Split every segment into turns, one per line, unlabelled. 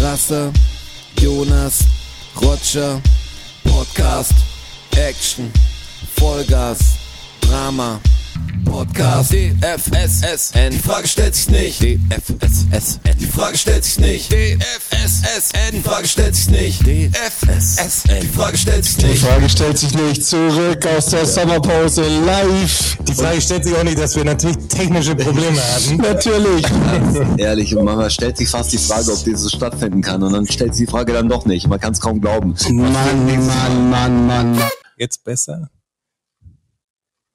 Rasse, Jonas, Roger, Podcast, Action, Vollgas, Drama, Podcast, DFSSN, die Frage stellt sich nicht, DFSSN, die Frage stellt sich nicht, DFSSN, die Frage stellt sich nicht, DFSSN, die Frage stellt sich
Die
nicht.
Frage stellt sich nicht zurück aus der Sommerpause live.
Die Frage stellt sich auch nicht, dass wir natürlich technische Probleme hatten.
Natürlich.
Ehrlich, und man stellt sich fast die Frage, ob dieses stattfinden kann. Und dann stellt sich die Frage dann doch nicht. Man kann es kaum glauben.
Mann, Mann, Mann, Mann.
Jetzt besser?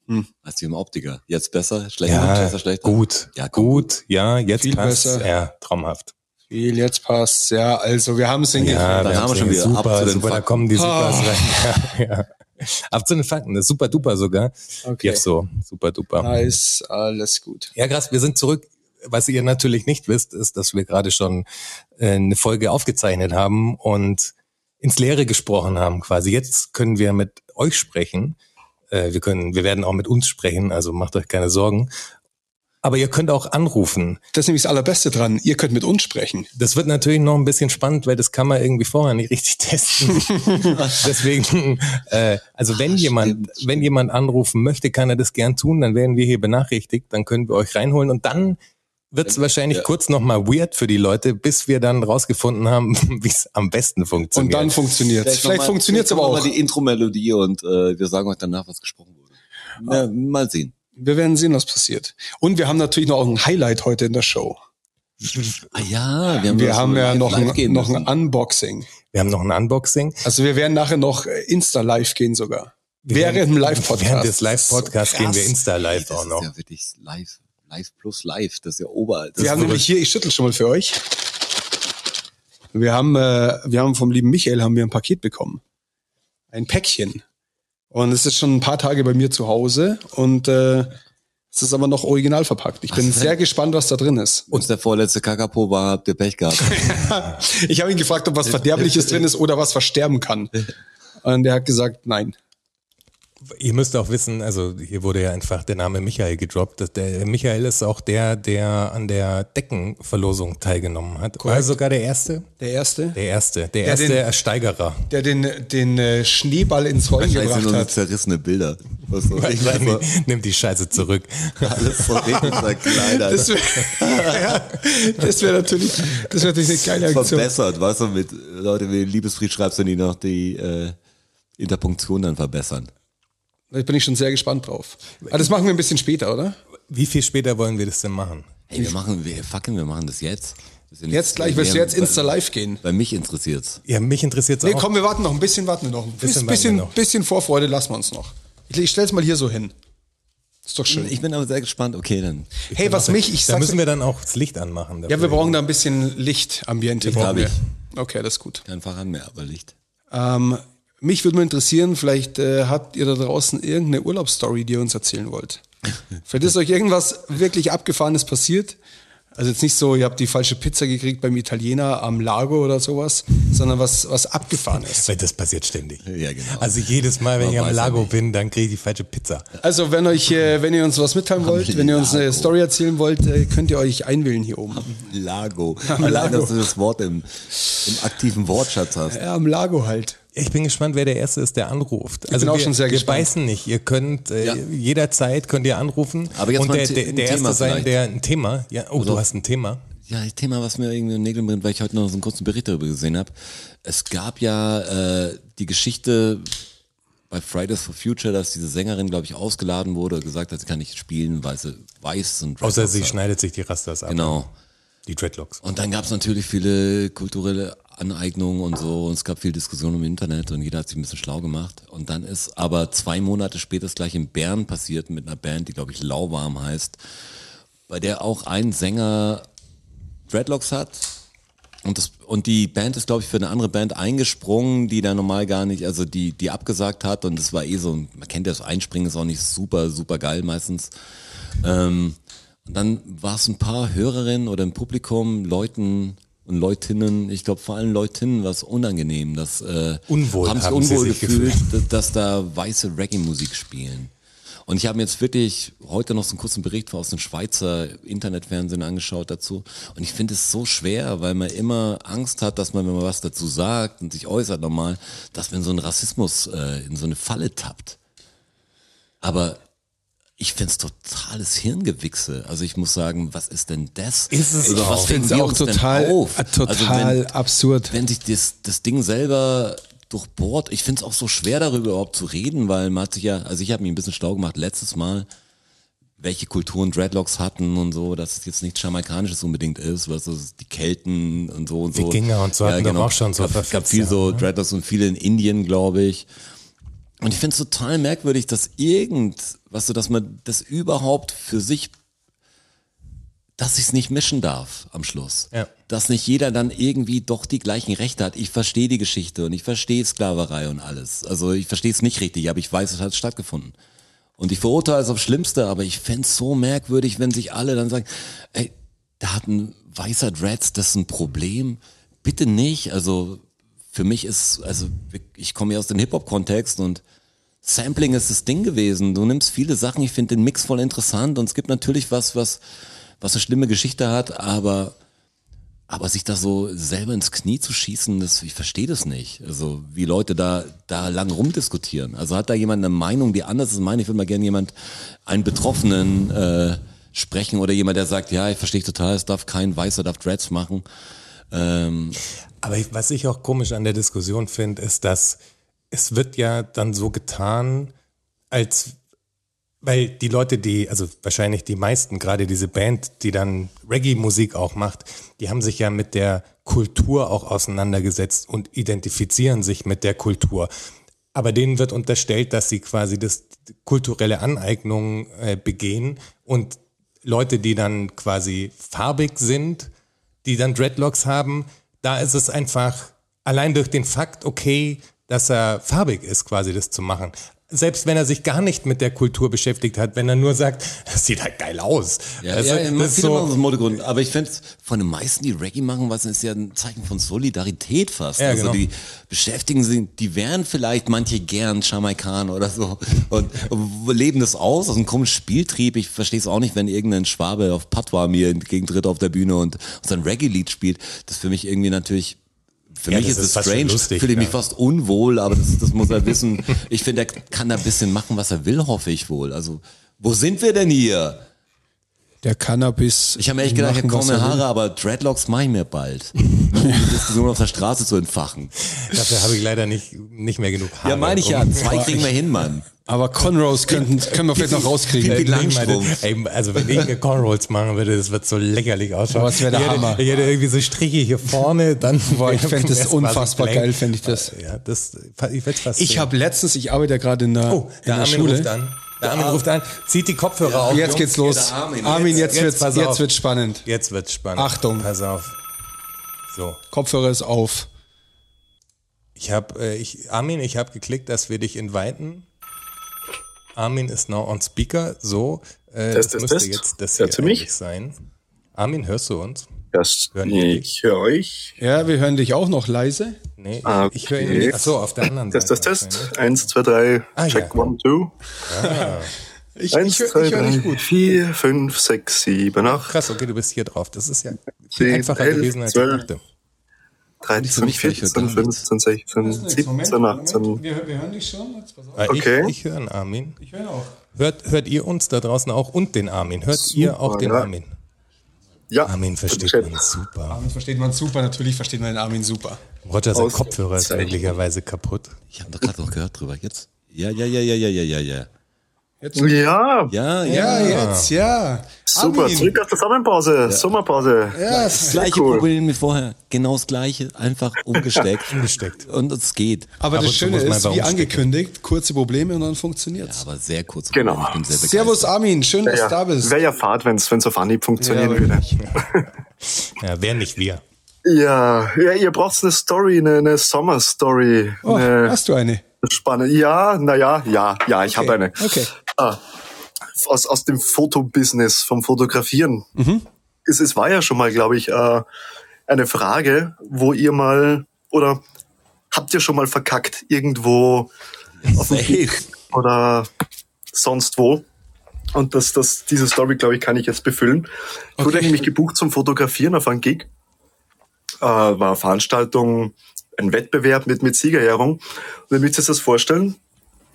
Hm. Als wie im Optiker. Jetzt besser, schlechter,
Ja,
schlechter, schlechter.
gut.
Ja, komm.
gut. Ja, jetzt
Viel
passt.
besser.
Ja, traumhaft.
Viel, jetzt passt's. Ja, also wir haben es
Ja,
hingekriegt.
dann
wir
haben wir
haben's
schon
hingekriegt.
wieder. Ab zu
Super,
den
super. Da
Fakten.
kommen die
Ah.
Supers rein. Ja, ja. Ab zu den Fakten. Das ist super duper sogar.
Okay.
Jetzt so. Super duper.
Da ist alles gut.
Ja, krass, wir sind zurück. Was ihr natürlich nicht wisst, ist, dass wir gerade schon äh, eine Folge aufgezeichnet haben und ins Leere gesprochen haben quasi. Jetzt können wir mit euch sprechen. Äh, wir können, wir werden auch mit uns sprechen, also macht euch keine Sorgen. Aber ihr könnt auch anrufen.
Das ist nämlich das Allerbeste dran. Ihr könnt mit uns sprechen.
Das wird natürlich noch ein bisschen spannend, weil das kann man irgendwie vorher nicht richtig testen. Deswegen, äh, also wenn jemand, wenn jemand anrufen möchte, kann er das gern tun, dann werden wir hier benachrichtigt, dann können wir euch reinholen und dann wird es wahrscheinlich
ja.
kurz nochmal weird für die Leute, bis wir dann rausgefunden haben, wie es am besten
Und
funktioniert.
dann funktioniert's.
noch
Vielleicht
mal-
funktioniert's
vielleicht
aber
noch mal
auch.
die Intro-Melodie und äh, wir sagen euch danach, was gesprochen wurde. Na, mal sehen.
Wir werden sehen, was passiert. Und wir haben natürlich noch ein Highlight heute in der Show.
Ah ja, wir haben,
Wir haben ja noch
live
ein,
gehen
noch
müssen.
ein Unboxing.
wir haben noch ein Unboxing.
Also wir werden nachher noch äh, Insta-Live gehen sogar. Während im Live-Podcast.
Während des Live-Podcasts
So
gehen
krass.
wir Insta-Live
Das
auch
ist
noch.
ja wirklich live. Live plus live. Das ist ja oberall. Das
Wir
ist
haben
verrückt.
nämlich hier, ich schüttel schon mal für euch. Wir haben, äh, wir haben vom lieben Michael haben wir ein Paket bekommen. Ein Päckchen. Und es ist schon ein paar Tage bei mir zu Hause und äh, es ist aber noch original verpackt. Ich bin
Was denn?
sehr gespannt, was da drin ist.
Wenn's der vorletzte Kakapo war, habt ihr Pech gehabt.
Ich habe ihn gefragt, ob was Verderbliches drin ist oder was versterben kann. Und er hat gesagt, nein.
Ihr müsst auch wissen, also hier wurde ja einfach der Name Michael gedroppt. Das- Der Michael ist auch der, der an der Deckenverlosung teilgenommen hat. War sogar der Erste?
Der erste,
Der Erste. Der,
den-
Erste Steigerer.
der den, den äh, Schneeball ins Rollen
Wahrscheinlich sind
gebracht
nur so
hat.
zerrissene Bilder. Was weiß ich,
Wahrscheinlich.
aber
Nimm die Scheiße zurück.
alles verregnet, verkleinert.
Das wäre ja, das wär natürlich, das wär natürlich eine geile Aktion.
verbessert, weißt du, mit Leute, wenn du Liebesbrief schreibst, dann die noch die äh, Interpunktion dann verbessern.
Da bin ich schon sehr gespannt drauf. Aber das machen wir ein bisschen später, oder?
Wie viel später wollen wir das denn machen?
Hey, wir machen, wir fucking, wir machen das jetzt. Das ist ja nicht-
Jetzt gleich, willst du
wir-
jetzt Insta live gehen?
Bei mich interessiert's.
Ja, mich interessiert es
Nee,
auch.
komm, wir warten noch ein bisschen, warten wir noch. Ein
Bisschen
bisschen,
warten
bisschen,
wir noch.
bisschen Vorfreude lassen wir uns noch. Ich, ich stell's mal hier so hin. Ist doch schön.
Also Ich bin aber sehr gespannt. Okay, dann.
hey, was mich, ich
da
sag's.
müssen wir dann auch das Licht anmachen.
Ja, wir brauchen da ein bisschen Licht, Ambiente.
hab
brauchen wir.
ich.
Okay, das ist gut.
Kein Fahrrad mehr, aber Licht.
Ähm, mich würde mal interessieren, vielleicht äh, habt ihr da draußen irgendeine Urlaubsstory, die ihr uns erzählen wollt. Vielleicht ist euch irgendwas wirklich Abgefahrenes passiert. Also jetzt nicht so, ihr habt die falsche Pizza gekriegt beim Italiener am Lago oder sowas, sondern was, was Abgefahrenes.
Weil das passiert ständig.
Ja, genau.
Also jedes Mal, wenn
Man
ich am
weiß ja
Lago
nicht.
bin, dann kriege ich die falsche Pizza.
Also wenn euch, äh, wenn ihr uns was mitteilen wollt, wenn ihr uns eine
Lago.
Story erzählen wollt, äh, könnt ihr euch einwählen hier oben.
Lago. Allein, dass du das Wort im, im aktiven Wortschatz hast.
Ja, am Lago halt.
Ich bin gespannt, wer der Erste ist, der anruft. Ich also
bin auch
wir,
schon sehr
wir
gespannt.
beißen nicht. Ihr könnt äh,
Ja.
jederzeit könnt ihr anrufen.
Aber jetzt
und
mal
der,
ein
der,
The-
der
ein Thema
Erste sein,
vielleicht. Also
der ein Thema. Ja, oh, du hast ein Thema.
Ja, das Thema, was mir irgendwie in den Nägeln brennt, weil ich heute noch so einen kurzen Bericht darüber gesehen habe. Es gab ja äh, die Geschichte bei Fridays for Future, dass diese Sängerin, glaube ich, ausgeladen wurde, gesagt hat, sie kann nicht spielen, weil sie weiß und
Außer sie
hat.
schneidet sich die Rastas ab.
Genau.
Die Dreadlocks.
Und dann gab es natürlich viele kulturelle Aneignungen und so. Und es gab viel Diskussion im Internet und jeder hat sich ein bisschen schlau gemacht. Und dann ist aber zwei Monate später das gleich in Bern passiert mit einer Band, die, glaube ich, Lauwarm heißt, bei der auch ein Sänger Dreadlocks hat. Und, das, und die Band ist, glaube ich, für eine andere Band eingesprungen, die da normal gar nicht, also die, die abgesagt hat. Und das war eh so, ein- man kennt ja das Einspringen, ist auch nicht super, super geil meistens. Ähm, und dann war es ein paar Hörerinnen oder im Publikum, Leuten und Leutinnen, ich glaube vor allem Leutinnen war es unangenehm, dass äh,
Unwohl
haben sich
haben sie
unwohl
sich
gefühlt, dass, dass da weiße Reggae-Musik spielen. Und ich habe mir jetzt wirklich heute noch so einen kurzen Bericht aus dem Schweizer Internetfernsehen angeschaut dazu. Und ich finde es so schwer, weil man immer Angst hat, dass man, wenn man was dazu sagt und sich äußert nochmal, dass man in so einen Rassismus, äh, in so eine Falle tappt. Aber ich find's totales Hirngewichse. Also ich muss sagen, was ist denn das?
Ist es
was
auch.
regen
Ich
find's
wir
auch
uns denn
total-
auf? Also
äh, total
wenn,
absurd.
Wenn sich das, das Ding selber durchbohrt, ich find's auch so schwer darüber überhaupt zu reden, weil man hat sich ja, also ich habe mich ein bisschen schlau gemacht letztes Mal, welche Kulturen Dreadlocks hatten und so, dass es jetzt nichts Jamaikanisches unbedingt ist, was es die Kelten und so und so. genau.
Wikinger und so hatten doch auch schon so
gab, gab
verflixt,
viel
ja, ne?
so Dreadlocks und viele in Indien, glaube ich. Und ich finde es total merkwürdig, dass irgend, weißt du, dass man das überhaupt für sich, dass ich es nicht mischen darf am Schluss.
Ja.
Dass nicht jeder dann irgendwie doch die gleichen Rechte hat. Ich verstehe die Geschichte und ich verstehe Sklaverei und alles. Also ich verstehe es nicht richtig, aber ich weiß, es hat stattgefunden. Und ich verurteile es aufs Schlimmste, aber ich fände es so merkwürdig, wenn sich alle dann sagen, ey, da hat ein weißer Dreads, das ist ein Problem. Bitte nicht. Also für mich ist, also ich komme ja aus dem Hip-Hop-Kontext und Sampling ist das Ding gewesen. Du nimmst viele Sachen, ich finde den Mix voll interessant und es gibt natürlich was, was, was eine schlimme Geschichte hat, aber, aber sich da so selber ins Knie zu schießen, das, ich verstehe das nicht. Also wie Leute da, da lang rumdiskutieren. Also hat da jemand eine Meinung, die anders ist meine? Ich würde mal gerne jemand, einen Betroffenen äh, sprechen oder jemand, der sagt, ja, ich verstehe total, es darf kein Weißer, darf Dreads machen. Ähm,
Aber ich, was ich auch komisch an der Diskussion finde, ist, dass es wird ja dann so getan, als weil die Leute, die, also wahrscheinlich die meisten, gerade diese Band, die dann Reggae-Musik auch macht, die haben sich ja mit der Kultur auch auseinandergesetzt und identifizieren sich mit der Kultur. Aber denen wird unterstellt, dass sie quasi das kulturelle Aneignung äh, begehen und Leute, die dann quasi farbig sind, die dann Dreadlocks haben, da ist es einfach allein durch den Fakt okay, dass er farbig ist, quasi das zu machen. Selbst wenn er sich gar nicht mit der Kultur beschäftigt hat, wenn er nur sagt, das sieht halt geil aus.
Ja,
Also,
ja, immer
ist
viele machen das im Modegrund. Aber ich find's von den meisten, die Reggae machen, was ist ja ein Zeichen von Solidarität fast.
Ja,
also
genau.
die beschäftigen sich, die wären vielleicht manche gern Jamaikaner oder so und leben das aus, aus einem komischen Spieltrieb. Ich verstehe es auch nicht, wenn irgendein Schwabe auf Patois mir entgegentritt auf der Bühne und sein Reggae-Lied spielt. Das ist für mich irgendwie natürlich für
Ja,
mich
das
ist
ist
es
fast schon
strange,
lustig,
fühle ich mich
ja.
fast unwohl, aber das, das muss er wissen. Ich finde, er kann da ein bisschen machen, was er will, hoffe ich wohl. Also, wo sind wir denn hier?
Der Cannabis.
Ich habe mir echt gedacht, ich
machen,
habe kaum
was
mehr
er will.
Haare, aber Dreadlocks mache ich mir bald. Um die Diskussion auf der Straße zu entfachen.
Dafür habe ich leider nicht, nicht mehr genug Haare.
Ja, meine ich ja.
um-
Zwei kriegen wir hin, Mann.
Aber Conros könnten, können wir vielleicht noch rauskriegen.
Pipi-
Äh, nee,
Langstrumpf.
meine- ey, also wenn ich eine Cornrolls machen würde, das wird so lächerlich ausschauen.
Boah, das wär der
ich hätte,
Hammer.
Ich hätte irgendwie so Striche hier vorne, dann
Boah, ich fänd das
wär's quasi
unfassbar
blank.
geil, fänd ich das.
Ja, das ich fänd's fast
Ich habe letztens, ich arbeite ja gerade in der,
Oh,
in
der
der
Armin
Schule.
ruft an. Der Armin ruft an. Zieht die Kopfhörer auf.
Jetzt
Jungs.
geht's los.
Ja, der Armin,
Armin, jetzt,
jetzt
wird's,
pass
jetzt
auf.
wird's spannend.
Jetzt wird's spannend.
Achtung.
Pass auf. So.
Kopfhörer ist auf.
Ich habe, äh, ich, Armin, ich habe geklickt, dass wir dich inviten. Armin ist now on speaker. So, äh,
Test,
das
test,
müsste
test.
jetzt das
Hörst
hier
du mich?
eigentlich sein. Armin, hörst du uns?
Das,
Hören
nee,
die?
ich höre euch.
Ja, wir hören dich auch noch leise.
Nee,
Ah,
ich- ich höre ihn
okay.
nicht. Achso, auf der anderen
Das ist das
Seite.
Test. Eins, zwei, drei.
Ah,
Check
ja.
one, two.
Ich,
Eins,
ich, hör-
zwei,
ich höre dich
drei,
gut.
vier, fünf, sechs, sieben, acht,
Krass, okay, du bist hier drauf. Das ist ja viel
Zehn,
einfacher
elf,
gewesen, als
zwölf.
ich dachte.
für
13,
mich, weil ich höre
14,
gar nichts.
15, 16, 17, 18.
Wir, hören dich schon. Jetzt pass auf.
Ah,
Okay.
Ich, ich höre einen Armin.
Ich höre auch.
Hört, hört ihr uns da draußen auch und den Armin? Hört ihr auch den
ja.
Armin?
Ja,
Armin versteht
Chat.
man super.
Armin versteht man super. Natürlich versteht man den Armin super.
Roger, sein
Aus-
Kopfhörer ist
Zeichen.
möglicherweise kaputt.
Ich habe doch gerade noch gehört drüber. Jetzt? Ja, ja, ja, ja, ja, ja, ja, ja.
Ja,
Ja,
Ja,
ja.
jetzt, ja.
super.
Armin,
Zurück aus der Sommerpause, Sommerpause.
ja,
Das
es-
gleiche
cool.
Problem wie vorher. Genau das gleiche, einfach umgesteckt.
Umgesteckt.
Und es geht.
aber
Aber
das
so
Schöne
muss man
ist,
bei
wie
uns
angekündigt, kurze Probleme und dann funktioniert's.
Aber sehr kurz.
Genau.
Ich bin sehr begeistert.
Servus Armin, schön, dass du da
Ja,
bist.
Wäre ja Fahrt, wenn es auf Anhieb funktionieren würde.
Ja, wer nicht wir?
Ja, ja, ihr braucht eine Story, eine, eine Sommerstory.
Oh,
eine-
hast du eine?
Spannend. Ja, naja, ja, ja, ich habe eine.
okay.
Ah, aus, aus dem Fotobusiness, vom Fotografieren.
Mhm.
Es, es war ja schon mal, glaube ich, äh, eine Frage, wo ihr mal, oder habt ihr schon mal verkackt irgendwo auf dem
Safe.
Kick oder sonst wo. Und das, das, diese Story, glaube ich, kann ich jetzt befüllen. Ich wurde nämlich gebucht zum Fotografieren auf einen Gig. Äh, war eine Veranstaltung, ein Wettbewerb mit, mit Siegerehrung. Und damit Sie sich das vorstellen,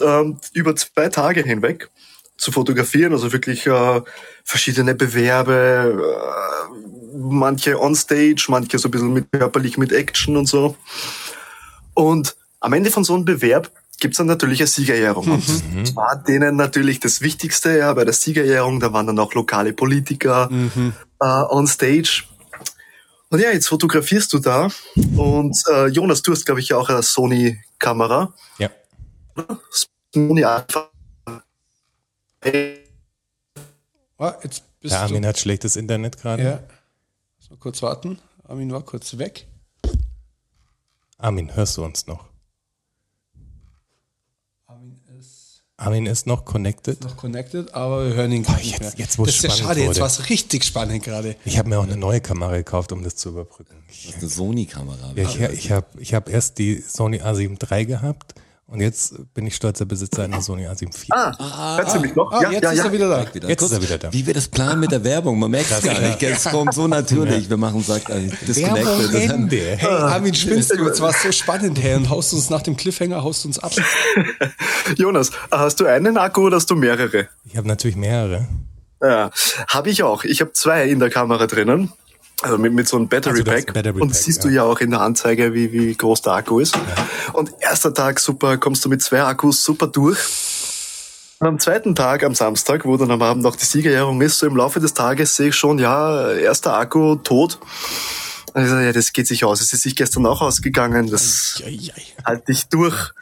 ähm, über zwei Tage hinweg zu fotografieren, also wirklich äh, verschiedene Bewerbe, äh, manche on stage, manche so ein bisschen mit körperlich mit Action und so. Und am Ende von so einem Bewerb gibt's dann natürlich eine Siegerehrung. Und das war denen natürlich das Wichtigste, ja, bei der Siegerehrung, da waren dann auch lokale Politiker äh, on stage. Und ja, jetzt fotografierst du da. Und äh, Jonas, du hast, glaube ich, ja auch eine Sony-Kamera.
Ja.
Sony Alpha.
Ah, jetzt bist
Der
du.
Armin hat schlechtes Internet gerade.
Ja. So, kurz warten. Armin war kurz weg.
Armin, hörst du uns noch?
Armin ist
Armin ist noch connected.
noch connected, aber wir hören ihn gerade nicht
jetzt-
mehr.
jetzt, wo
das
es
ist ja
spannend
schade, jetzt
wurde.
war es richtig spannend gerade.
Ich habe mir auch eine neue Kamera gekauft, um das zu überbrücken. Ich,
Das ist eine Sony-Kamera.
ich, ich habe ich hab erst die Sony A7 III gehabt und jetzt bin ich stolzer Besitzer einer Sony A7 IV.
Ah, hörst du mich noch?
Ah, jetzt ist er wieder da.
Wieder.
Jetzt ist er wieder da.
Wie wir das planen mit der Werbung, man merkt es gar nicht. Es kommt so natürlich. Wir machen, sagt äh, disconnected. Das hat-
Hey, Armin, spinnst du? Jetzt war es so spannend, hey, und haust uns nach dem Cliffhanger, haust uns ab.
Jonas, hast du einen Akku oder hast du mehrere?
Ich habe natürlich mehrere.
Ja, habe Äh, ich auch. Ich habe zwei in der Kamera drinnen. Also mit, mit so einem Battery
Also das
Pack.
Battery
und
Pack,
siehst
ja.
du ja auch in der Anzeige, wie, wie groß der Akku ist. Und erster Tag super, kommst du mit zwei Akkus super durch. Und am zweiten Tag, am Samstag, wo dann am Abend noch die Siegerehrung ist, so im Laufe des Tages sehe ich schon, ja, erster Akku tot. Und ich sage, ja, das geht sich aus. Es ist sich gestern auch ausgegangen. Das halt dich durch.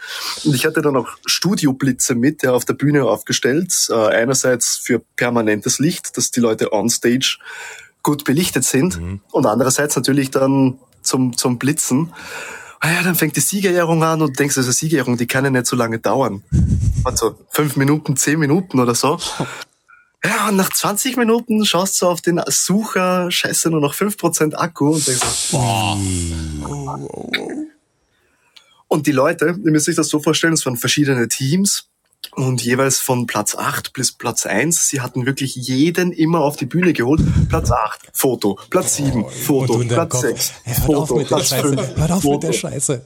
Und ich hatte dann auch Studioblitze mit, ja, auf der Bühne aufgestellt. Äh, einerseits für permanentes Licht, dass die Leute on stage gut belichtet sind. Und andererseits natürlich dann zum, zum Blitzen. Ah ja, dann fängt die Siegerehrung an und du denkst, also Siegerehrung, die kann ja nicht so lange dauern. Also fünf Minuten, zehn Minuten oder so. Ja, und nach 20 Minuten schaust du auf den Sucher, scheiße, nur noch 5% Akku und denkst, Oh. Und die Leute, ihr müsst euch das so vorstellen, es waren verschiedene Teams und jeweils von Platz 8 bis Platz 1. Sie hatten wirklich jeden immer auf die Bühne geholt. Platz 8, Foto. Platz 7, Foto.
in deinem
Platz
Kopf,
6,
hey, hört auf
Foto.
mit der
Platz
Scheiße.
5,
Hört auf mit der
Foto.
Scheiße.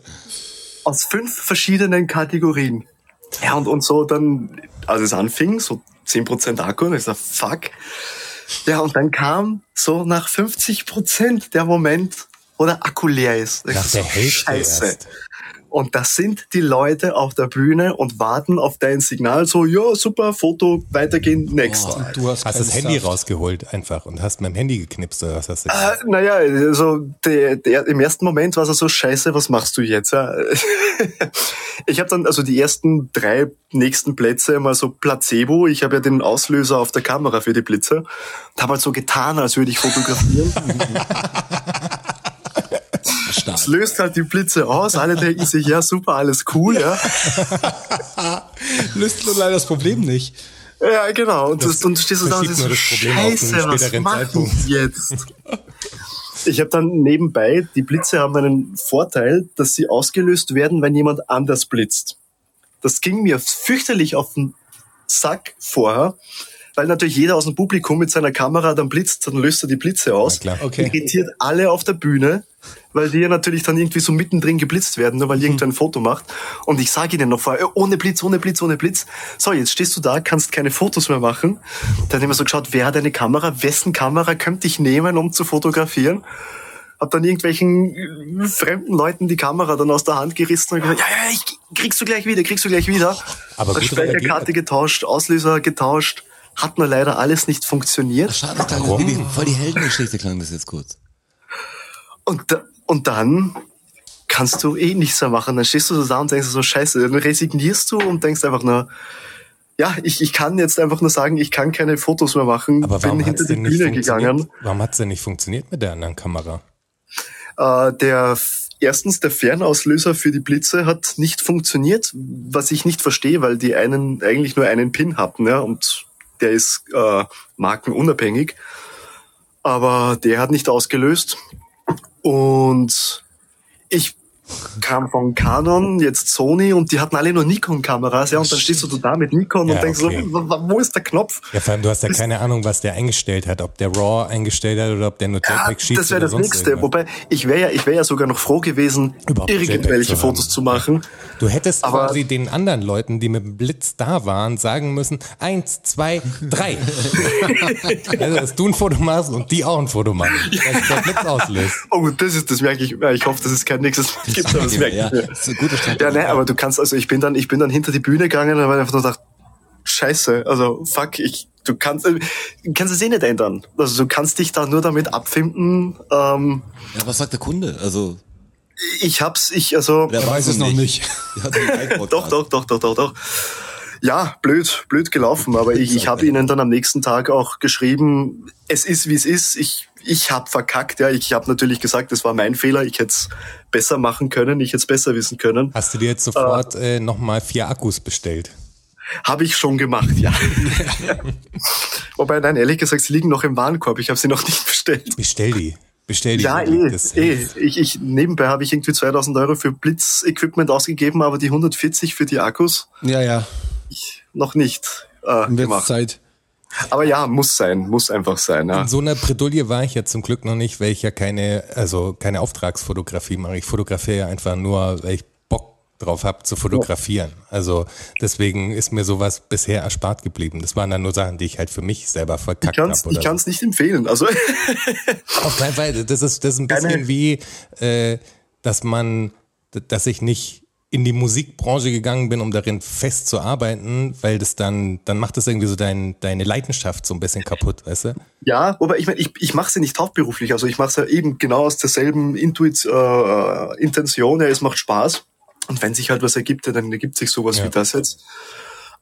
Aus fünf verschiedenen Kategorien. Ja, und, und so dann, als es anfing, so 10% Akku, und ich sag, fuck. Ja, und dann kam so nach 50% der Moment, wo der Akku leer ist. Ich
Nach
sag,
der Hälfte
Scheiße.
erst.
Und das sind die Leute auf der Bühne und warten auf dein Signal, so, ja, super, Foto, weitergehen, next.
Und du
Hast
hast, keinen
das Handy
Saft.
rausgeholt einfach und hast mit dem Handy geknipst oder was hast du
Äh,
gemacht?
naja, also der, der, im ersten Moment war es so, scheiße, was machst du jetzt? Ja? Ich habe dann also die ersten drei nächsten Plätze mal so Placebo. Ich habe ja den Auslöser auf der Kamera für die Blitze. Und habe halt so getan, als würde ich fotografieren. Es
Stark.
löst halt die Blitze aus. Alle denken sich, ja super, alles cool. Ja,
Löst nur leider das Problem nicht.
ja genau. Und, das,
Das
und du stehst so da und
verschiebt
denkst so,
nur das Problem auf einen
scheiße,
späteren
was mach
Zeitpunkt."
ich jetzt? Ich habe dann nebenbei, die Blitze haben einen Vorteil, dass sie ausgelöst werden, wenn jemand anders blitzt. Das ging mir fürchterlich auf den Sack vorher, weil natürlich jeder aus dem Publikum mit seiner Kamera dann blitzt, dann löst er die Blitze aus.
klar.
Okay.
Irritiert alle auf der Bühne, weil die ja natürlich dann irgendwie so mittendrin geblitzt werden, nur weil irgendwer ein Foto macht. Und ich sage ihnen noch vorher, "Äh, ohne Blitz, ohne Blitz, ohne Blitz. So, jetzt stehst du da, kannst keine Fotos mehr machen. Dann haben wir so geschaut, wer hat eine Kamera, wessen Kamera könnte ich nehmen, um zu fotografieren hab dann irgendwelchen äh, fremden Leuten die Kamera dann aus der Hand gerissen und gesagt, ja, ja, ich kriegst du gleich wieder, kriegst du gleich wieder.
Aber
Dann
gut
Speicherkarte
reagiert.
getauscht, Auslöser getauscht, hat nur leider alles nicht funktioniert.
Schade, das klang wie die, voll die Heldengeschichte klang das jetzt kurz.
Und, da- und dann kannst du eh nichts mehr machen. Dann stehst du so da und denkst so, scheiße, dann resignierst du und denkst einfach nur, ja, ich, ich kann jetzt einfach nur sagen, ich kann keine Fotos mehr machen,
Aber
bin
warum hat
hinter
es
die
denn nicht
Bühne gegangen.
funktioniert? Warum hat's denn nicht funktioniert mit der anderen Kamera?
Äh, der f- erstens der Fernauslöser für die Blitze hat nicht funktioniert, was ich nicht verstehe, weil die einen eigentlich nur einen Pin hatten, ja, und der ist äh, markenunabhängig. Aber der hat nicht ausgelöst. Und ich kam von Canon, jetzt Sony und die hatten alle nur Nikon-Kameras, ja, und dann stehst du da mit Nikon
Ja,
und denkst
okay.
so, wo- wo wo ist der Knopf?
Ja, vor allem, du hast ja keine Ahnung, was der eingestellt hat, ob der RAW eingestellt hat oder ob der nur
Ja,
Jetpack schießt.
Ah, das wäre
oder
das
sonst
Nächste.
irgendwas.
Wobei, ich wäre ja, ich wäre ja sogar noch froh gewesen,
Überhaupt JPEG zu
irgendwelche
haben.
Fotos zu machen.
Du hättest
Aber-
quasi den anderen Leuten, die mit dem Blitz da waren, sagen müssen, eins, zwei, drei. also, dass du ein Foto machst und die auch ein Foto machen. Dass der Blitz auslöst.
Oh, das ist, das merke ich. mir. Ich hoffe, dass es kein nächstes Mal gibt, aber das merke
ja,
ich mir.
das ist eine gute Strategie.
Ja, ne, aber du kannst, also ich bin dann, ich bin dann hinter die Bühne gegangen und habe einfach nur gedacht, scheiße, also fuck, ich, du kannst, äh, kannst es eh nicht ändern. Also du kannst dich da nur damit abfinden. Ähm,
Ja, was sagt der Kunde? Also,
ich hab's, ich, also,
der
weiß es noch nicht.
Ja, den iPod
doch, doch, doch, doch, doch, doch. Ja, blöd, blöd gelaufen, aber ich, ich habe ihnen dann am nächsten Tag auch geschrieben, es ist wie es ist, ich, ich habe verkackt, ja, ich habe natürlich gesagt, es war mein Fehler, ich hätte es besser machen können, ich hätte es besser wissen können.
Hast du dir jetzt sofort äh, nochmal vier Akkus bestellt?
Habe ich schon gemacht, ja. Wobei, nein, ehrlich gesagt, sie liegen noch im Warenkorb. Ich habe sie noch nicht bestellt.
Bestell die. Bestell die.
Ja, eh,
Das-
eh. Ich, ich, nebenbei habe ich irgendwie 2000 Euro für Blitz-Equipment ausgegeben, aber die 140 für die Akkus
Ja, ja.
noch nicht äh,
Dann wird's
gemacht.
Zeit.
Aber ja, muss sein, muss einfach sein. Ja.
In so einer Bredouille war ich ja zum Glück noch nicht, weil ich ja keine, also keine Auftragsfotografie mache. Ich fotografiere ja einfach nur, weil ich Bock drauf habe zu fotografieren. Also deswegen ist mir sowas bisher erspart geblieben. Das waren dann nur Sachen, die ich halt für mich selber verkackt
Ich kann es
habe.
ich kann's nicht empfehlen. Also
Auf keinen Fall. Das ist, das ist ein bisschen
Keine-
wie, äh, dass man, d- dass ich nicht in die Musikbranche gegangen bin, um darin fest zu arbeiten, weil das dann, dann macht das irgendwie so dein, deine Leidenschaft so ein bisschen kaputt, weißt du?
Ja, aber ich meine, ich, ich mache es ja nicht hauptberuflich. Also ich mache es ja eben genau aus derselben Intuit, äh, Intention. Ja, es macht Spaß. Und wenn sich halt was ergibt, ja, dann ergibt sich sowas
Ja.
wie das jetzt.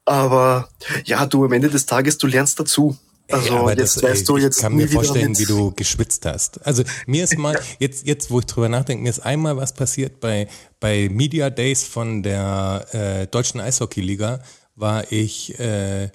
Aber ja, du am Ende des Tages, du lernst dazu. Also
Ja, aber
jetzt
das, ey,
weißt du
ich
jetzt
kann
nie
mir vorstellen,
wieder
wie
mit,
du geschwitzt hast. Also mir ist mal jetzt jetzt wo ich drüber nachdenke, mir ist einmal was passiert bei bei Media Days von der äh, deutschen Eishockey Liga war ich äh,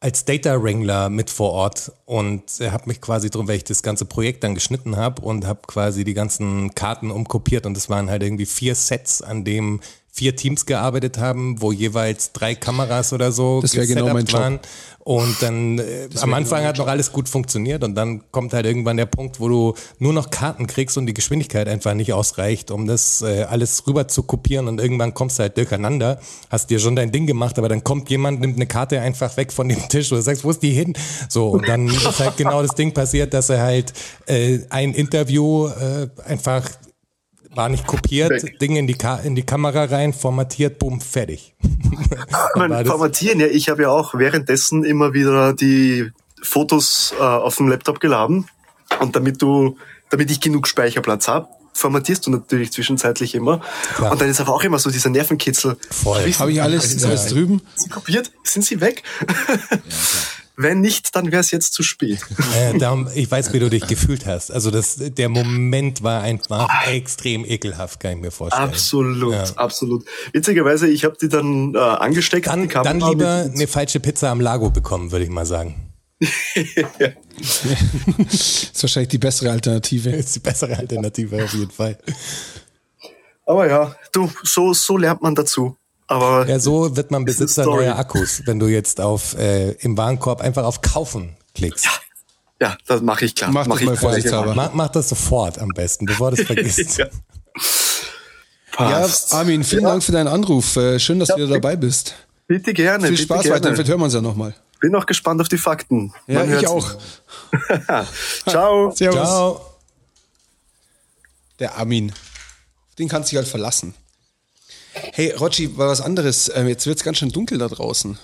als Data Wrangler mit vor Ort und äh, habe mich quasi drum, weil ich das ganze Projekt dann geschnitten habe und habe quasi die ganzen Karten umkopiert und es waren halt irgendwie vier Sets, an dem vier Teams gearbeitet haben, wo jeweils drei Kameras oder so
Das wär genau
gesetupt
mein Job.
waren. Und dann äh, am Anfang hat noch alles gut funktioniert und dann kommt halt irgendwann der Punkt, wo du nur noch Karten kriegst und die Geschwindigkeit einfach nicht ausreicht, um das äh, alles rüber zu kopieren und irgendwann kommst du halt durcheinander, hast dir schon dein Ding gemacht, aber dann kommt jemand, nimmt eine Karte einfach weg von dem Tisch und du sagst, wo ist die hin? So, und dann ist halt genau das Ding passiert, dass er halt äh, ein Interview äh, einfach war nicht kopiert,
Weg.
Ding in die, Ka in die Kamera rein, formatiert, bumm, fertig. Dann war
man,
das-
formatieren. Ja, ich habe ja auch währenddessen immer wieder die Fotos äh, auf dem Laptop geladen. Und damit du, damit ich genug Speicherplatz habe, formatierst du natürlich zwischenzeitlich immer.
Klar.
Und dann ist aber auch immer so dieser Nervenkitzel.
Voll.
Wissen-
Habe ich alles, ist alles drüben?
Sie kopiert? Sind sie weg? Wenn nicht, dann wäre es jetzt zu spät.
Äh, darum, ich weiß, wie du dich gefühlt hast. Also das, der Moment war einfach extrem ekelhaft, kann ich mir vorstellen.
Absolut, absolut. Witzigerweise, ich habe die dann äh, angesteckt. die
Dann,
Kamera
dann lieber
mit-
eine falsche Pizza am Lago bekommen, würde ich mal sagen.
Ist wahrscheinlich die bessere Alternative.
Ist die bessere Alternative auf jeden Fall.
Aber ja, du, so, so lernt man dazu. Aber
Ja, so wird man
Ist eine
Besitzer
Story.
neuer Akkus, wenn du jetzt auf äh, im Warenkorb einfach auf Kaufen klickst.
Ja, das mache ich klar.
Mach das
ich
mal
klar.
vorsichtshalber.
Mach, mach das sofort am besten, bevor du es vergisst.
Ja.
Ja,
Passt.
Armin, vielen Dank für deinen Anruf. Äh, Schön, dass du wieder dabei bist.
bitte gerne.
Viel
bitte
Spaß
gerne.
weiter, vielleicht hören wir uns ja nochmal.
Bin auch gespannt auf die Fakten.
Ja,
Man hört's.
ich auch.
Ciao.
Servus.
Ciao.
Der Armin. Auf den kannst du dich halt verlassen. Hey, Rotschi, war was anderes. Ähm, Jetzt wird's ganz schön dunkel da draußen.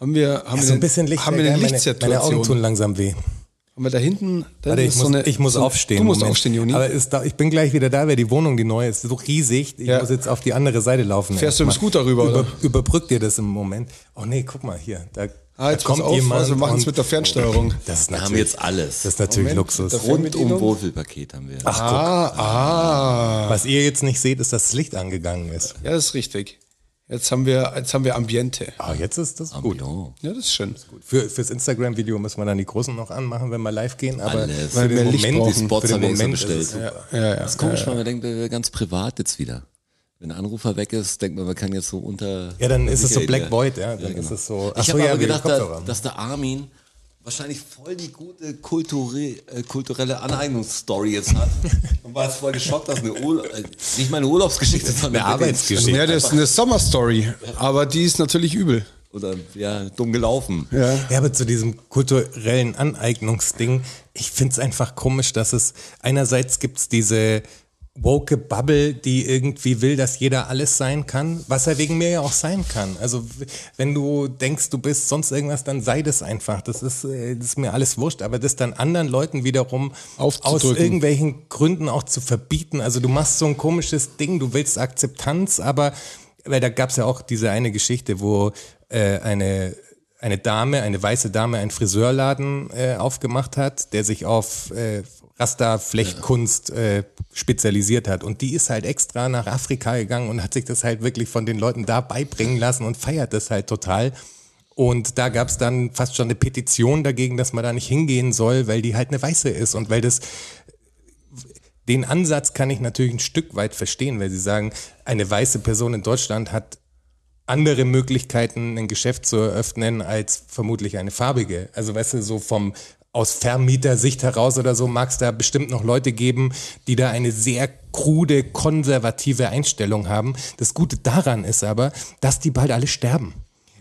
Haben wir,
Ja, so
haben wir
ein
denn-
bisschen Licht.
haben wir
ja,
eine
meine, meine Augen
Lichtsituation?
tun langsam weh.
haben wir da hinten, da
Warte,
hinten
ich,
ist
muss,
so eine,
ich muss
so,
aufstehen.
Du musst
Moment.
aufstehen, Joni.
Aber ist da, ich bin gleich wieder da, weil die Wohnung, die neue ist, so riesig. Ich
Ja.
muss jetzt auf die andere Seite laufen.
Fährst du im
erstmal.
Scooter rüber, oder?
Überbrückt ihr das im Moment? Oh nee, guck mal hier. Da,
ah, jetzt
da
kommt
kommt
pass auf,
jemand.
also wir machen es
und- Oh,
mit der Fernsteuerung.
das ist
Wir
natürlich,
haben jetzt alles.
das ist natürlich
Moment,
Luxus.
das-
Rundum Wohlfühlpaket haben wir. Ach,
Ah, ah.
Was ihr jetzt nicht seht, ist, dass das Licht angegangen ist.
Ja, das ist richtig. Jetzt haben wir, jetzt haben wir Ambiente.
Ah, jetzt ist das gut.
Ambiance.
Ja, das ist schön.
Für, fürs Instagram-Video müssen wir dann die Großen noch anmachen, wenn wir live gehen. Aber
Alles.
für den
Mehr Licht
Moment,
brauchen.
ist-
Spots
für den
haben wir extra
Moment ist
bestellt.
es super.
Ja, ja.
Das ist komisch, weil man denkt, wir wären ganz privat jetzt wieder. Wenn der Anrufer weg ist, denkt man, man kann jetzt so unter.
Ja, dann ist es so
Sicherheit, genau.
Black Void, ja. Dann ist es so.
ich
so,
habe
ja,
aber
wegen
gedacht,
Kopfhörer.
da, dass der Armin wahrscheinlich voll die gute kulturell, äh, kulturelle Aneignungsstory jetzt hat. Und war jetzt voll geschockt, dass eine Urla äh, nicht meine Urlaubsgeschichte, sondern
Eine
wirklich-
Arbeitsgeschichte.
Ja, das ist eine Sommerstory, aber die ist natürlich übel.
Oder ja, dumm gelaufen.
Ja.
Ja, aber zu diesem kulturellen Aneignungsding, ich find's einfach komisch, dass es einerseits gibt's diese woke Bubble, die irgendwie will, dass jeder alles sein kann, was er wegen mir ja auch sein kann. Also w- wenn du denkst, du bist sonst irgendwas, dann sei das einfach. Das ist, äh, das ist mir alles wurscht, aber das dann anderen Leuten wiederum aus
Aufzudrücken.
irgendwelchen Gründen auch zu verbieten. Also du machst so ein komisches Ding, du willst Akzeptanz, aber weil da gab's ja auch diese eine Geschichte, wo äh, eine eine Dame, eine weiße Dame, einen Friseurladen äh, aufgemacht hat, der sich auf äh, Rasta-Flechtkunst äh, spezialisiert hat. Und die ist halt extra nach Afrika gegangen und hat sich das halt wirklich von den Leuten da beibringen lassen und feiert das halt total. Und da gab's dann fast schon eine Petition dagegen, dass man da nicht hingehen soll, weil die halt eine Weiße ist und weil das den Ansatz kann ich natürlich ein Stück weit verstehen, weil sie sagen, eine weiße Person in Deutschland hat andere Möglichkeiten, ein Geschäft zu eröffnen, als vermutlich eine farbige. Also weißt du, so vom aus Vermietersicht heraus oder so mag es da bestimmt noch Leute geben, die da eine sehr krude, konservative Einstellung haben. Das Gute daran ist aber, dass die bald alle sterben.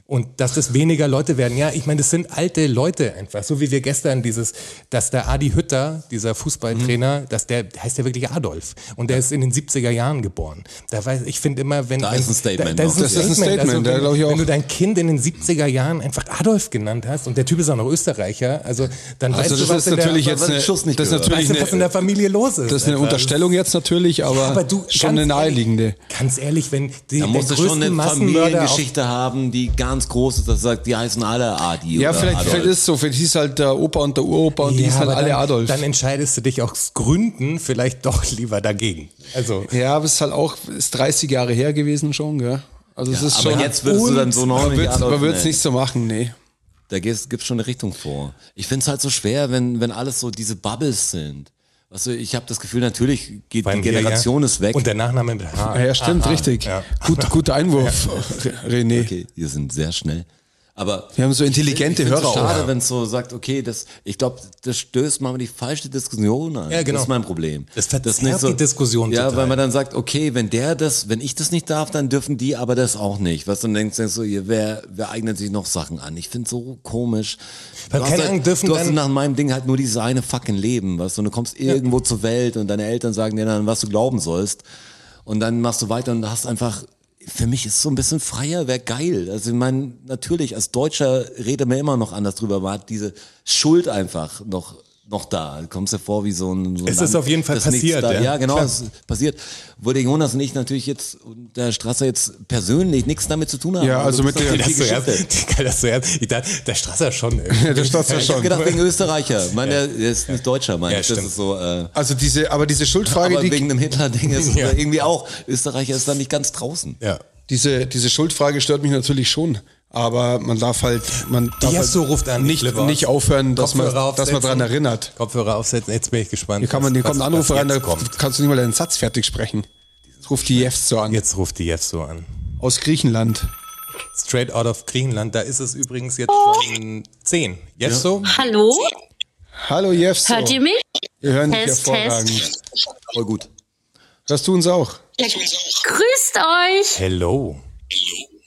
Und dass das weniger Leute werden. Ja, ich meine, das sind alte Leute einfach. So wie wir gestern dieses, dass der Adi Hütter, dieser Fußballtrainer, dass der, der heißt ja wirklich Adolf. Und der ist in den 70er Jahren geboren. Da weiß, ich finde immer, wenn,
Da
wenn,
ist ein Statement
Da, da ist ein
noch.
Das ist ein
Statement. also,
Statement, ja,
wenn,
glaub ich auch.
wenn du dein Kind in den 70er Jahren einfach Adolf genannt hast und der Typ ist auch noch Österreicher, also dann weißt
Also
du,
das
was
ist
in der,
natürlich
man-
jetzt
man
eine,
den Schuss nicht
das ist
gehört.
natürlich
weißt du, was in
eine,
der Familie los ist.
das ist eine
einfach.
Unterstellung jetzt natürlich, aber,
aber du,
schon
ganz
eine naheliegende.
Ehrlich, ganz ehrlich, wenn die
Da
der
musst du
größten
schon eine
Massenmörder auf
Familiengeschichte haben, die ganz groß ist, dass du sagst, die heißen alle Adi.
Ja,
oder
vielleicht,
Adolf.
vielleicht ist es so, vielleicht hieß halt der Opa und der Uropa und die hießen halt
aber
alle
dann,
Adolf.
Dann entscheidest du dich aus Gründen vielleicht doch lieber dagegen. Also
ja, aber es ist halt auch, ist 30 Jahre her gewesen schon, gell? Also es ist
aber
schon.
jetzt würdest du dann so noch
man
nicht
wird's-
Adolf
man wird's
nennen.
nicht so machen, nee.
Da gibt's gibt's schon eine Richtung vor. Ich find's halt so schwer, wenn, wenn alles so diese Bubbles sind. Weißt du, ich habe das Gefühl, natürlich geht die
Weil wir
Generation
ja-
ist weg.
Und der Nachname mit H.
Ah, ja, stimmt,
Aha.
richtig.
Ja.
Gut, guter Einwurf, René.
Okay, wir sind sehr schnell. Aber
Wir haben so intelligente
ich find's
Hörer auch.
schade, wenn es so sagt, okay, das, ich glaube, das stößt mal die falsche Diskussion an.
Ja, genau.
Das ist mein Problem.
Das verzerrt die Diskussion
Ja,
total.
weil man dann sagt, okay, wenn der das, wenn ich das nicht darf, dann dürfen die aber das auch nicht. Was dann denkst, denkst du, ihr, wer, wer eignet sich noch Sachen an? Ich finde so komisch.
Weil
du hast,
keine Ahnung,
halt,
dürfen
du hast
dann-
nach meinem Ding halt nur dieses eine fucking Leben, weißt du, und du kommst irgendwo zur Welt und deine Eltern sagen dir dann, was du glauben sollst. Und dann machst du weiter und hast einfach, für mich ist so ein bisschen freier, wäre geil. Also ich meine, natürlich, als Deutscher redet man immer noch anders drüber, man hat diese Schuld einfach noch, noch da. Du kommst ja vor wie so ein... So ein
Es ist auf jeden Fall
das nichts
passiert,
Da,
ja.
ja. genau,
Klar.
es ist passiert. Wo der Jonas und ich natürlich jetzt, und der Strasser jetzt persönlich nichts damit zu tun haben.
Ja, also mit
das ist
der-
natürlich
Das
die Geschichte.
zuerst, die- das zuerst. Ich dachte, der Strasser schon. irgendwie.
Ja, das passt ja
Ich hab
schon.
gedacht, wegen Österreicher. Ich meine, der ist nicht Deutscher, meine
Ja,
ich. Das
stimmt.
ist so... Äh,
Also diese, aber diese Schuldfrage,
aber
die
wegen dem Hitler-Ding ist
Ja.
ja. irgendwie auch. Österreicher ist da nicht ganz draußen.
Ja.
diese, diese Schuldfrage stört mich natürlich schon. Aber man darf halt, man darf
Die
halt
hast du, ruft an.
nicht,
Clipper.
nicht aufhören, dass man,
Kopfhörer
dass man
aufsetzen.
daran erinnert.
Kopfhörer aufsetzen, jetzt bin ich gespannt.
Hier, kann man,
was-
hier kommt ein
was-
Anruf
was
rein, da
jetzt kommt.
kannst du nicht mal deinen Satz fertig sprechen. Ruft die Jeffs so an.
Jetzt ruft die jetzt so an.
Aus Griechenland.
Straight out of Griechenland, da ist es übrigens jetzt schon 10. Jetzt so?
Hallo?
Hallo Jeffs.
Hört ihr mich?
Wir hören dich
Test,
hervorragend.
Voll gut.
Hörst du uns auch?
Grüßt euch!
Hello.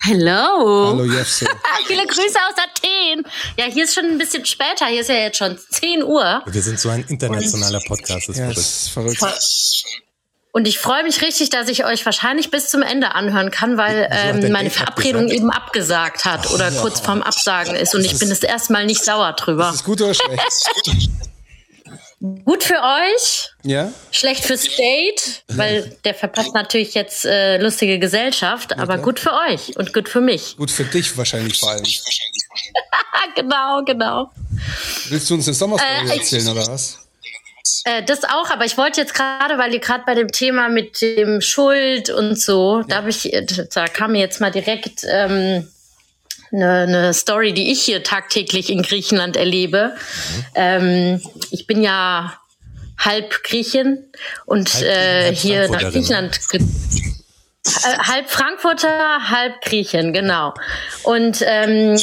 Hello! Ah,
Hallo Jeffs.
Viele Grüße aus Athen! Ja, hier ist schon ein bisschen später, hier ist ja jetzt schon 10 Uhr.
Wir sind so ein internationaler Podcast. Das
ja,
ist
das
verrückt.
ist verrückt.
Und ich freue mich richtig, dass ich euch wahrscheinlich bis zum Ende anhören kann, weil
hat der
ähm, meine
Dave
Verabredung
abgesagt.
eben abgesagt hat oder kurz vorm Absagen ist und ich bin es erstmal nicht sauer drüber.
Ist gut oder schlecht?
Gut für euch,
Ja?
schlecht fürs Date, weil der verpasst natürlich jetzt äh, lustige Gesellschaft, aber gut für euch und gut für mich.
Gut für dich wahrscheinlich vor allem.
Ah, genau, genau.
Willst du uns eine Sommerstory
Äh,
erzählen oder was?
Äh, das auch, aber ich wollte jetzt gerade, weil ihr gerade bei dem Thema mit dem Schuld und so, da habe ich, äh, da kam mir jetzt mal direkt ähm, eine, eine Story, die ich hier tagtäglich in Griechenland erlebe.
Mhm.
Ähm, ich bin ja halb Griechin und
Halb Griechin,
äh,
halb
hier nach
Frankfurterin.
Griechenland ge Äh, halb Frankfurter, halb Griechen, genau. Und ähm,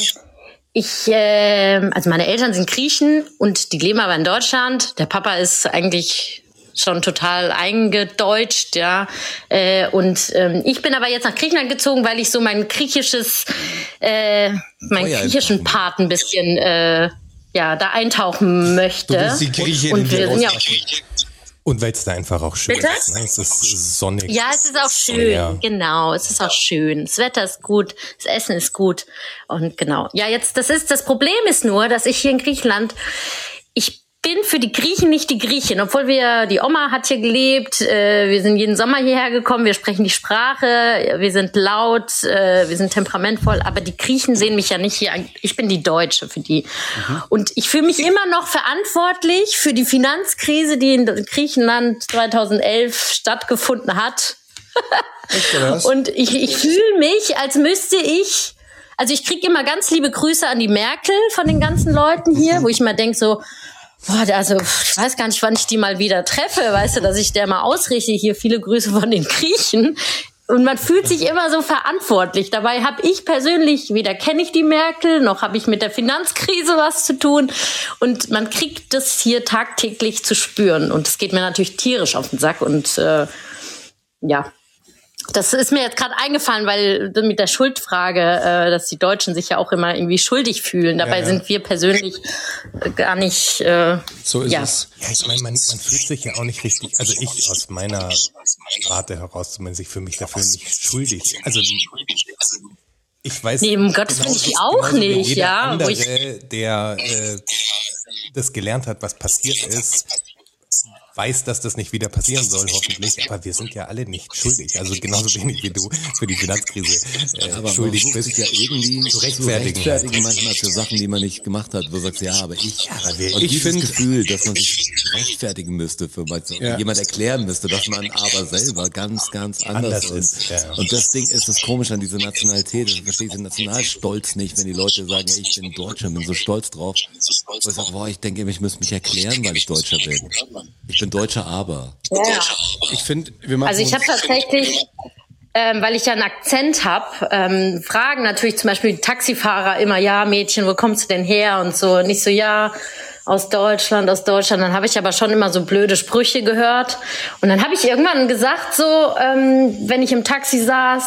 ich, ähm, also meine Eltern sind Griechen und die leben aber in Deutschland. Der Papa ist eigentlich schon total eingedeutscht, ja. Äh, und ähm, ich bin aber jetzt nach Griechenland gezogen, weil ich so mein griechisches, äh, meinen
Feuer
griechischen
entfachen.
Part ein bisschen, äh, ja, da eintauchen möchte.
Du bist die Griechin in
und wir
dir
sind ja auch
Und weil es da einfach auch schön
Bitte?
ist. Ne? Es ist sonnig.
Ja, es ist auch schön.
Ja.
Genau, es ist auch schön. Das Wetter ist gut, das Essen ist gut und genau. Ja, jetzt das ist das Problem ist nur, dass ich hier in Griechenland ich bin für die Griechen nicht die Griechin, obwohl wir die Oma hat hier gelebt, äh, wir sind jeden Sommer hierher gekommen, wir sprechen die Sprache, wir sind laut, äh, wir sind temperamentvoll, aber die Griechen sehen mich ja nicht hier. an- Ich bin die Deutsche für die. Und ich fühle mich immer noch verantwortlich für die Finanzkrise, die in Griechenland 2011 stattgefunden hat.
Echt, oder was?
Und ich, ich fühle mich, als müsste ich, also ich kriege immer ganz liebe Grüße an die Merkel von den ganzen Leuten hier, wo ich mal denk so, boah, da- also pff, ich weiß gar nicht, wann ich die mal wieder treffe, weißt du, dass ich der mal ausrichte, hier viele Grüße von den Griechen. Und man fühlt sich immer so verantwortlich. Dabei habe ich persönlich, weder kenne ich die Merkel, noch habe ich mit der Finanzkrise was zu tun. Und man kriegt das hier tagtäglich zu spüren. Und das geht mir natürlich tierisch auf den Sack. Und äh, ja, das ist mir jetzt gerade eingefallen, weil mit der Schuldfrage, äh, dass die Deutschen sich ja auch immer irgendwie schuldig fühlen. Dabei sind wir persönlich äh, gar nicht. Äh,
So ist
ja.
es.
Ja, ich meine, man, man fühlt sich ja auch nicht richtig, also ich aus meiner Warte heraus zumindest, ich fühle mich dafür nicht schuldig. Also ich weiß
Nee, um Gottes Willen, ich auch
genauso wie
nicht,
jeder
ja, wo
Andere,
ich-
der äh, das gelernt hat, was passiert ist, weiß, dass das nicht wieder passieren soll, hoffentlich. Aber wir sind ja alle nicht schuldig. Also genauso wenig wie du für die Finanzkrise äh,
Aber
schuldig
man versucht
bist.
sich ja irgendwie
zu rechtfertigen.
zu rechtfertigen manchmal für Sachen, die man nicht gemacht hat, wo du sagst, ja, aber ich,
aber wir-
und
ich
dieses
find-
Gefühl, dass man sich rechtfertigen müsste für was,
Ja.
jemand erklären müsste, dass man aber selber ganz, ganz
Anders
anders, ist.
ist, ja.
Und das Ding ist das komisch an dieser Nationalität, ich verstehe den Nationalstolz nicht, wenn die Leute sagen, ey, ich bin Deutscher, bin so stolz drauf. Wo ich sage, boah, ich denke, ich muss mich erklären, weil ich Deutscher bin. Ich bin Deutscher, aber.
ja.
Ich finde, wir machen
Also ich habe
uns-
tatsächlich, ähm, weil ich ja einen Akzent habe, ähm, fragen natürlich zum Beispiel die Taxifahrer immer, ja Mädchen, wo kommst du denn her und so. Nicht so, ja, aus Deutschland, aus Deutschland. Dann habe ich aber schon immer so blöde Sprüche gehört. Und dann habe ich irgendwann gesagt, so, ähm, wenn ich im Taxi saß,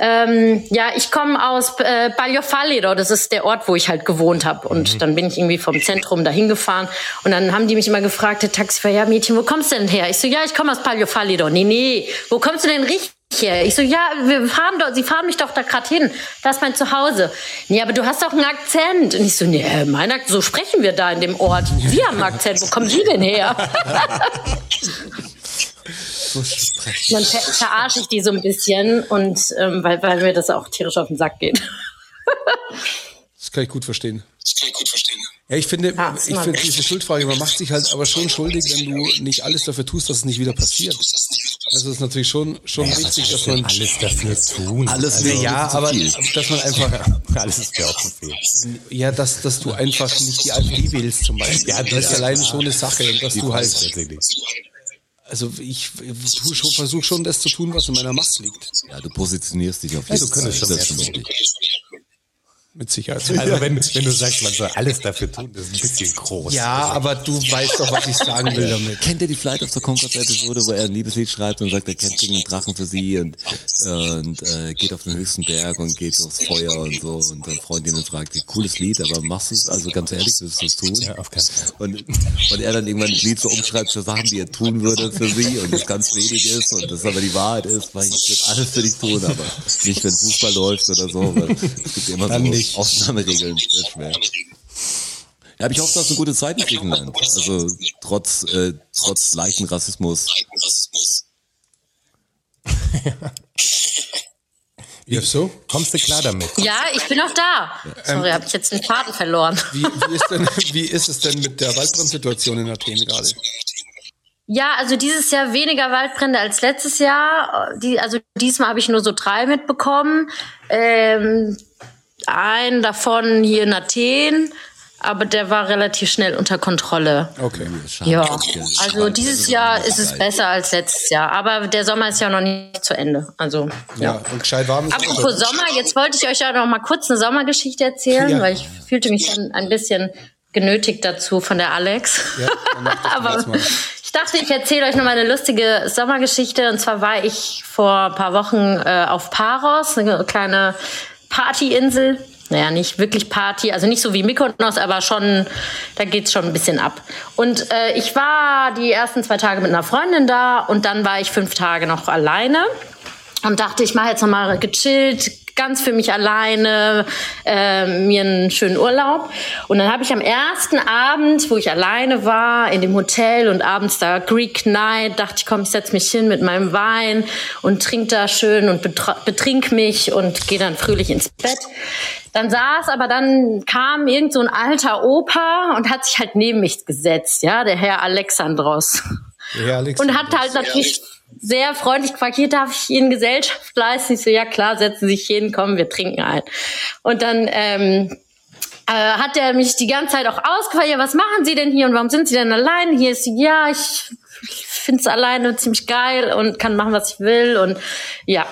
ähm, ja, ich komme aus äh, Baliofaleido, das ist der Ort, wo ich halt gewohnt habe. Und dann bin ich irgendwie vom Zentrum dahin gefahren. Und dann haben die mich immer gefragt, der Taxifahrer, ja Mädchen, wo kommst du denn her? Ich so, ja, ich komme aus Baliofaleido. Nee, nee, wo kommst du denn richtig her? Ich so, ja, wir fahren doch, sie fahren mich doch da gerade hin. Das ist mein Zuhause. Nee, aber du hast doch einen Akzent. Und ich so, nee, äh, mein Akzent, so sprechen wir da in dem Ort. Wir haben einen Akzent, wo kommen Sie denn her? dann ver verarsche ich die so ein bisschen und ähm, weil, weil mir das auch tierisch auf den Sack geht.
Das kann ich gut verstehen. Das kann ich gut verstehen. Ja,
Ja,
ich
ist
finde, ich
mal
finde
gut.
diese Schuldfrage, man macht sich halt aber schon schuldig, wenn du nicht alles dafür tust, dass es nicht wieder passiert. Also es ist natürlich schon, schon wichtig, dass man
alles dafür tun.
Alles wäre
ja,
zu
aber
viel.
dass man einfach
alles ist mir auch zu viel.
ja, dass, dass du einfach nicht die AfD wählst zum Beispiel. Ja, das ist alleine schon eine Sache, und dass du halt also ich, ich tu schon, versuche schon das zu tun, was in meiner Macht liegt.
Ja, du positionierst dich auf jeden
du könntest schon
selbstverständlich.
Mit Sicherheit.
Also wenn, wenn du sagst, man soll alles dafür tun, das ist ein bisschen groß.
ja, aber du weißt doch, was ich sagen will damit.
Kennt ihr die Flight of the Conchords Episode, wo er ein Liebeslied schreibt und sagt, er kämpft gegen einen Drachen für sie und, und äh, geht auf den höchsten Berg und geht durchs Feuer und so und seine Freundin dann fragt, cooles Lied, aber machst du es, also ganz ehrlich, willst du es tun?
Ja, auf keinen Fall.
Und, und er dann irgendwann das Lied so umschreibt für Sachen, die er tun würde für sie und das ganz wenig ist und das aber die Wahrheit ist, weil ich würde alles für dich tun, aber nicht, wenn Fußball läuft oder so, weil es gibt immer so
nicht.
Ausnahmeregeln. sehr schwer. Ja, aber ich hoffe, du hast eine gute Zeit in Griechenland. Also trotz, äh, trotz leichten Rassismus.
Ja, so?
Kommst du klar damit?
Ja, ich bin auch da. Sorry, habe ich jetzt den Faden verloren.
Wie, wie, ist denn, wie ist es denn mit der Waldbrandsituation in Athen gerade?
Ja, also dieses Jahr weniger Waldbrände als letztes Jahr. Die, also diesmal habe ich nur so drei mitbekommen. Ähm, einen davon hier in Athen. aber der war relativ schnell unter Kontrolle.
Okay.
Schade.
Ja,
Okay.
also dieses Jahr ist es besser als letztes Jahr, aber der Sommer ist ja noch nicht zu Ende. Also
Ja, und gescheit warm ist
Apropos Sommer, jetzt wollte ich euch ja noch mal kurz eine Sommergeschichte erzählen,
Ja.
weil ich fühlte mich dann ein bisschen genötigt dazu von der Alex.
Ja, dann mach das
Aber
jetzt mal.
ich dachte, ich erzähle euch noch mal eine lustige Sommergeschichte. Und zwar war ich vor ein paar Wochen äh, auf Paros, eine kleine Partyinsel. Naja, nicht wirklich Party, also nicht so wie Mykonos, aber schon, da geht's schon ein bisschen ab. Und äh, ich war die ersten zwei Tage mit einer Freundin da und dann war ich fünf Tage noch alleine und dachte, ich mache jetzt nochmal gechillt, ganz für mich alleine, äh, mir einen schönen Urlaub. Und dann habe ich am ersten Abend, wo ich alleine war, in dem Hotel und abends da Greek Night, dachte ich, komm, ich setz mich hin mit meinem Wein und trink da schön und betr- betrink mich und gehe dann fröhlich ins Bett. Dann saß, aber dann kam irgend so ein alter Opa und hat sich halt neben mich gesetzt, ja, der Herr Alexandros.
Ja, Alex.
Und hat halt natürlich sehr freundlich gefragt, hier darf ich Ihnen Gesellschaft leisten. Ich so, ja klar, setzen Sie sich hin, kommen, wir trinken ein. Und dann ähm, äh, hat er mich die ganze Zeit auch ausgefragt, ja, was machen Sie denn hier und warum sind Sie denn allein? Hier ist, sie, ja, ich, ich finde es alleine ziemlich geil und kann machen, was ich will. Und ja,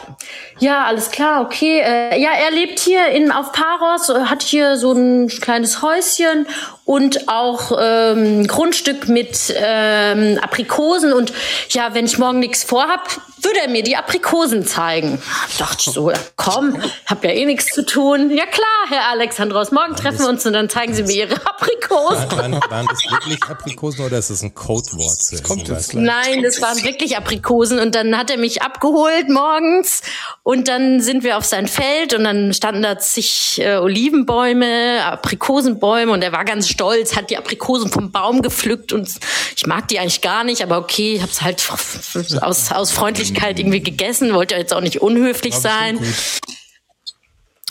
ja, alles klar, okay. Äh, ja, er lebt hier in, auf Paros, äh, hat hier so ein kleines Häuschen und auch ähm, ein Grundstück mit ähm, Aprikosen. Und ja, wenn ich morgen nichts vorhab, würde er mir die Aprikosen zeigen. Ich dachte so, ja, komm, hab ja eh nichts zu tun. Ja klar, Herr Alexandros, morgen treffen wir uns und dann zeigen Sie mir Ihre Aprikosen.
Waren, waren das wirklich Aprikosen oder ist das ein Codewort? zu
kommt
irgendwas?
jetzt gleich.
Nein, das waren wirklich Aprikosen. Und dann hat er mich abgeholt morgens. Und dann sind wir auf sein Feld und dann standen da zig äh, Olivenbäume, Aprikosenbäume. Und er war ganz stolz, hat die Aprikosen vom Baum gepflückt. Und ich mag die eigentlich gar nicht, aber okay, ich habe es halt aus, aus Freundlichkeit irgendwie gegessen, wollte jetzt auch nicht unhöflich sein.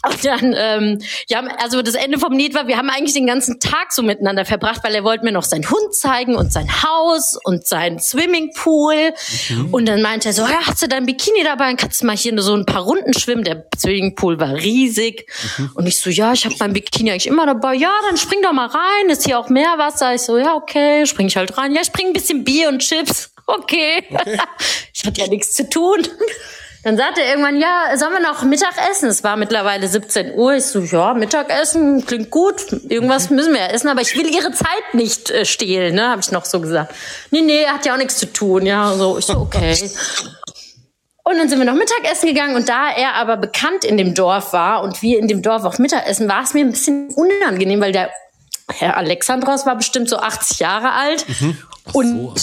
Und dann, ähm, ja, also das Ende vom Lied war, wir haben eigentlich den ganzen Tag so miteinander verbracht, weil er wollte mir noch seinen Hund zeigen und sein Haus und seinen Swimmingpool. Und dann meinte er so, ja, hast du dein Bikini dabei? Dann kannst du mal hier so ein paar Runden schwimmen. Der Swimmingpool war riesig. Und ich so, ja, ich habe mein Bikini eigentlich immer dabei. Ja, dann spring doch mal rein, ist hier auch Meerwasser. Ich so, ja, okay, spring ich halt rein. Ja, spring ein bisschen Bier und Chips. Okay. ich hatte ja nichts zu tun. Dann sagte er irgendwann, ja, sollen wir noch Mittag essen? Es war mittlerweile 17 Uhr. Ich so, ja, Mittagessen klingt gut. Irgendwas müssen wir ja essen, aber ich will ihre Zeit nicht äh, stehlen, ne? Habe ich noch so gesagt. Nee, nee, hat ja auch nichts zu tun. Ja, so, ich so, okay. Und dann sind wir noch Mittagessen gegangen und da er aber bekannt in dem Dorf war und wir in dem Dorf auch Mittagessen, war es mir ein bisschen unangenehm, weil der Herr Alexandros war bestimmt so 80 Jahre alt und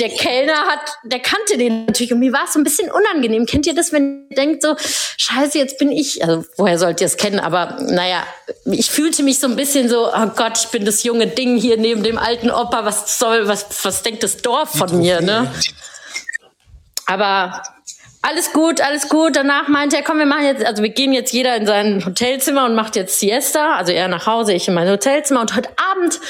der Kellner hat, der kannte den natürlich und mir war es so ein bisschen unangenehm. Kennt ihr das, wenn ihr denkt so, scheiße, jetzt bin ich, also woher sollt ihr es kennen, aber naja, ich fühlte mich so ein bisschen so, oh Gott, ich bin das junge Ding hier neben dem alten Opa, was soll, was, was denkt das Dorf von mir, ne? Aber alles gut, alles gut. Danach meinte er, komm, wir machen jetzt, also wir gehen jetzt jeder in sein Hotelzimmer und macht jetzt Siesta. Also er nach Hause, ich in mein Hotelzimmer. Und heute Abend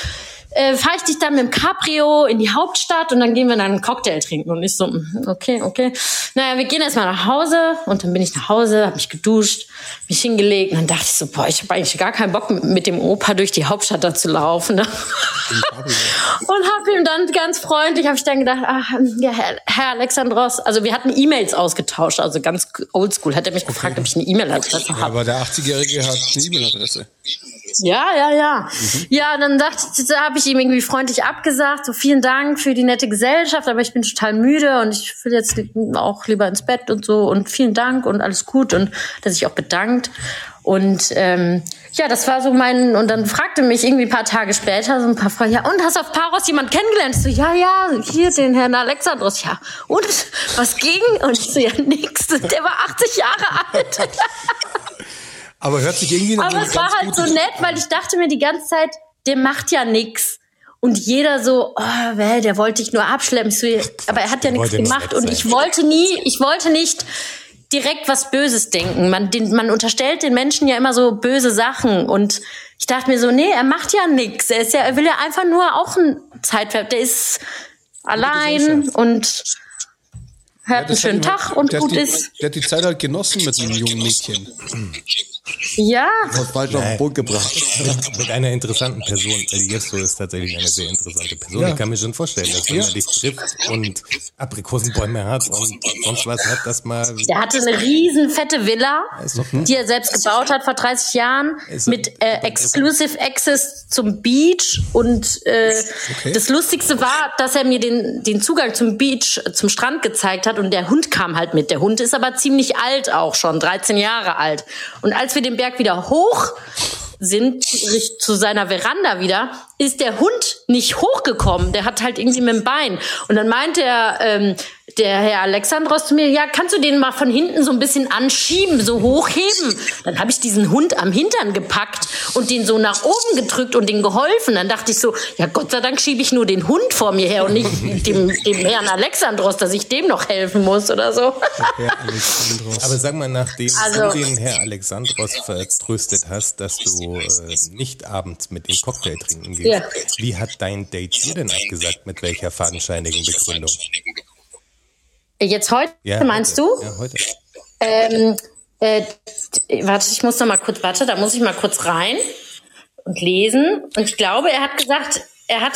äh, fahre ich dich dann mit dem Cabrio in die Hauptstadt und dann gehen wir dann einen Cocktail trinken. Und ich so, mhm, okay, okay. Naja, wir gehen erstmal nach Hause und dann bin ich nach Hause, habe mich geduscht, mich hingelegt und dann dachte ich so, boah, ich habe eigentlich gar keinen Bock, mit, mit dem Opa durch die Hauptstadt da zu laufen. Ne? und habe ihm dann ganz freundlich, habe ich dann gedacht, ach, ja, Herr, Herr Alexandros, also wir hatten E-Mails ausgetauscht, also ganz oldschool, hat er mich gefragt, ob ich eine E-Mail-Adresse habe.
Aber der 80-Jährige hat eine E-Mail-Adresse.
Ja, ja, ja. Ja, dann dachte, habe ich ihm irgendwie freundlich abgesagt, so vielen Dank für die nette Gesellschaft, aber ich bin total müde und ich will jetzt li- auch lieber ins Bett und so und vielen Dank und alles gut und dass ich auch bedankt. Und ähm, ja, das war so mein, und dann fragte mich irgendwie ein paar Tage später so ein paar Freunde, ja, und hast auf Paros jemand kennengelernt? Ich so, ja, ja, hier den Herrn Alexandros, ja. Und was ging? Und ich so, ja, nix, der war 80 Jahre alt.
Aber hört sich irgendwie nach
Aber
einem
es war
ganz
halt so
guten-
nett, weil ich dachte mir die ganze Zeit, der macht ja nix. Und jeder so, oh, well, der wollte ich nur abschleppen. Ich So, aber er hat
der
ja nichts
wollte nicht
gemacht.
nett
Und
sein.
ich wollte nie, ich wollte nicht direkt was Böses denken. Man, den, man unterstellt den Menschen ja immer so böse Sachen. Und ich dachte mir so, nee, er macht ja nix. Er ist ja, er will ja einfach nur auch ein Zeitverb. Der ist allein und hat einen
Das hat
schönen
ihm halt-
Tag und
der hat
gut
die,
ist.
Der hat die Zeit halt genossen mit einem jungen Mädchen.
Ja,
Das
halt
falsch auf den Punkt gebracht.
mit, mit einer interessanten Person. Also Jesko ist tatsächlich eine sehr interessante Person.
Ja.
Ich kann mir schon vorstellen, dass wenn man dich trifft und Aprikosenbäume hat und sonst was hat, dass man
der hatte eine riesen fette Villa,
Ist doch gut.
die er selbst gebaut hat vor 30 Jahren,
Ist-
mit äh, Exclusive Access zum Beach. Und äh, das Lustigste war, dass er mir den, den Zugang zum Beach, äh, zum Strand gezeigt hat und der Hund kam halt mit. Der Hund ist aber ziemlich alt auch schon, 13 Jahre alt. Und als wir den Berg wieder hoch sind richt- zu seiner Veranda wieder, ist der Hund nicht hochgekommen. Der hat halt irgendwie mit dem Bein. Und dann meint der, ähm, der Herr Alexandros zu mir, ja, kannst du den mal von hinten so ein bisschen anschieben, so hochheben? Dann habe ich diesen Hund am Hintern gepackt und den so nach oben gedrückt und den geholfen. Dann dachte ich so, ja, Gott sei Dank schiebe ich nur den Hund vor mir her und nicht dem, dem Herrn Alexandros, dass ich dem noch helfen muss oder so.
Herr Alexandros. Aber sag mal, nachdem du
Also-
den Herr Alexandros vertröstet hast, dass du äh, nicht abends mit ihm Cocktail trinken gehst,
Ja.
wie hat dein Date dir denn abgesagt? Mit welcher fadenscheinigen Begründung?
Jetzt heute,
Ja,
meinst
heute.
du?
Ja, heute.
Ähm, äh, t- warte, ich muss noch mal kurz, warte, da muss ich mal kurz rein und lesen. Und ich glaube, er hat gesagt, er hat,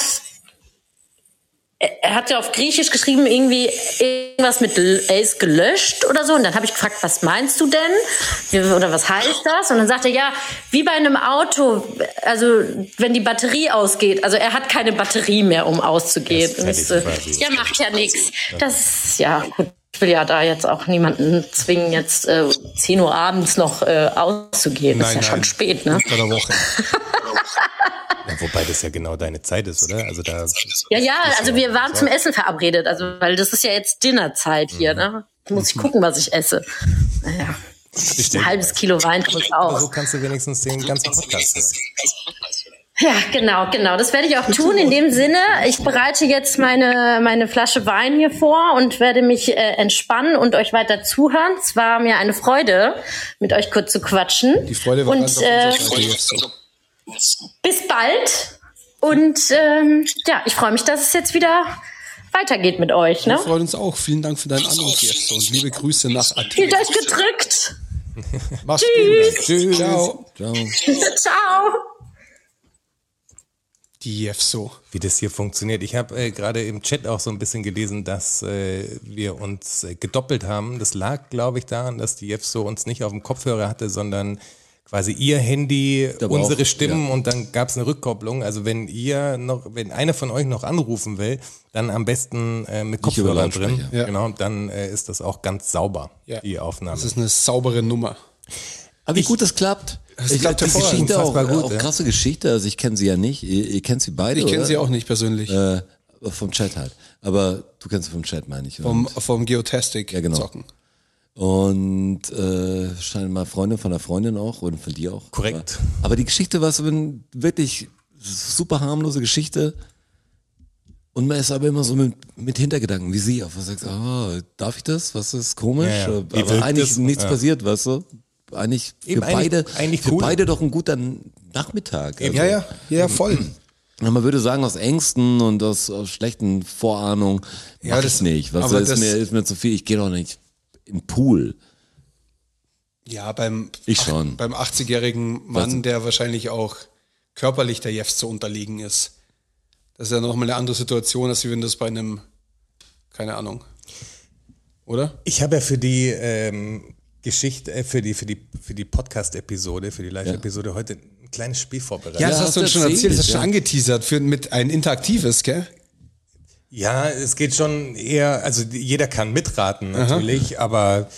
er er hat ja auf Griechisch geschrieben, irgendwie irgendwas mit L- er ist gelöscht oder so. Und dann habe ich gefragt, was meinst du denn? Wie- Oder was heißt das? Und dann sagte er, ja, wie bei einem Auto, also wenn die Batterie ausgeht. Also er hat keine Batterie mehr, um auszugehen.
Das ist
Und ich so,
fertig quasi.
ja, macht ja nichts. Das ist, ja, gut. Ich will ja da jetzt auch niemanden zwingen, jetzt äh, 10 Uhr abends noch äh, auszugehen. ist ja schon spät, ne?
Bei der Woche.
Ja, wobei das ja genau deine Zeit ist, oder? Also da
Ja, ja, also wir waren zum Essen verabredet, also weil das ist ja jetzt Dinnerzeit hier,
Mhm.
ne? Muss ich gucken, was ich esse. Naja, ein halbes Kilo Wein drückt
Aber so
aus.
Also kannst du wenigstens den ganzen Podcast hören.
Ja, genau, genau. Das werde ich auch tun. In dem Sinne, ich bereite jetzt meine, meine Flasche Wein hier vor und werde mich äh, entspannen und euch weiter zuhören. Es war mir eine Freude, mit euch kurz zu quatschen.
Die Freude war
und,
ganz auf
äh,
unserer Seite.
bis bald. Und ähm, ja, ich freue mich, dass es jetzt wieder weitergeht mit euch. Ne?
Wir freuen uns auch. Vielen Dank für deinen Anruf, Jesko. Und liebe Grüße nach Athen.
Fühlt euch gedrückt.
Mach's gut. Tschüss. Ciao.
Ciao.
Ciao.
Die Jefso.
wie das hier funktioniert. Ich habe äh, gerade im Chat auch so ein bisschen gelesen, dass äh, wir uns äh, gedoppelt haben. Das lag, glaube ich, daran, dass die Jeffso uns nicht auf dem Kopfhörer hatte, sondern quasi ihr Handy,
Da war
unsere
auch-
Stimmen und dann gab es eine Rückkopplung. Also wenn ihr noch, wenn einer von euch noch anrufen will, dann am besten äh, mit
über
Kopfhörer drin.
Lautsprecher.
Ja.
Genau, dann äh, ist das auch ganz sauber,
Ja.
die Aufnahme.
Das ist eine saubere Nummer.
Aber wie gut das klappt.
Das
Ich-
klappt
die
hervorragend.
Geschichte auch,
Unfassbar gut,
auch
ja.
krasse Geschichte. Also ich kenne sie ja nicht. Ihr, ihr kennt sie beide,
Ich kenne
oder?
sie auch nicht persönlich.
Äh, vom Chat halt. Aber du kennst sie vom Chat, meine ich.
Vom, vom Geotastic
Ja, genau.
zocken.
Und äh, scheinbar Freunde von der Freundin auch und von dir auch.
Korrekt.
Aber, aber die Geschichte war so eine wirklich super harmlose Geschichte. Und man ist aber immer so mit, mit Hintergedanken, wie sie, auf was sagt, oh, darf ich das? Was ist komisch? Äh,
Ja, ja. Wie
Aber
wirkt
eigentlich
das?
ist nichts
Ja.
passiert, weißt du? Eigentlich für
Eben, eigentlich-
beide,
eigentlich
für
cool.
beide doch ein guter Nachmittag. Also,
Ja, ja, ja, voll.
ja, Man würde sagen, aus Ängsten und aus, aus schlechten Vorahnungen. Ja, das
das-
nicht. Was
aber
ist,
das-
mir, ist
Also
mir zu viel. Ich gehe doch nicht in den Pool.
Ja, beim,
Ich schon.
beim 80-jährigen Mann,
Was?
der wahrscheinlich auch körperlich der Jeffs zu unterlegen ist. Das ist ja nochmal eine andere Situation, als wenn das bei einem, keine Ahnung. Oder?
Ich habe ja für die ähm, Geschichte, äh, für die, für die, für die Podcast-Episode, für die Live-Episode heute ein kleines Spiel vorbereitet.
Ja, das
hast
hast du uns
du
schon erzählt, das hast du schon
erzählt,
angeteasert für, mit ein interaktives, gell?
Ja, es geht schon eher, also die- jeder kann mitraten natürlich, aber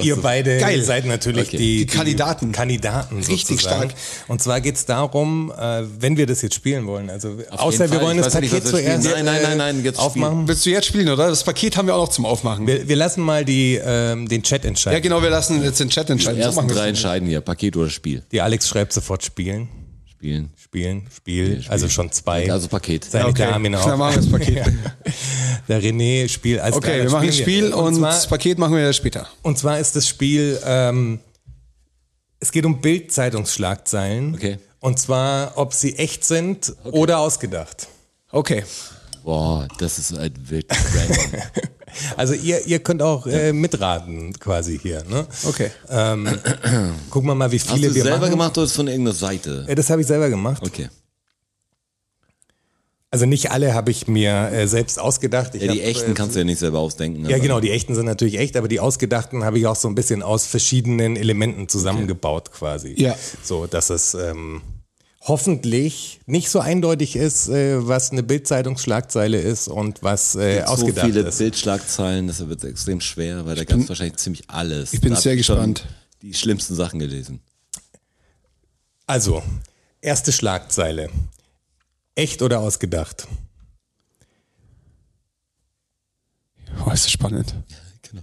ihr beide
Geil.
seid natürlich
Okay.
die,
Die Kandidaten.
Kandidaten
Richtig
sozusagen.
stark.
Und zwar geht's darum, äh, wenn wir das jetzt spielen wollen, also außer
jeden
wir
Fall.
wollen
Ich
das
weiß nicht,
Paket
was wir spielen.
zuerst
Nein, nein, nein, nein, jetzt
äh, aufmachen.
Willst du jetzt spielen, oder? Das Paket haben wir auch noch zum Aufmachen.
Wir, wir lassen mal die, ähm, den Chat entscheiden.
ja, genau, wir lassen jetzt den Chat
Die
entscheiden.
ersten
machen
drei
wir es.
entscheiden hier, Paket oder Spiel.
Die Alex schreibt sofort spielen,
Spielen.
spielen, Spiel, also schon zwei.
Also Paket.
Seine
Okay,
Damen auch.
dann machen wir das Paket.
Der René spielt als
Okay, wir machen das Spiel und, das
zwar,
Paket machen wir ja später.
und zwar ist das Spiel, ähm, es geht um Bild-Zeitungsschlagzeilen.
Okay.
Und zwar, ob sie echt sind oder ausgedacht.
Okay.
Boah, das ist halt wirklich random.
Also ihr, ihr könnt auch äh, mitraten quasi hier. Ne?
Okay.
Ähm, gucken wir mal, wie
Hast
viele
du es
wir
selber
machen.
gemacht oder ist es von irgendeiner Seite?
Äh, Das habe ich selber gemacht.
Okay.
Also nicht alle habe ich mir äh, selbst ausgedacht. Ich
Ja, die
hab, äh,
echten kannst du ja nicht selber ausdenken.
Ja,
aber-
genau, die echten sind natürlich echt, aber die ausgedachten habe ich auch so ein bisschen aus verschiedenen Elementen zusammengebaut quasi.
Ja.
So, dass es ähm, hoffentlich nicht so eindeutig ist, äh, was eine Bildzeitungsschlagzeile ist und was
genau,
äh,
so
ausgedacht
viele
ist.
Bildschlagzeilen, das wird extrem schwer, weil da gab es wahrscheinlich ziemlich alles.
ich bin
Da hab
sehr
schon
gespannt.
Die schlimmsten Sachen gelesen.
Also, erste Schlagzeile. Echt oder ausgedacht?
Oh, ist das spannend.
Genau.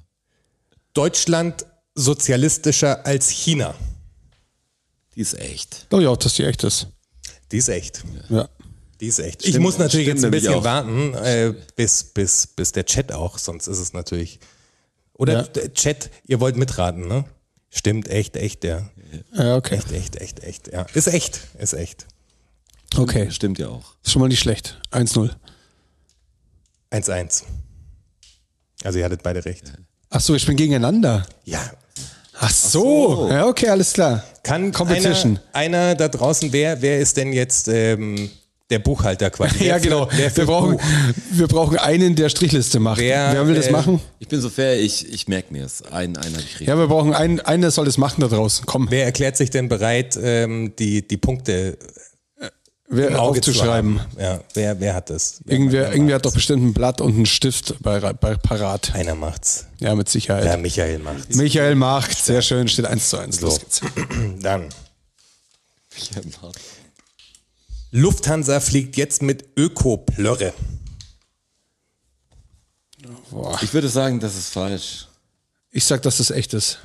Deutschland sozialistischer als China.
Die ist echt.
Glaube ich auch, dass die echt ist.
Die ist echt.
Ja.
Die ist echt. ich
Stimmt,
muss natürlich
stimmt
jetzt ein
nämlich
bisschen
auch.
warten, äh, bis, bis, bis der Chat auch, sonst ist es natürlich. Oder
Ja.
der Chat, ihr wollt mitraten, ne? Stimmt, echt, echt, ja.
Ja, okay.
Echt, echt, echt, echt, ja. Ist echt, ist echt.
Okay.
Stimmt ja auch.
Ist schon mal nicht schlecht. 1-0.
1-1. Also ihr hattet beide recht.
Ach so, ich bin gegeneinander.
Ja.
Ach so. Ja, okay, alles klar.
Kann
Competition.
Einer, einer da draußen, wer, wer ist denn jetzt ähm, der Buchhalter quasi? Wer
ja,
führt-
genau.
Wer
wir,
führt
brauchen,
Buch?
wir brauchen einen, der Strichliste macht.
Wer,
will das
äh,
machen?
Ich bin so fair, ich, ich merke mir es. Einen, einen habe ich richtig.
Ja, wir brauchen einen, einen, der soll das machen da draußen. Komm,
Wer erklärt sich denn bereit, ähm, die, die Punkte im
wer
Auge zu
aufzuschreiben.
haben? Ja, wer, wer hat das? Wer-
Irgendwer,
wer
irgendwer hat
macht's?
doch bestimmt ein Blatt und einen Stift bei, bei parat.
Einer macht's.
Ja, mit Sicherheit.
Ja, Michael macht's.
Michael macht, sehr schön, steht 1 zu 1. Los geht's.
Dann. Lufthansa fliegt jetzt mit Öko-Plörre.
Boah.
Ich würde sagen, das ist falsch.
Ich sag, dass das echt ist.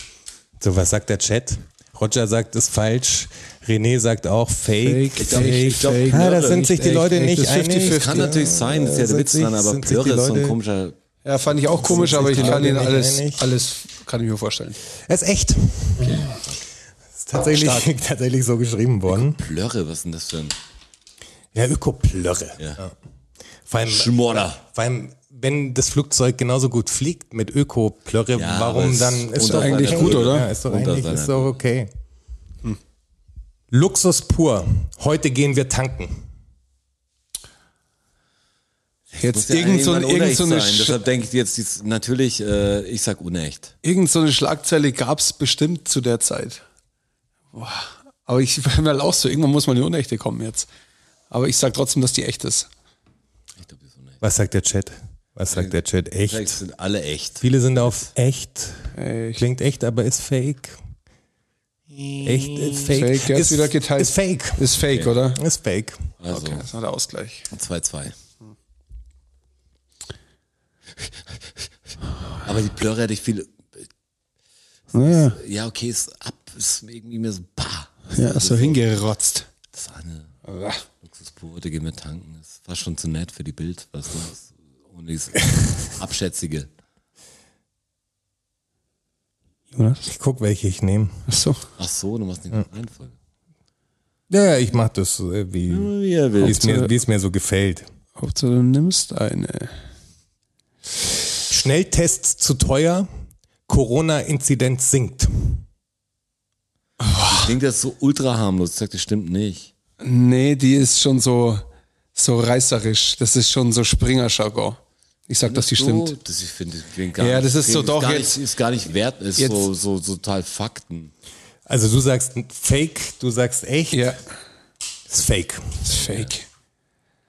So, was sagt der Chat? Roger sagt, ist falsch. René sagt auch fake.
Fake,
glaub, ich glaub,
fake.
Ah, da
Plörre.
sind sich die
Echt,
Leute nicht
echt, ne, das ist Äh,
einig.
50-50.
Kann natürlich sein, das ist ja der
sind
Witz dran,
sich-
aber
sind sich
Plörre
die
ist so ein
Leute-
komischer.
Ja, fand ich auch komisch,
sich
aber ich
die
kann
Leute
ihn
nicht
alles,
einig?
alles, kann ich mir vorstellen.
Er ist echt. Ist tatsächlich, tatsächlich so geschrieben worden.
Plörre, was ist denn das für ein
Ja, Öko-Plörre.
Ja.
Vor allem,
Schmodder?
vor allem, wenn das Flugzeug genauso gut fliegt mit Öko-Plörre,
Ja, aber
warum
es
dann
ist
doch
eigentlich
okay.
gut, oder?
Ja, ist doch,
Unter
eigentlich,
seiner
ist doch okay. Luxus pur. Heute gehen wir tanken.
Jetzt irgend so,
irgendwann
ein- irgend
unecht
so eine
sein.
Sch-
Deshalb denke ich jetzt, dies- natürlich, äh, ich sag unecht.
Irgend so eine Schlagzeile gab's bestimmt zu der Zeit. Boah. Aber ich bin halt auch so, irgendwann muss man in die Unechte kommen jetzt. Aber ich sag trotzdem, dass die echt ist.
Ich glaube, das ist unecht.
Was sagt der Chat? Was sagt der Chat?
Vielleicht
Echt.
sind alle echt.
Viele sind auf echt.
Echt.
Klingt echt, aber ist fake. Echt ist fake.
Fake, der ist wieder geteilt.
Ist fake.
Ist fake, oder?
Ist fake.
Also,
Das war der Ausgleich.
2-2. Aber die Plörre hätte ich viel.
Ja,
Ja, okay, ist ab, ist irgendwie mir so, bah.
ja so hingerotzt.
Das war eine Luxusbote, gehen wir tanken. Das war schon zu nett für die Bild, was sonst. Ohne dieses Abschätzige.
Ich guck, welche ich nehme.
Ach so.
Ach so, du machst nicht ja. Reihenfolge.
Ja, ja, ich mach das, äh, wie
Wie er
wie
will.
es mir, wie es mir so gefällt.
Hauptsache, du nimmst eine.
Schnelltests zu teuer. Corona-Inzidenz sinkt.
Klingt das so ultra harmlos. Ich sag, das stimmt nicht.
Nee, die ist schon so, so reißerisch. Das ist schon so Springer-Jargon. Ich sag, dass die
so,
stimmt.
Das, ich finde, das klingt gar
Ja,
nicht,
das ist so
klingt
doch
gar
jetzt-
Nicht, ist gar nicht wert, ist
jetzt-
so, so, so total Fakten.
Also du sagst fake, du sagst echt.
Ja,
Ist fake.
ist fake.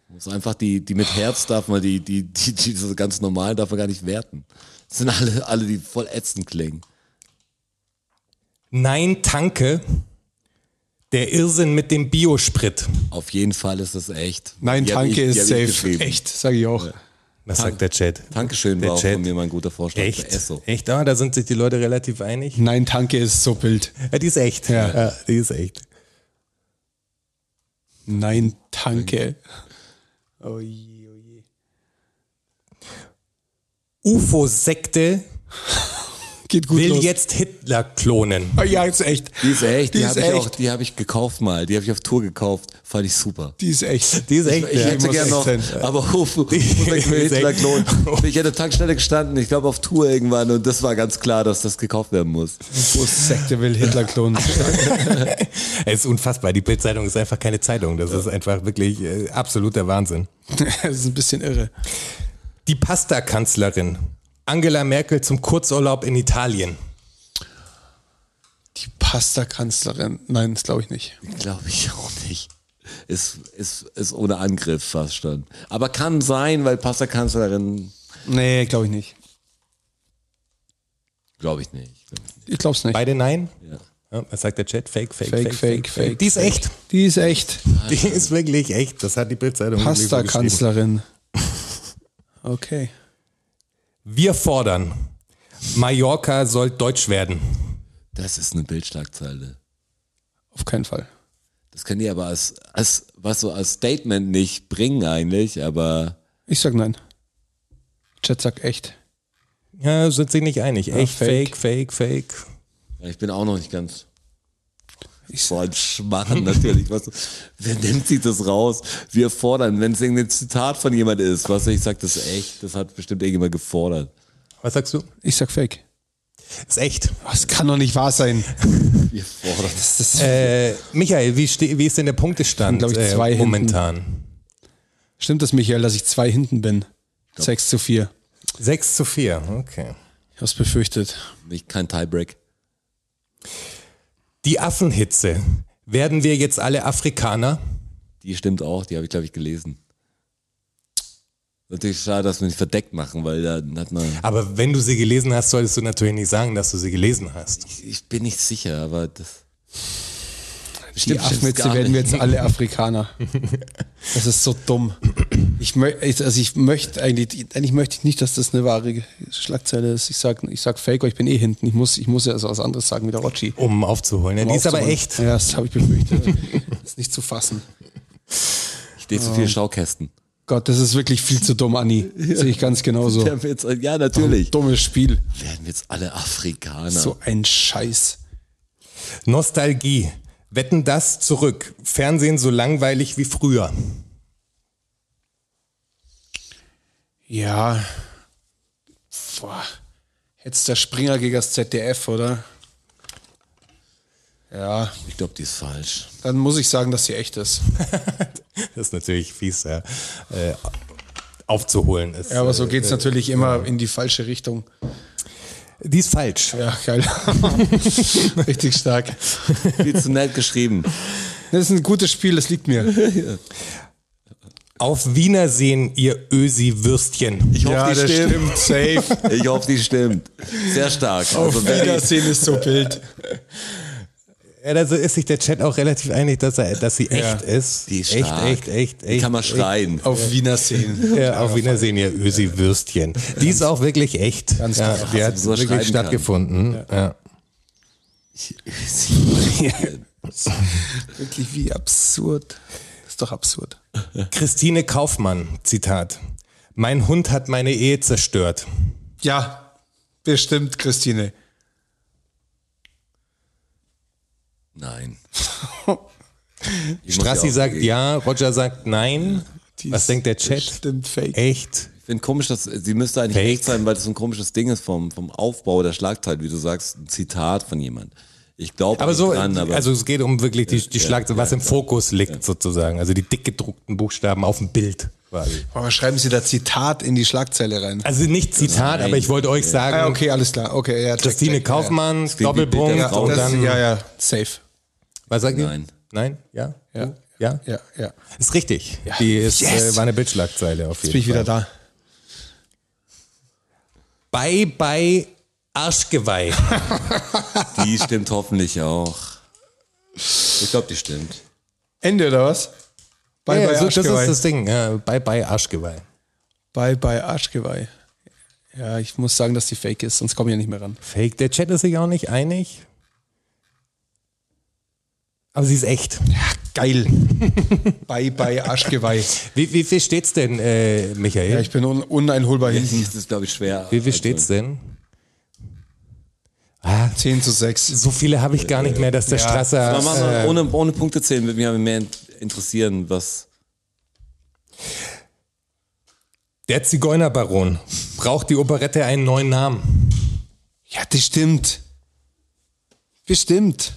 Muss einfach die, die mit Herz darf man, die, die, die, die so ganz normal darf man gar nicht werten. Das sind alle, alle, die voll ätzend klingen.
Nein, tanke. Der Irrsinn mit dem Biosprit.
Auf jeden Fall ist das echt.
Nein,
Die hab ich-
Tanke
die
ist
hab
safe.
ich geschrieben.
Echt, sage ich auch.
Was sagt der Chat?
Dankeschön,
Der
war auch
Chat.
von mir mein guter Vorschlag.
Echt?
Für Esso.
Echt? Ah, da sind sich die Leute relativ einig.
Nein, Tanke ist so Bild.
Ja, die ist echt.
Ja.
die ist echt.
Nein, Tanke. Oh je, oh je.
UFO-Sekte
geht gut
will
los.
jetzt Hitler klonen.
Ah, ja, jetzt echt.
Die ist echt, die,
Die ist
habe ich auch,
echt.
die habe ich gekauft mal, die habe ich auf Tour gekauft, fand ich super.
Die ist echt.
Die ist echt,
Ich
ja,
hätte
muss
gern
echt
noch,
sein.
aber oh, Hof, Hof Hitler Klon. Ich hätte Tankstelle gestanden, ich glaube auf Tour irgendwann und das war ganz klar, dass das gekauft werden muss.
Wo Sekte will Hitler klonen.
Es ist unfassbar. Die Bildzeitung ist einfach keine Zeitung. Das ist einfach wirklich äh, absoluter Wahnsinn.
das ist ein bisschen irre.
Die Pasta-Kanzlerin Angela Merkel zum Kurzurlaub in Italien.
Die Pasta-Kanzlerin. Nein, das glaube ich nicht.
Glaube ich auch nicht. Ist, ist, ist ohne Angriff fast schon. Aber kann sein, weil Pasta-Kanzlerin,
Nee, glaube ich nicht.
glaube ich nicht.
Ich glaube es nicht.
Beide nein? Ja. Was sagt der Chat? Fake, fake, fake,
Fake, fake, fake.
Die ist echt.
Die ist echt.
Die ist wirklich echt. Das hat die Bildzeitung irgendwie so geschrieben.
Pasta-Kanzlerin. Okay.
Wir fordern, Mallorca soll deutsch werden.
Das ist eine Bildschlagzeile.
Auf keinen Fall.
Das können die aber als, als, was so als Statement nicht bringen eigentlich, aber
Ich sag nein. Chat sagt echt.
Ja, sind sich nicht einig. echt, fake,
fake.
fake, fake.
ich bin auch noch nicht ganz.
Ich-
Vor allem Schmarrn natürlich. Was, wer nimmt sich das raus? Wir fordern, wenn es irgendein Zitat von jemand ist, was ich sag, das ist echt, das hat bestimmt irgendjemand gefordert.
Was sagst du?
Ich sag fake.
Ist echt.
Das kann doch nicht wahr sein.
Wir fordern das.
Äh, Michael, wie, ste- wie ist denn der Punktestand
Glaub ich, zwei
äh,
hinten.
momentan?
Stimmt das, Michael, dass ich zwei hinten bin? Sechs zu vier.
Sechs zu vier. okay.
Ich hab's befürchtet.
Nicht kein Tiebreak.
Die Affenhitze. Werden wir jetzt alle Afrikaner?
Die stimmt auch, die habe ich, glaube ich, gelesen. Natürlich schade, dass wir nicht verdeckt machen, weil dann hat man.
Aber wenn du sie gelesen hast, solltest du natürlich nicht sagen, dass du sie gelesen hast.
Ich bin nicht sicher, aber das.
Die
Stimmt, stimmt's
Affenwitze
gar
werden wir
nicht.
jetzt alle Afrikaner. Das ist so dumm. Ich mö- ich- also ich möchte eigentlich, eigentlich möchte ich nicht, dass das eine wahre Schlagzeile ist. Ich sag, ich sag Fake, weil ich bin eh hinten. Ich muss, ich muss ja also was anderes sagen wie der Rotschi.
Um aufzuholen. Ja, die ist aber echt.
Ja, das habe ich befürchtet. Das ist nicht zu fassen.
Ich stehe zu viele Schaukästen.
Gott, das ist wirklich viel zu dumm, Anni. Sehe ich ganz genauso.
Wir haben jetzt- Ja, natürlich.
Dummes Spiel.
Werden wir jetzt alle Afrikaner.
So ein Scheiß.
Nostalgie. Wetten das zurück. Fernsehen so langweilig wie früher.
Ja. Boah. Jetzt der Springer gegen das ZDF, oder? Ja,
Ich glaube, die ist falsch.
dann muss ich sagen, dass sie echt ist.
Das ist natürlich fies, ja. äh, aufzuholen ist.
Ja, aber so
äh,
geht's
äh,
natürlich immer in die falsche Richtung.
Die ist falsch.
Ja, geil. Richtig stark.
Viel zu nett geschrieben.
Das ist ein gutes Spiel, das liegt mir.
Auf Wienersehen, ihr Ösi-Würstchen.
Ich hoffe, die stimmt.
Safe.
Ich hoffe, die stimmt. Sehr stark.
Auf
Also, wer-
Wiedersehen ist so Bild.
Ja, da ist sich der Chat auch relativ einig, dass, er, dass sie echt
Ja.
ist.
Die ist
echt,
stark.
echt, echt, echt.
die kann man schreien.
Auf Wiedersehen.
Ja, auf Wiedersehen, ihr Ösi-Würstchen. Die ist auch wirklich echt.
Ganz
ja,
klar.
die hat
So schreiben
wirklich
kann.
stattgefunden. Ja.
Wirklich, wie absurd. Das ist doch absurd.
Christine Kaufmann, Zitat. Mein Hund hat meine Ehe zerstört.
Ja, bestimmt, Christine.
Nein. Ich muss
Strassi
ja auch-
sagt ja, Roger sagt nein.
Die
Was
ist
denkt der Chat?
Bestimmt fake.
Echt?
Ich finde komisch, dass sie müsste eigentlich
Fake.
echt sein, weil das ein komisches Ding ist vom, vom Aufbau der Schlagzeit, wie du sagst, ein Zitat von jemand. Ich glaube
Aber so,
dran, aber
also es geht um wirklich die, die Schlagzeile, was im Fokus liegt sozusagen. Also die dick gedruckten Buchstaben auf dem Bild quasi.
Aber schreiben Sie da Zitat in die Schlagzeile rein.
Also ähm, nicht Zitat,
Nein.
aber ich wollte euch sagen,
Ah, okay, alles klar. Okay, ja, check,
Christine
check,
Kaufmann,
wie
Doppelpunkt
Ja, ja,
Peter
und
das,
dann,
ja, ja, safe.
was sagt ihr?
Nein.
Nein? Ja?
Ja.
Ja?
Ja, ja.
Ist richtig. Die ist,
Yes.
äh, war eine Bildschlagzeile auf
Jetzt
jeden
bin ich wieder
Fall.
da.
Bye, bye, Arschgeweih.
die stimmt hoffentlich auch. Ich glaube, die stimmt.
Ende oder was? Bye,
ja,
bye,
so, das ist
Arschgeweih.
das Ding. Ja, bye, bye, Arschgeweih.
Bye, bye, Arschgeweih. Ja, ich muss sagen, dass die fake ist, sonst komme ich ja nicht mehr ran.
Fake. Der Chat ist sich auch nicht einig. Aber sie ist echt.
Geil. bye, bye, Arschgeweih.
Wie, wie viel steht's denn, äh, Michael?
Ja, ich bin un uneinholbar hinten.
Das ist, glaube ich, schwer.
wie viel steht's denn?
10 zu 6.
So viele habe ich gar nicht mehr, dass der
Ja.
Strasser.
Aber Also, machen wir
äh,
ohne, ohne Punkte zählen, würde mich aber mehr in- interessieren, was.
der Zigeunerbaron braucht die Operette einen neuen Namen.
Ja, das stimmt. Bestimmt.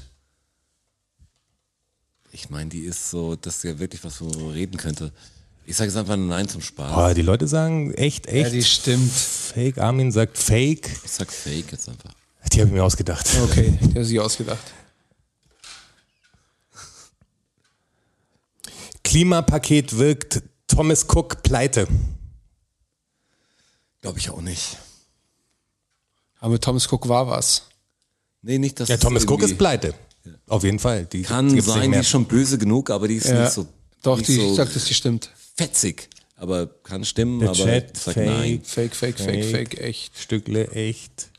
Ich meine, die ist so, das ist ja wirklich was, worüber man reden könnte. Ich sage jetzt einfach Nein zum Spaß.
Boah, die Leute sagen echt, echt.
Ja, die stimmt.
Fake, Armin sagt Fake.
Ich sag Fake jetzt einfach.
Die habe ich mir ausgedacht.
Okay, der hat sich ausgedacht.
Klimapaket wirkt Thomas Cook pleite.
Glaube ich auch nicht.
Aber mit Thomas Cook war was.
Nee, nicht, dass
Ja,
es
Thomas Cook
irgendwie-
ist pleite. Auf jeden Fall. Die
Kann
gibt's nicht
sein, die
mehr.
ist schon böse genug, aber die ist
Ja.
nicht so,
Doch,
nicht
die,
so
ich sag, dass die stimmt.
fetzig. Aber kann stimmen,
Der
aber
Chat,
ich sag
Fake.
nein.
Fake, fake,
Fake.
fake, fake, echt.
Stückle echt.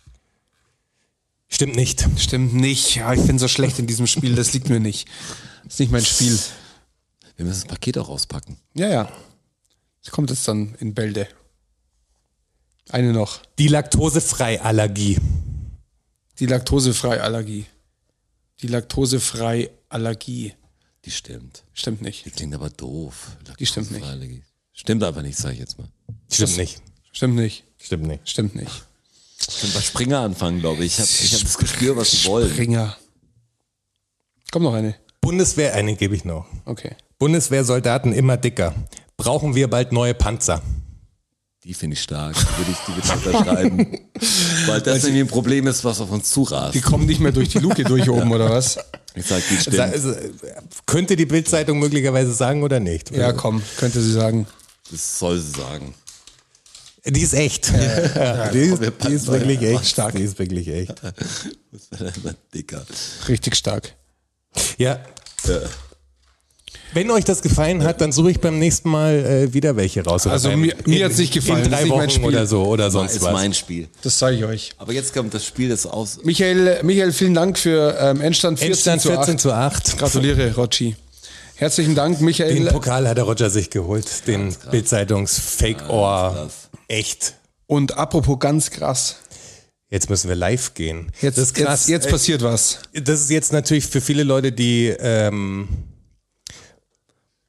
Stimmt nicht.
Stimmt nicht. Ja, ich bin so schlecht in diesem Spiel, das liegt mir nicht. Das ist nicht mein Spiel.
Wir müssen das Paket auch auspacken.
Ja, ja. Das kommt jetzt dann in Bälde. Eine noch.
Die Laktosefreiallergie.
Die Laktosefreiallergie. Die Laktosefreiallergie.
Die stimmt.
Stimmt nicht.
Die klingt aber doof.
Die stimmt nicht.
Laktosefreiallergie. Stimmt aber nicht, sage ich jetzt mal.
Stimmt nicht.
Stimmt nicht.
Stimmt nicht.
Stimmt nicht.
Ich kann bei Springer anfangen, glaube ich. Ich habe ich hab das Gespür, was sie wollen.
Ringer. Kommt noch eine.
Bundeswehr, eine gebe ich noch.
Okay.
Bundeswehrsoldaten immer dicker. Brauchen wir bald neue Panzer?
Die finde ich stark. Die würde ich, die würde ich unterschreiben. Weil das nämlich ein Problem ist, was auf uns
Die
zurast.
kommen nicht mehr durch die Luke durch oben, oder was?
Ich sag, die
Sa-
stimmt.
also, äh, Könnte die Bildzeitung möglicherweise sagen oder nicht?
Ja, komm, könnte sie sagen.
Das soll sie sagen.
Die ist echt. die, ist,
wir
die ist
packen
wirklich echt. Stark. Die ist wirklich echt.
Das wäre dann immer dicker.
Richtig stark.
Ja. Wenn euch das gefallen hat, dann suche ich beim nächsten Mal äh, wieder welche raus. Oder
Also
beim-
mir- mir hat's nicht
In
gefallen, das
drei
ist nicht
Wochen
mein Spiel.
oder so oder sonst
ist
was.
mein Spiel.
Das zeige ich euch.
Aber jetzt kommt das Spiel, das aus.
Michael, Michael vielen Dank für ähm, Endstand 14
Endstand
zu
14
8.
zu 8.
Gratuliere, Rocci. Herzlichen Dank,
Den
Michael.
Pokal hat der Roger sich geholt, den Bildzeitungs-Fake-Ohr. Echt.
Und apropos ganz krass.
Jetzt müssen wir live gehen.
Jetzt,
das ist krass. Äh,
jetzt, jetzt passiert was.
das ist jetzt natürlich für viele Leute, die ähm,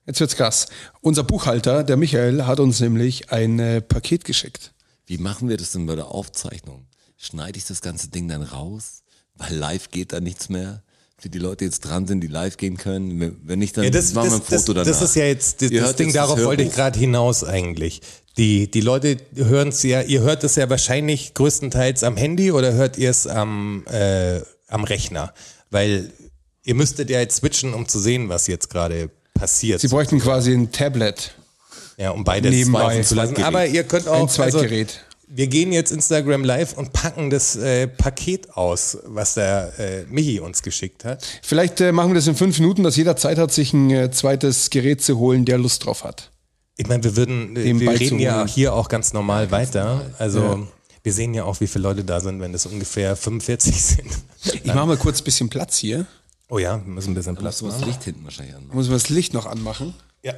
Jetzt wird's krass. Unser Buchhalter, der Michael, hat uns nämlich ein äh, Paket geschickt.
Wie machen wir das denn bei der Aufzeichnung? Schneide ich das ganze Ding dann raus? Weil live geht da nichts mehr. Für die Leute, die jetzt dran sind, die live gehen können. Wenn- Wenn nicht, dann
Ja, das,
machen wir
das,
ein Foto
das,
danach.
das ist ja jetzt das,
Ihr
das
hört
Ding,
jetzt das
darauf wollte ich
Hörbuch.
gerade hinaus eigentlich. Die, die Leute hören es ja, ihr hört es ja wahrscheinlich größtenteils am Handy oder hört ihr es am, äh, am Rechner? Weil ihr müsstet ja jetzt switchen, um zu sehen, was jetzt gerade passiert.
Sie bräuchten quasi ein Tablet,
ja, um beides
nebenbei.
laufen zu lassen. Aber ihr könnt auch,
ein Zweitgerät.
Also, wir gehen jetzt Instagram live und packen das äh, Paket aus, was der äh, Michi uns geschickt hat.
Vielleicht äh, machen wir das in fünf Minuten, dass jeder Zeit hat, sich ein äh, zweites Gerät zu holen, der Lust drauf hat.
Ich meine, wir würden, äh,
Dem
wir reden
beizuwohnen.
ja hier auch ganz normal weiter. Also wir sehen ja auch, wie viele Leute da sind, wenn es ungefähr 45 sind.
Ich mache mal kurz ein bisschen Platz hier.
Oh ja, wir müssen ein bisschen Platz
Lass mal das
machen.
Licht hinten wahrscheinlich an.
Muss man das Licht noch anmachen?
Ja.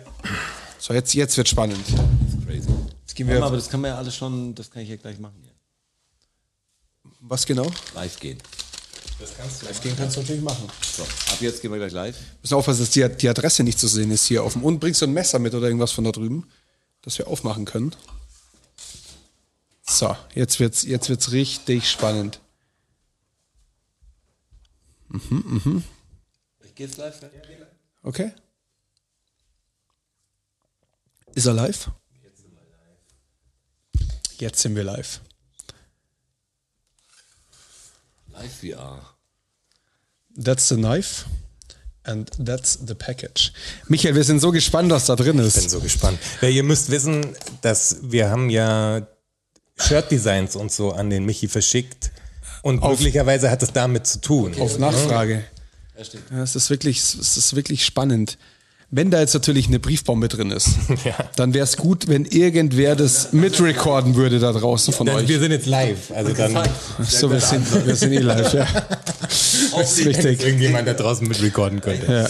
So, jetzt, jetzt wird spannend.
Das ist crazy.
Jetzt gehen wir.
aber das kann man ja alles schon, das kann ich ja gleich machen. Hier.
Was genau?
Live gehen.
Live gehen kannst du natürlich machen.
So, ab jetzt gehen wir gleich live.
Müssen aufpassen, also, dass die, die Adresse nicht zu sehen ist hier auf dem. Und bringst du ein Messer mit oder irgendwas von da drüben, dass wir aufmachen können. So, jetzt wird's, jetzt wird's richtig spannend.
Ich gehe jetzt live. Ne?
Mhm, Okay? Ist er live? Jetzt sind wir live.
Live VR.
That's the knife and that's the package. Michael, wir sind so gespannt, was da drin ist.
Bin so gespannt. Weil ihr müsst wissen, dass wir haben ja Shirt-Designs und so an den Michi verschickt. Und möglicherweise hat es damit zu tun.
Auf Nachfrage. Ja, es ist wirklich, es ist wirklich spannend. Wenn da jetzt natürlich eine Briefbombe drin ist,
Ja.
dann wäre es gut, wenn irgendwer das mitrecorden würde da draußen von
Dann, wir
euch.
sind jetzt live. Also dann
So, wir sind, wir sind eh live, ja. Das ist
richtig.
richtig.
irgendjemand da draußen mitrecorden könnte.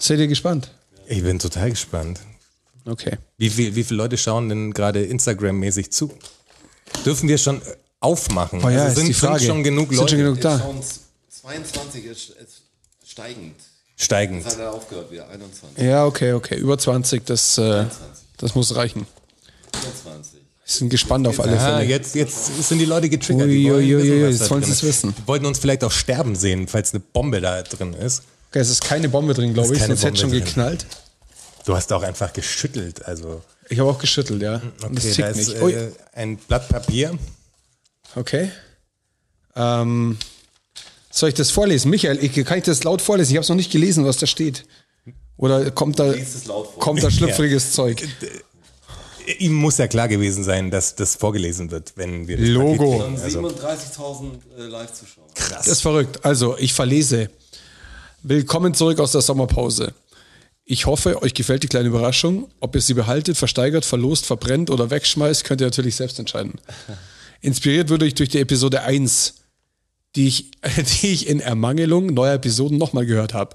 Seid ihr gespannt?
Ich bin total gespannt.
Okay.
Wie, viel, wie viele Leute schauen denn gerade Instagram-mäßig zu? Dürfen wir schon aufmachen. Also
Oh ja, ist
sind,
die Frage.
sind schon genug
Sind
Leute
schon genug da.
22 ist, ist steigend.
steigend.
Hat er aufgehört, wieder 21,
Ja, okay, okay. Über 20, das, äh, das muss reichen.
24.
Ich bin gespannt auf alle
Ah,
Fälle.
jetzt, jetzt sind die Leute getriggert.
Ui,
die wollen
ui, ui,
wissen,
ui,
was
jetzt
da
wollen
drin
sie's
ist.
wissen.
Die wollten uns vielleicht auch sterben sehen, falls eine Bombe da drin ist.
Okay, es ist keine Bombe drin,
Es
glaube
ist
ich,
keine
sonst hätte schon
Bombe drin.
geknallt.
Du hast auch einfach geschüttelt. Also,
Ich habe auch geschüttelt, ja. Und das
Hm, okay, da
tickt
ist
nicht. Ui.
äh, ein Blatt Papier.
Okay. Ähm, soll ich das vorlesen? Michael, ich, kann ich das laut vorlesen? Ich habe es noch nicht gelesen, was da steht. Oder kommt da, kommt da schlüpfriges Zeug?
Ihm muss ja klar gewesen sein, dass das vorgelesen wird, wenn wir das
Logo.
Paket kriegen. Also,
37.000 äh, Live-Zuschauer.
Das ist verrückt. Also, ich verlese. Willkommen zurück aus der Sommerpause. Ich hoffe, euch gefällt die kleine Überraschung. Ob ihr sie behaltet, versteigert, verlost, verbrennt oder wegschmeißt, könnt ihr natürlich selbst entscheiden. Inspiriert wurde ich durch die Episode 1, die ich, die ich in Ermangelung neuer Episoden nochmal gehört habe.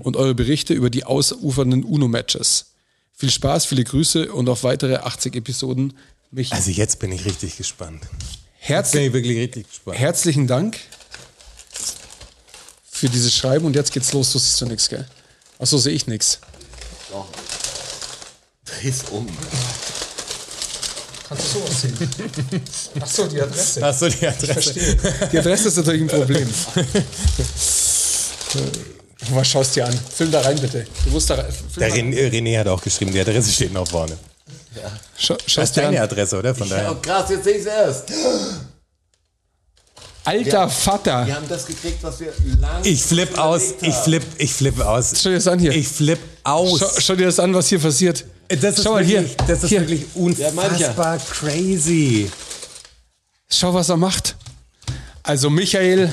Und eure Berichte über die ausufernden UNO-Matches. Viel Spaß, viele Grüße und auf weitere 80 Episoden. Mich
also jetzt bin ich richtig gespannt. Jetzt
herzlich
bin ich wirklich richtig gespannt.
herzlichen Dank für dieses Schreiben und jetzt geht's los. Du siehst du nichts, gell? Achso, sehe ich nichts.
Dreh's um.
Kannst du sowas sehen? Achso, die Adresse.
Hast du die Adresse?
Die Adresse ist natürlich ein Problem. Was schaust dir an? Film da rein, bitte. Du musst da rein. Film
Der
da rein.
René, René hat auch geschrieben, die Adresse steht noch vorne.
Scha
Das
schaust
ist
dir
deine
an.
Adresse, oder? Von daher.
Oh, krass, jetzt sehe ich's erst.
Alter Vater.
Wir haben das gekriegt, was wir lang.
Ich flipp aus, ich flipp, ich flipp aus.
Schau dir das an hier.
Ich flipp aus. Äh,
Schau, schau dir das an, was hier passiert.
Das ist,
schau mal
wirklich,
hier.
Das ist
hier.
wirklich
meine ich ja.
unfassbar crazy.
Schau, was er macht. Also Michael,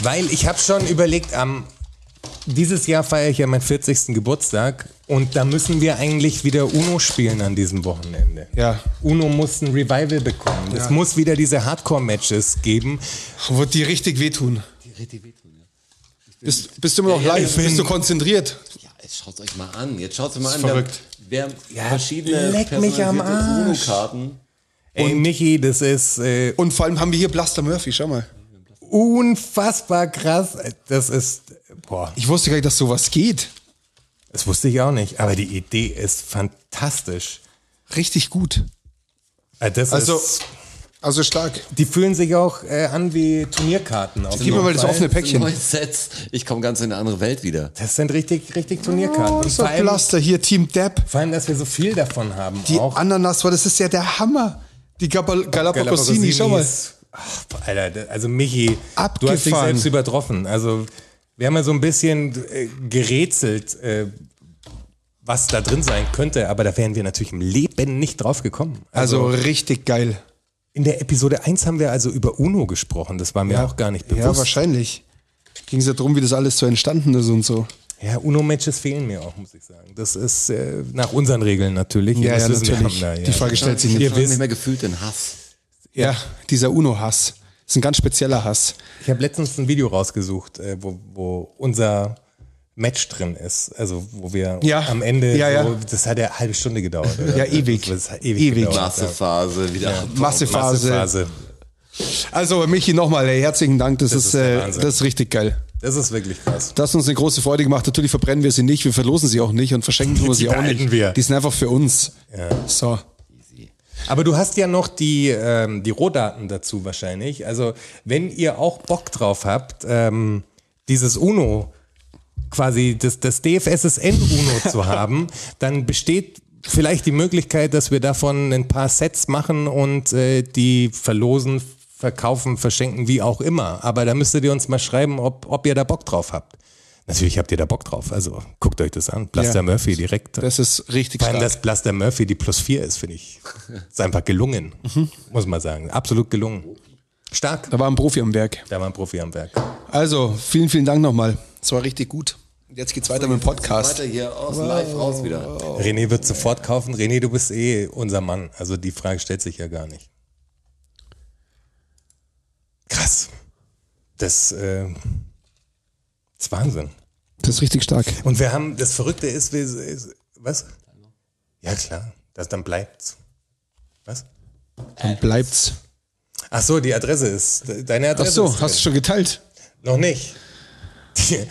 Weil ich habe schon überlegt, am dieses Jahr feiere ich ja meinen 40. Geburtstag und da müssen wir eigentlich wieder UNO spielen an diesem Wochenende.
Ja.
UNO muss ein Revival bekommen. Es muss wieder diese Hardcore-Matches geben.
wird dir richtig wehtun. Bist, bist du immer noch live?
ich bin-
Bist du konzentriert?
Ja, jetzt schaut's euch mal an. Jetzt schaut's euch mal an.
verrückt.
Da, wir haben verschiedene
leck mich am
personalisierte
Arsch.
UNO-Karten.
Ey, Michi, das ist äh,
Und vor allem haben wir hier Blaster Murphy, schau mal.
unfassbar krass. Das ist, boah,
Ich wusste gar nicht, dass sowas geht.
das wusste ich auch nicht. Aber die Idee ist fantastisch.
Richtig gut.
Äh, Das
Also,
ist,
also stark.
die fühlen sich auch äh, an wie Turnierkarten. Auf
Gib mir
jeden
mal das
Fall.
offene Päckchen.
Neue Sets. Ich komme ganz in eine andere Welt wieder.
Das sind richtig, richtig Turnierkarten. Und
Das ist
vor
doch
allem,
Blaster hier, Team Depp.
vor allem, dass wir so viel davon haben.
Die
auch
Ananas war, das ist ja der Hammer. Die Gabal Galapagosini, schau mal.
Ach, Alter, da- also Michi, du hast dich
Abgefahren.
selbst übertroffen. Also wir haben ja so ein bisschen äh, gerätselt, äh, was da drin sein könnte, aber da wären wir natürlich im Leben nicht drauf gekommen.
Also richtig geil.
In der Episode 1 haben wir also über UNO gesprochen, das war mir auch gar nicht
Ja,
bewusst.
wahrscheinlich. Ging es ja darum, wie das alles so entstanden ist und so.
Ja, UNO-Matches fehlen mir auch, muss ich sagen. Das ist äh, nach unseren Regeln natürlich.
Ja,
das
ja,
wissen wir
natürlich.
haben da, ja.
Die Frage stellt sich
Ihr
nicht.
Ich habe
wisst,
mehr gefühlt den Hass.
Ja, dieser UNO-Hass. Ist ein ganz spezieller Hass.
Ich habe letztens ein Video rausgesucht, äh, wo, wo unser Match drin ist. Also wo wir
Ja.
am Ende,
Ja, ja.
So, das hat ja eine halbe Stunde gedauert. Oder?
Ja, ewig.
Das hat ewig,
Ewig.
gedauert.
Massephase wieder.
Massephase.
Massephase.
Also, Michi, nochmal, ey, herzlichen Dank. Das, ist,
ist der
äh,
Wahnsinn.
das ist richtig geil.
Das ist wirklich krass.
Das hat uns eine große Freude gemacht. Natürlich verbrennen wir sie nicht, wir verlosen sie auch nicht und verschenken tun wir
Die
sie auch nicht.
behalten wir.
Die sind einfach für uns. So.
Aber du hast ja noch die, ähm, die Rohdaten dazu wahrscheinlich. Also wenn ihr auch Bock drauf habt, ähm, dieses UNO, quasi das, das DFSSN-UNO zu haben, dann besteht vielleicht die Möglichkeit, dass wir davon ein paar Sets machen und äh, die verlosen, verkaufen, verschenken, wie auch immer. Aber da müsstet ihr uns mal schreiben, ob, ob ihr da Bock drauf habt. Natürlich habt ihr da Bock drauf. Also guckt euch das an. Blaster
Ja.
Murphy direkt. äh,
Das ist richtig
Vor allem,
stark.
dass Blaster Murphy die plus vier ist, finde ich. Ist einfach gelungen. Muss man sagen. Absolut gelungen. Stark.
Da war ein Profi am Werk.
Da war ein Profi am Werk.
Also, vielen, vielen Dank nochmal. Es war richtig gut. Jetzt geht's weiter mit dem Podcast.
Weiter hier aus dem Live raus wieder.
René wird sofort kaufen. René, du bist eh unser Mann. Also die Frage stellt sich ja gar nicht. Krass. Das, äh, das ist Wahnsinn.
Das ist richtig stark.
Und wir haben, das Verrückte ist, wir, ist was? Ja klar, das, dann bleibt's. Was?
Dann bleibt's.
Ach so, die Adresse ist deine
Ach
Adresse.
so,
ist
hast du schon geteilt?
noch nicht.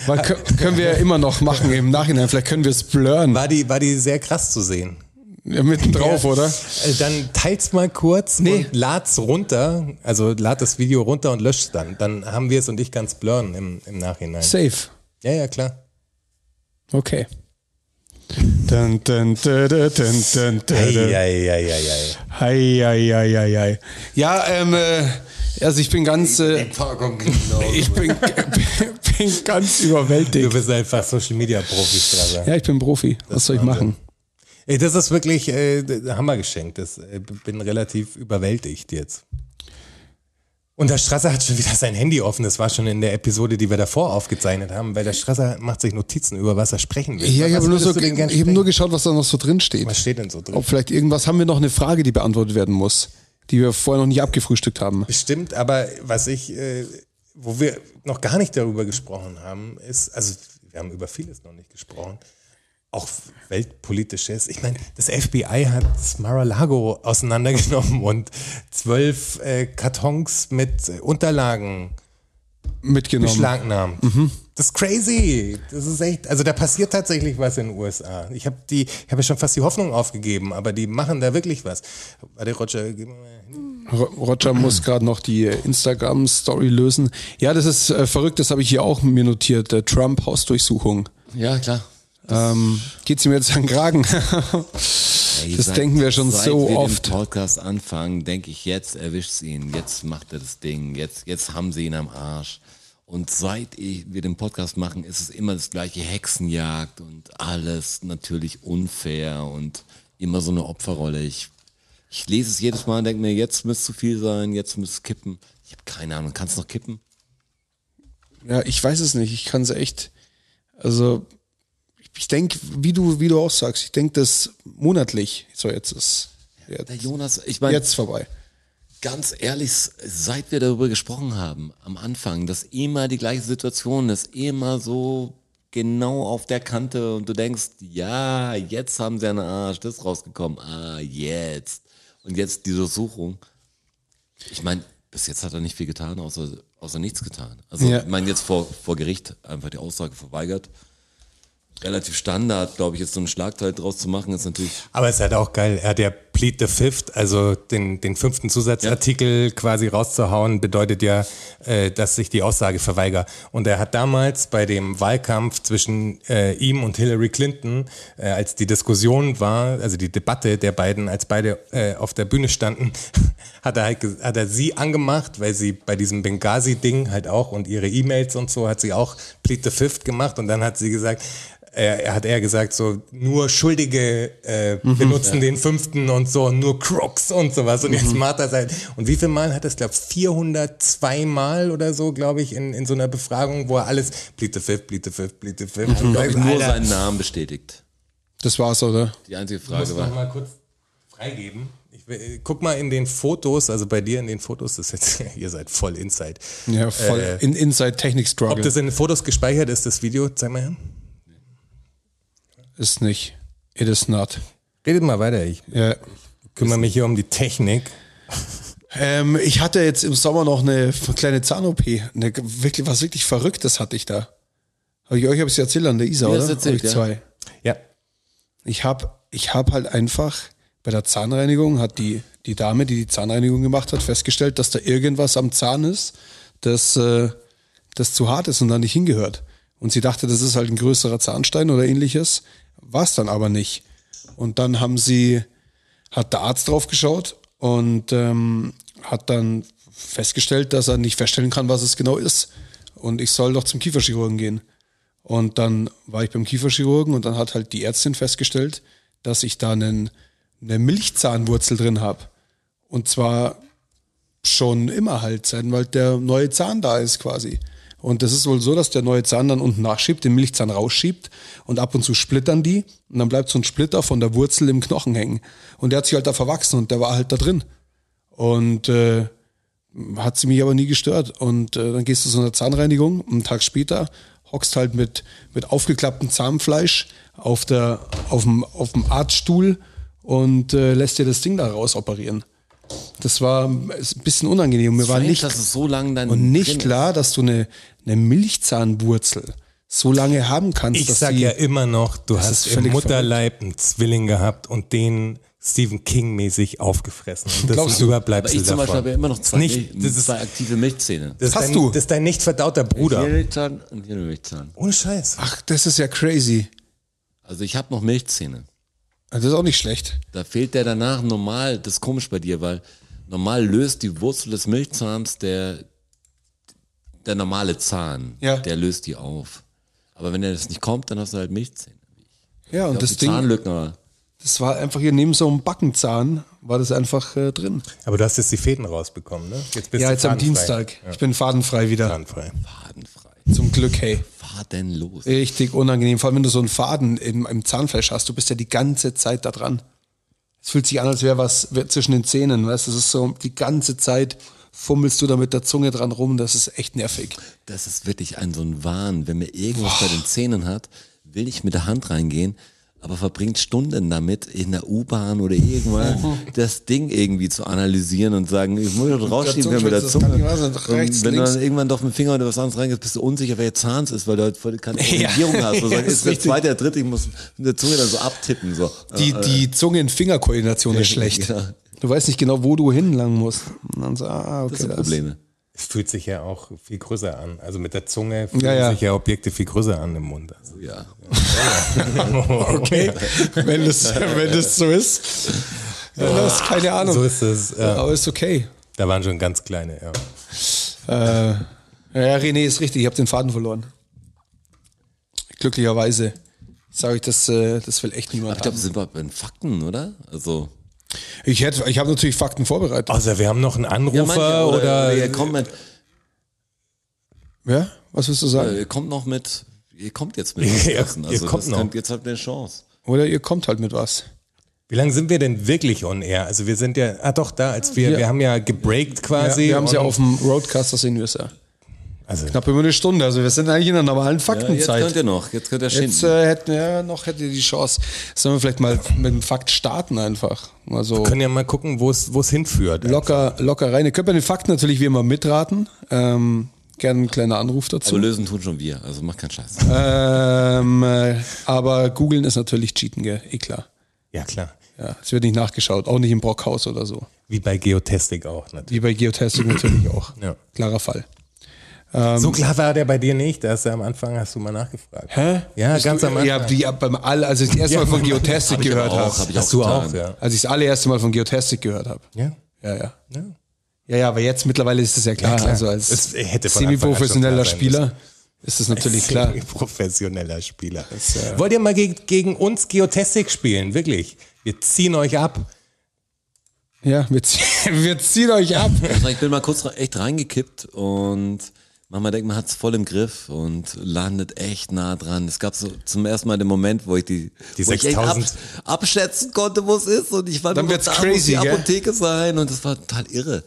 Weil, kö- können wir ja immer noch machen im Nachhinein. Vielleicht können wir es blurren.
War die war die sehr krass zu sehen.
Ja, mitten drauf,
Ja.
oder?
Äh, Dann teilt's mal kurz
Nee.
und lad's runter. Also lad das Video runter und löscht's dann. Dann haben wir es und ich kann's blurren im, im Nachhinein.
Safe.
Ja, ja, klar.
Okay. Dun, dun, dun, dun, dun, dun, dun, dun.
Eieieiei.
Hei, hei, hei, hei, hei. Ja, ähm, äh, also ich bin ganz, äh, ich bin, bin ganz
Du
überwältigt.
bist einfach Social Media Profi, Strasser.
Ja, ich bin Profi. Was soll ich machen?
Ey, Das ist wirklich äh, d- Hammergeschenk. Das äh, b- bin relativ überwältigt jetzt. Und der Strasser hat schon wieder sein Handy offen. Das war schon in der Episode, die wir davor aufgezeichnet haben, weil der Strasser macht sich Notizen über, was er sprechen will.
Ja, ich
Was
habe nur,
würdest
so,
du denn gern
ich hab nur
sprechen?
geschaut, was da noch so drin steht.
Was steht denn so drin?
Ob vielleicht irgendwas, haben wir noch eine Frage, die beantwortet werden muss, die wir vorher noch nicht abgefrühstückt haben.
Bestimmt, aber was ich, äh, wo wir noch gar nicht darüber gesprochen haben, ist, also wir haben über vieles noch nicht gesprochen, auch weltpolitisches. Ich meine, das FBI hat Mar-a-Lago auseinandergenommen und zwölf äh, Kartons mit äh, Unterlagen
Mitgenommen.
beschlagnahmt. Das ist crazy. Das ist echt, also da passiert tatsächlich was in den USA. Ich habe die, ich habe ja schon fast die Hoffnung aufgegeben, aber die machen da wirklich was. Warte, Roger, gib mir mal
Ro- Roger muss gerade noch die äh, Instagram-Story lösen. Ja, das ist äh, verrückt, das habe ich hier auch mir notiert. Äh, Trump-Hausdurchsuchung.
Ja, klar.
Ähm, geht's ihm jetzt an den Kragen?
Ey,
das
seit-
denken wir schon
seit
so
wir
oft.
Den Podcast anfangen, denke ich, jetzt erwischt's ihn, jetzt macht er das Ding, jetzt, jetzt haben sie ihn am Arsch. Und seit ich, wir den Podcast machen, ist es immer das gleiche Hexenjagd und alles natürlich unfair und immer so eine Opferrolle. Ich, ich lese es jedes Mal und denke mir, jetzt müsste zu viel sein, jetzt müsste es kippen. Ich habe keine Ahnung, kann es noch kippen?
Ja, ich weiß es nicht. Ich kann es echt. Also, ich denke, wie du, wie du auch sagst, ich denke das monatlich. So, jetzt ist
Der
jetzt,
Jonas, ich meine,
jetzt vorbei.
ganz ehrlich, seit wir darüber gesprochen haben, am Anfang, dass immer die gleiche Situation ist, immer so genau auf der Kante und du denkst, ja, jetzt haben sie einen Arsch, das ist rausgekommen, ah, jetzt. Und jetzt diese Suchung. Ich meine, bis jetzt hat er nicht viel getan, außer, außer nichts getan. Also,
Ja.
ich meine, jetzt vor, vor Gericht einfach die Aussage verweigert. Relativ Standard, glaube ich, jetzt so einen Schlagteil draus zu machen, ist natürlich
Aber es ist halt auch geil. Er hat ja Plead the Fifth, also den, den fünften Zusatzartikel quasi rauszuhauen, bedeutet ja, äh, dass ich die Aussage verweigere. Und er hat damals bei dem Wahlkampf zwischen äh, ihm und Hillary Clinton, äh, als die Diskussion war, also die Debatte der beiden, als beide äh, auf der Bühne standen, hat er halt, ge- hat er sie angemacht, weil sie bei diesem Benghazi-Ding halt auch und ihre E-Mails und so hat sie auch Plead the Fifth gemacht und dann hat sie gesagt, er, er hat eher gesagt, so nur Schuldige äh,
Mhm.
benutzen den fünften und so, nur Crooks und sowas. Und
Mhm.
jetzt macht er halt. Und wie viel Mal hat er es, glaube 402 Mal oder so, glaube ich, in, in so einer Befragung, wo er alles Bleed the Fifth, Bleed the Fifth, Bleed the Fifth. Und
glaub
sagst,
ich, Mhm. nur
Also, Alter,
seinen Namen bestätigt.
Das war's, oder?
Die einzige
ich muss
Frage war,
noch mal kurz freigeben. Ich, will- guck mal in den Fotos, also bei dir in den Fotos, das ist jetzt, ihr seid voll Inside.
Ja, voll in Inside Technik
Ob
Struggle.
das in den Fotos gespeichert ist, das Video, zeig mal her.
ist nicht. It is not.
Redet mal weiter, ich
Ja.
kümmere mich hier um die Technik.
Ähm, ich hatte jetzt im Sommer noch eine kleine Zahn-OP. Eine, wirklich, was wirklich Verrücktes hatte ich da. Habe ich euch hab's erzählt an der Isa,
Mir
oder?
hast du erzählt,
Euch
ja.
zwei.
Ja,
Ich habe ich hab halt einfach bei der Zahnreinigung hat die, die Dame, die die Zahnreinigung gemacht hat, festgestellt, dass da irgendwas am Zahn ist, das, äh, das zu hart ist und da nicht hingehört. Und sie dachte, das ist halt ein größerer Zahnstein oder ähnliches, war es dann aber nicht. Und dann haben sie, hat der Arzt drauf geschaut und ähm, hat dann festgestellt, dass er nicht feststellen kann, was es genau ist. Und ich soll doch zum Kieferchirurgen gehen. Und dann war ich beim Kieferchirurgen und dann hat halt die Ärztin festgestellt, dass ich da einen, eine Milchzahnwurzel drin habe. Und zwar schon immer halt sein, weil der neue Zahn da ist quasi. Und das ist wohl so, dass der neue Zahn dann unten nachschiebt, den Milchzahn rausschiebt und ab und zu splittern die und dann bleibt so ein Splitter von der Wurzel im Knochen hängen. Und der hat sich halt da verwachsen und der war halt da drin. Und äh, hat sie mich aber nie gestört. Und äh, dann gehst du zu einer Zahnreinigung, einen Tag später, hockst halt mit, mit aufgeklapptem Zahnfleisch auf, der, auf, dem, auf dem Arztstuhl und äh, lässt dir das Ding da raus operieren. Das war ein bisschen unangenehm. Mir war
Strange,
nicht,
dass es so lange dann
und
drin
nicht
ist.
klar, dass du eine, eine Milchzahnwurzel so lange haben kannst.
Ich
dass
sag
die-
ja immer noch, du
Das
hast
ist
im
völlig
Mutterleib einen Zwilling gehabt und den Stephen King-mäßig aufgefressen. Und das
Glaubst
ist
du?
Aber
Überbleibsel
ich zum Beispiel
davon.
habe ja immer noch zwei,
Nicht-
Milch,
das ist-
zwei aktive Milchzähne.
Das ist
Hast
dein,
du?
Das ist dein nicht verdauter
Hier
Bruder.
eine Milchzahn und hier eine Milchzahn.
Ohne Scheiß.
Ach, das ist ja crazy. Also,
Also ich habe noch Milchzähne.
Das ist auch nicht schlecht.
Da fehlt der danach normal, das ist komisch bei dir, weil normal löst die Wurzel des Milchzahns der, der normale Zahn.
Ja.
Der löst die auf. Aber wenn der das nicht kommt, dann hast du halt Milchzähne.
Ja, und
Das
das
die
Ding,
Zahnlückner.
das war einfach hier neben so einem Backenzahn, war das einfach äh, drin.
Aber du hast jetzt die Fäden rausbekommen, ne? Jetzt bist
ja,
du
jetzt am
fadenfrei.
Dienstag. Ich bin fadenfrei wieder.
Fadenfrei.
Fadenfrei.
Zum Glück, hey.
Fadenlos.
Richtig unangenehm. Vor allem, wenn du so einen Faden im, im Zahnfleisch hast. Du bist ja die ganze Zeit da dran. Es fühlt sich an, als wäre was wär zwischen den Zähnen. Weißt du, es ist so, die ganze Zeit fummelst du da mit der Zunge dran rum. Das ist echt nervig.
Das ist wirklich ein so ein Wahn. Wenn mir irgendwas bei den Zähnen hat, will ich mit der Hand reingehen, aber verbringt Stunden damit, in der U-Bahn oder irgendwann das Ding irgendwie zu analysieren und sagen, ich muss doch rausschieben können mit der
Zungenschmelze, das kann
Zunge.
nicht wahr sein.
und
Rechts,
wenn du
links.
dann irgendwann doch mit dem Finger oder was anderes reingehst, bist du unsicher, welcher Zahn es ist, weil du halt voll keine Orientierung hast. Und
Ja,
sagst,
ist
ist der
richtig.
zweite, der dritte, ich muss mit der Zunge dann so abtippen. So. Äh,
Die, die Zungen-Finger-Koordination ist schlecht.
Genau.
Du weißt nicht genau, wo du hinlangen musst. Und dann so, ah, okay.
das sind Probleme.
Es fühlt sich ja auch viel größer an. Also mit der Zunge fühlen
Ja, ja.
sich ja Objekte viel größer an im Mund. Also,
Oh Ja.
okay.
Wenn das, wenn das so ist, dann hast du keine Ahnung.
So ist es. Ja.
Aber ist okay.
Da waren schon ganz kleine, ja.
Äh, ja, René ist richtig, ich habe den Faden verloren. Glücklicherweise. Sage ich, das, äh, das will echt niemand.
Ich glaube,
haben.
sind wir bei den Fakten, oder? Also,
Ich, hätte, ich habe natürlich Fakten vorbereitet.
Außer wir haben noch einen
ja,
Anrufer
manche,
oder,
ihr kommt mit,
Ja? Was willst du sagen?
Äh, ihr kommt noch mit, ihr kommt jetzt mit.
Ja,
was draußen.
ihr kommt
das
noch.
Könnt, jetzt habt ihr eine Chance.
Oder ihr kommt halt mit was.
Wie lange sind wir denn wirklich on air? Also wir sind ja, ah doch, da, als wir, wir haben ja gebreakt
Ja,
quasi.
wir haben es ja
und-
auf dem Roadcaster sehen wir es ja.
Also,
Knapp über eine Stunde. Also wir sind eigentlich in einer normalen
Ja, jetzt könnt
Faktenzeit.
ihr noch, jetzt könnt ihr schinden.
jetzt äh, hätten wir ja, noch hättet ihr die Chance. Sollen wir vielleicht mal mit dem Fakt starten einfach. Mal so.
können ja mal gucken, wo es wo es hinführt.
Locker, locker rein. Ihr könnt bei den Fakten natürlich wie immer mitraten. Ähm, gerne ein kleiner Anruf
äh,
dazu.
Aber lösen tun schon wir, also macht keinen Scheiß.
Ähm, äh, aber googeln ist natürlich cheaten, gell? Eh klar.
Ja, klar.
Ja, es wird nicht nachgeschaut, auch nicht im Brockhaus oder so.
Wie bei Geotastic auch natürlich.
Wie bei Geotasting natürlich auch. Ähm,
Ja.
Klarer Fall.
so klar war der bei dir nicht, dass er am Anfang hast du mal nachgefragt.
Hä?
Ja,
Hast
ganz
du,
am Anfang.
Ja, die, ab- beim All, als ich das erste Mal von Geotastic gehört
auch,
habe.
hab ich
Hast du
getan.
auch, ja.
Als ich das allererste Mal von Geotastic gehört habe.
Ja.
Ja, ja.
ja.
Ja, ja, aber jetzt mittlerweile ist es ja klar.
Ja, klar.
Also als
Es hätte von Anfang an
semi-professioneller
schon klar sein
Spieler ist es natürlich klar. äh
Professioneller Spieler. Wollt ihr mal gegen, gegen uns Geotastic spielen? Wirklich. Wir ziehen euch ab.
Ja, wir, ziehen, wir ziehen euch ab.
Also ich bin mal kurz re- echt reingekippt und manchmal denkt man, hat es voll im Griff und landet echt nah dran. Es gab so zum ersten Mal den Moment, wo ich die,
Die
wo ich echt
6000.
abschätzen konnte, wo es ist und ich war
Dann
nur
wird's
da muss
crazy,
die
gell?
Apotheke sein und das war total irre.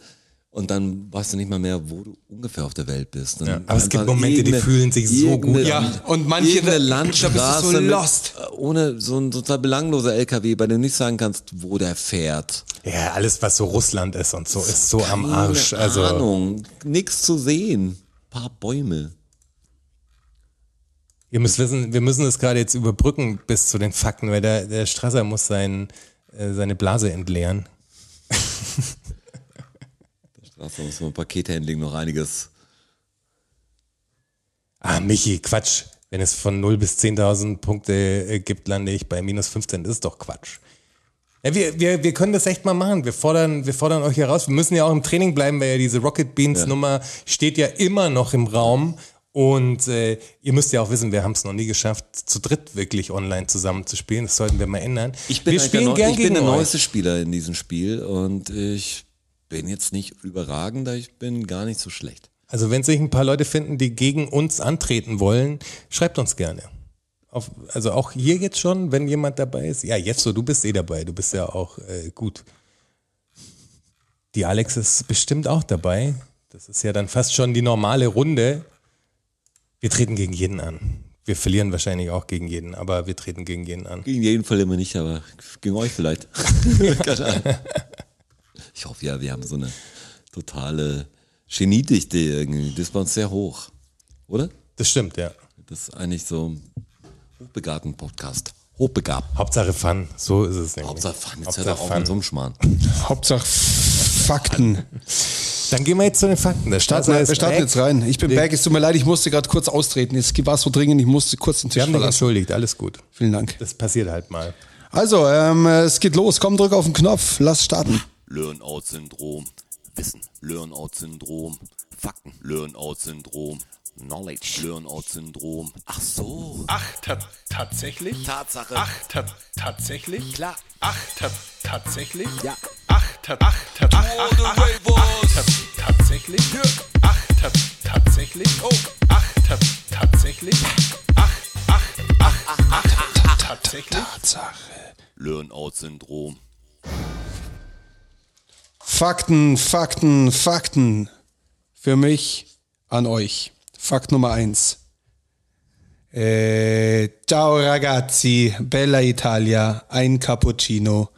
Und dann weißt du nicht mal mehr, wo du ungefähr auf der Welt bist. Dann
Ja, aber es
einfach
gibt Momente, die
irgendeine-
fühlen sich so gut
irgendeine-
an. Ja, und manche-
irgendeine
da bist du so
Landstraße mit-
lost.
äh, ohne so ein total belangloser LKW, bei dem du nicht sagen kannst, wo der fährt.
Ja, alles, was so Russland ist und so, ist so am Arsch.
Keine
Also,
Ahnung, nichts zu sehen. paar Bäume.
Ihr müsst wissen, wir müssen das gerade jetzt überbrücken bis zu den Fakten, weil der, der Strasser muss sein, äh, seine Blase entleeren.
Straße muss man Pakethandling noch einiges.
Ah, Michi, Quatsch. Wenn es von 0 bis 10.000 Punkte äh, gibt, lande ich bei minus 15. Das ist doch Quatsch. Ja, wir, wir, wir können das echt mal machen. Wir fordern, wir fordern euch heraus. Wir müssen ja auch im Training bleiben, weil ja diese Rocket Beans Nummer steht ja immer noch im Raum. Und äh, ihr müsst ja auch wissen, wir haben es noch nie geschafft, zu dritt wirklich online zusammenzuspielen. Das sollten wir mal ändern.
Ich bin,
wir
eigentlich der, Neu ich bin der
euch.
neueste Spieler in diesem Spiel und ich bin jetzt nicht überragend, aber ich bin gar nicht so schlecht.
Also wenn sich ein paar Leute finden, die gegen uns antreten wollen, schreibt uns gerne. Auf, also auch hier jetzt schon, wenn jemand dabei ist. Ja, jetzt so, du bist eh dabei. Du bist ja auch äh, gut. Die Alex ist bestimmt auch dabei. Das ist ja dann fast schon die normale Runde. Wir treten gegen jeden an. Wir verlieren wahrscheinlich auch gegen jeden, aber wir treten gegen jeden an.
Gegen jeden Fall immer nicht, aber gegen euch vielleicht. Keine Ahnung. Ich hoffe ja, wir haben so eine totale Geniedichte irgendwie. Das ist bei uns sehr hoch, oder?
Das stimmt, ja.
Das ist eigentlich so ein hochbegabten Podcast. Hochbegabt.
Hauptsache Fun, so ist es nämlich.
Hauptsache Fun. Jetzt
Hauptsache
hört er auf mit so
Fun.
einem Schmarrn.
Hauptsache Fakten.
Dann gehen wir jetzt zu den Fakten. Der
Starten,
Starter ist
wir starten
weg.
jetzt rein. Ich bin back, es tut mir leid, ich musste gerade kurz austreten. Es war so dringend, ich musste kurz
Wir
den Tisch
haben dich
verlassen.
entschuldigt, alles gut.
Vielen Dank.
Das passiert halt mal.
Also, ähm, es geht los. Komm, drück auf den Knopf. Lass starten.
Learn-out-Syndrom. Wissen. Learn-out-Syndrom. Fakten. Learn-out-Syndrom. Knowledge. Learn-out-Syndrom. Ach so.
Ach, ta tatsächlich?
Tatsache.
Ach, ta tatsächlich?
Klar.
Ach, ta tatsächlich?
Ja.
Ach, ta ach, ta ach, ach, ach, ach, ta tatsächlich? Ach, ta tatsächlich? Oh. Ach, ta tatsächlich? Ach, ach, ach, ach, ach, ach, tatsächlich?
Learn-out-Syndrom.
Fakten, Fakten, Fakten. Für mich an euch. Fakt Nummer eins. Äh, ciao ragazzi, bella Italia, ein Cappuccino.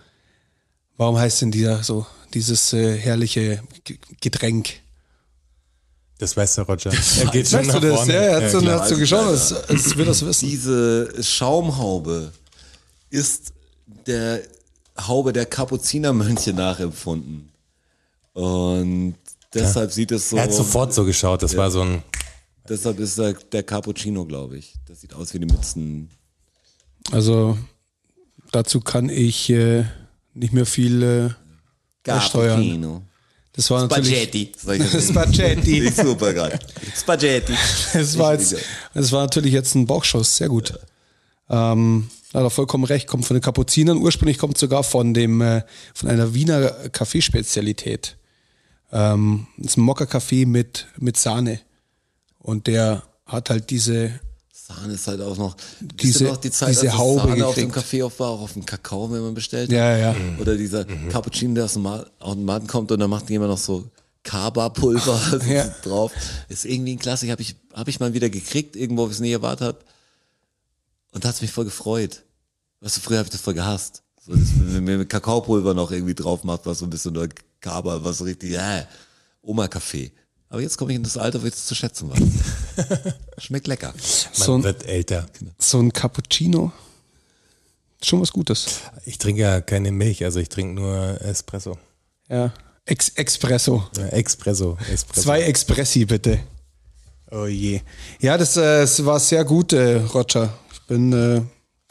Warum heißt denn dieser so, dieses äh, herrliche G Getränk?
Das weiß der Roger. Er geht schon
Weißt
nach
du das?
vorne.
Ja, er hat so,
klar.
ja, so geschaut, als, als würde das wissen.
Diese Schaumhaube ist der Haube der Kapuzinermönche nachempfunden. Und deshalb sieht es so.
er hat sofort so geschaut. Das war so ein.
Deshalb ist der, der Cappuccino, glaube ich. Das sieht aus wie die Mützen.
Also dazu kann ich äh, nicht mehr viel. Äh, Versteuern.
Cappuccino.
das war natürlich.
Spaghetti. Soll ich das nennen?
Spaghetti.
Ist super geil. Spaghetti.
Es war, jetzt, es war natürlich jetzt ein Bauchschuss, sehr gut. Ähm, hat er vollkommen recht, kommt von den Kapuzinern. Ursprünglich kommt sogar von dem äh, von einer Wiener Kaffeespezialität. Ähm, das ist ein Mokka-Kaffee mit, mit Sahne. Und der hat halt diese,
Sahne ist halt auch noch. Wisst
Diese-
ihr noch die Zeit,
diese
als
Haube
Sahne auf dem
gekriegt.
Kaffee auf war, auch auf dem Kakao, wenn man bestellt
Ja,
hat?
ja.
Mhm. Oder dieser Cappuccino, der aus dem Ma- aus dem Maden kommt und dann macht jemand noch so Kaba-Pulver
Ja.
drauf. Ist irgendwie ein Klassik, habe ich, hab ich mal wieder gekriegt, irgendwo, wo ich es nie erwartet habe. Und da hat's mich voll gefreut. Weißt du, früher habe ich das voll gehasst. So, dass, wenn mir mit Kakaopulver noch irgendwie drauf macht, was so ein bisschen nur Kaba, was so richtig, äh, Oma-Kaffee. Aber jetzt komme ich in das Alter, wo ich das zu schätzen weiß. Schmeckt lecker.
Man
so ein, Genau.
wird älter.
so ein Cappuccino. Schon was Gutes.
Ich trinke ja keine Milch, also ich trinke nur Espresso.
Ja. Ex Espresso.
Ja, Espresso. Espresso.
Zwei Expressi bitte. Oh je. Ja, das, äh, es war sehr gut, äh, Roger. Ich bin, äh,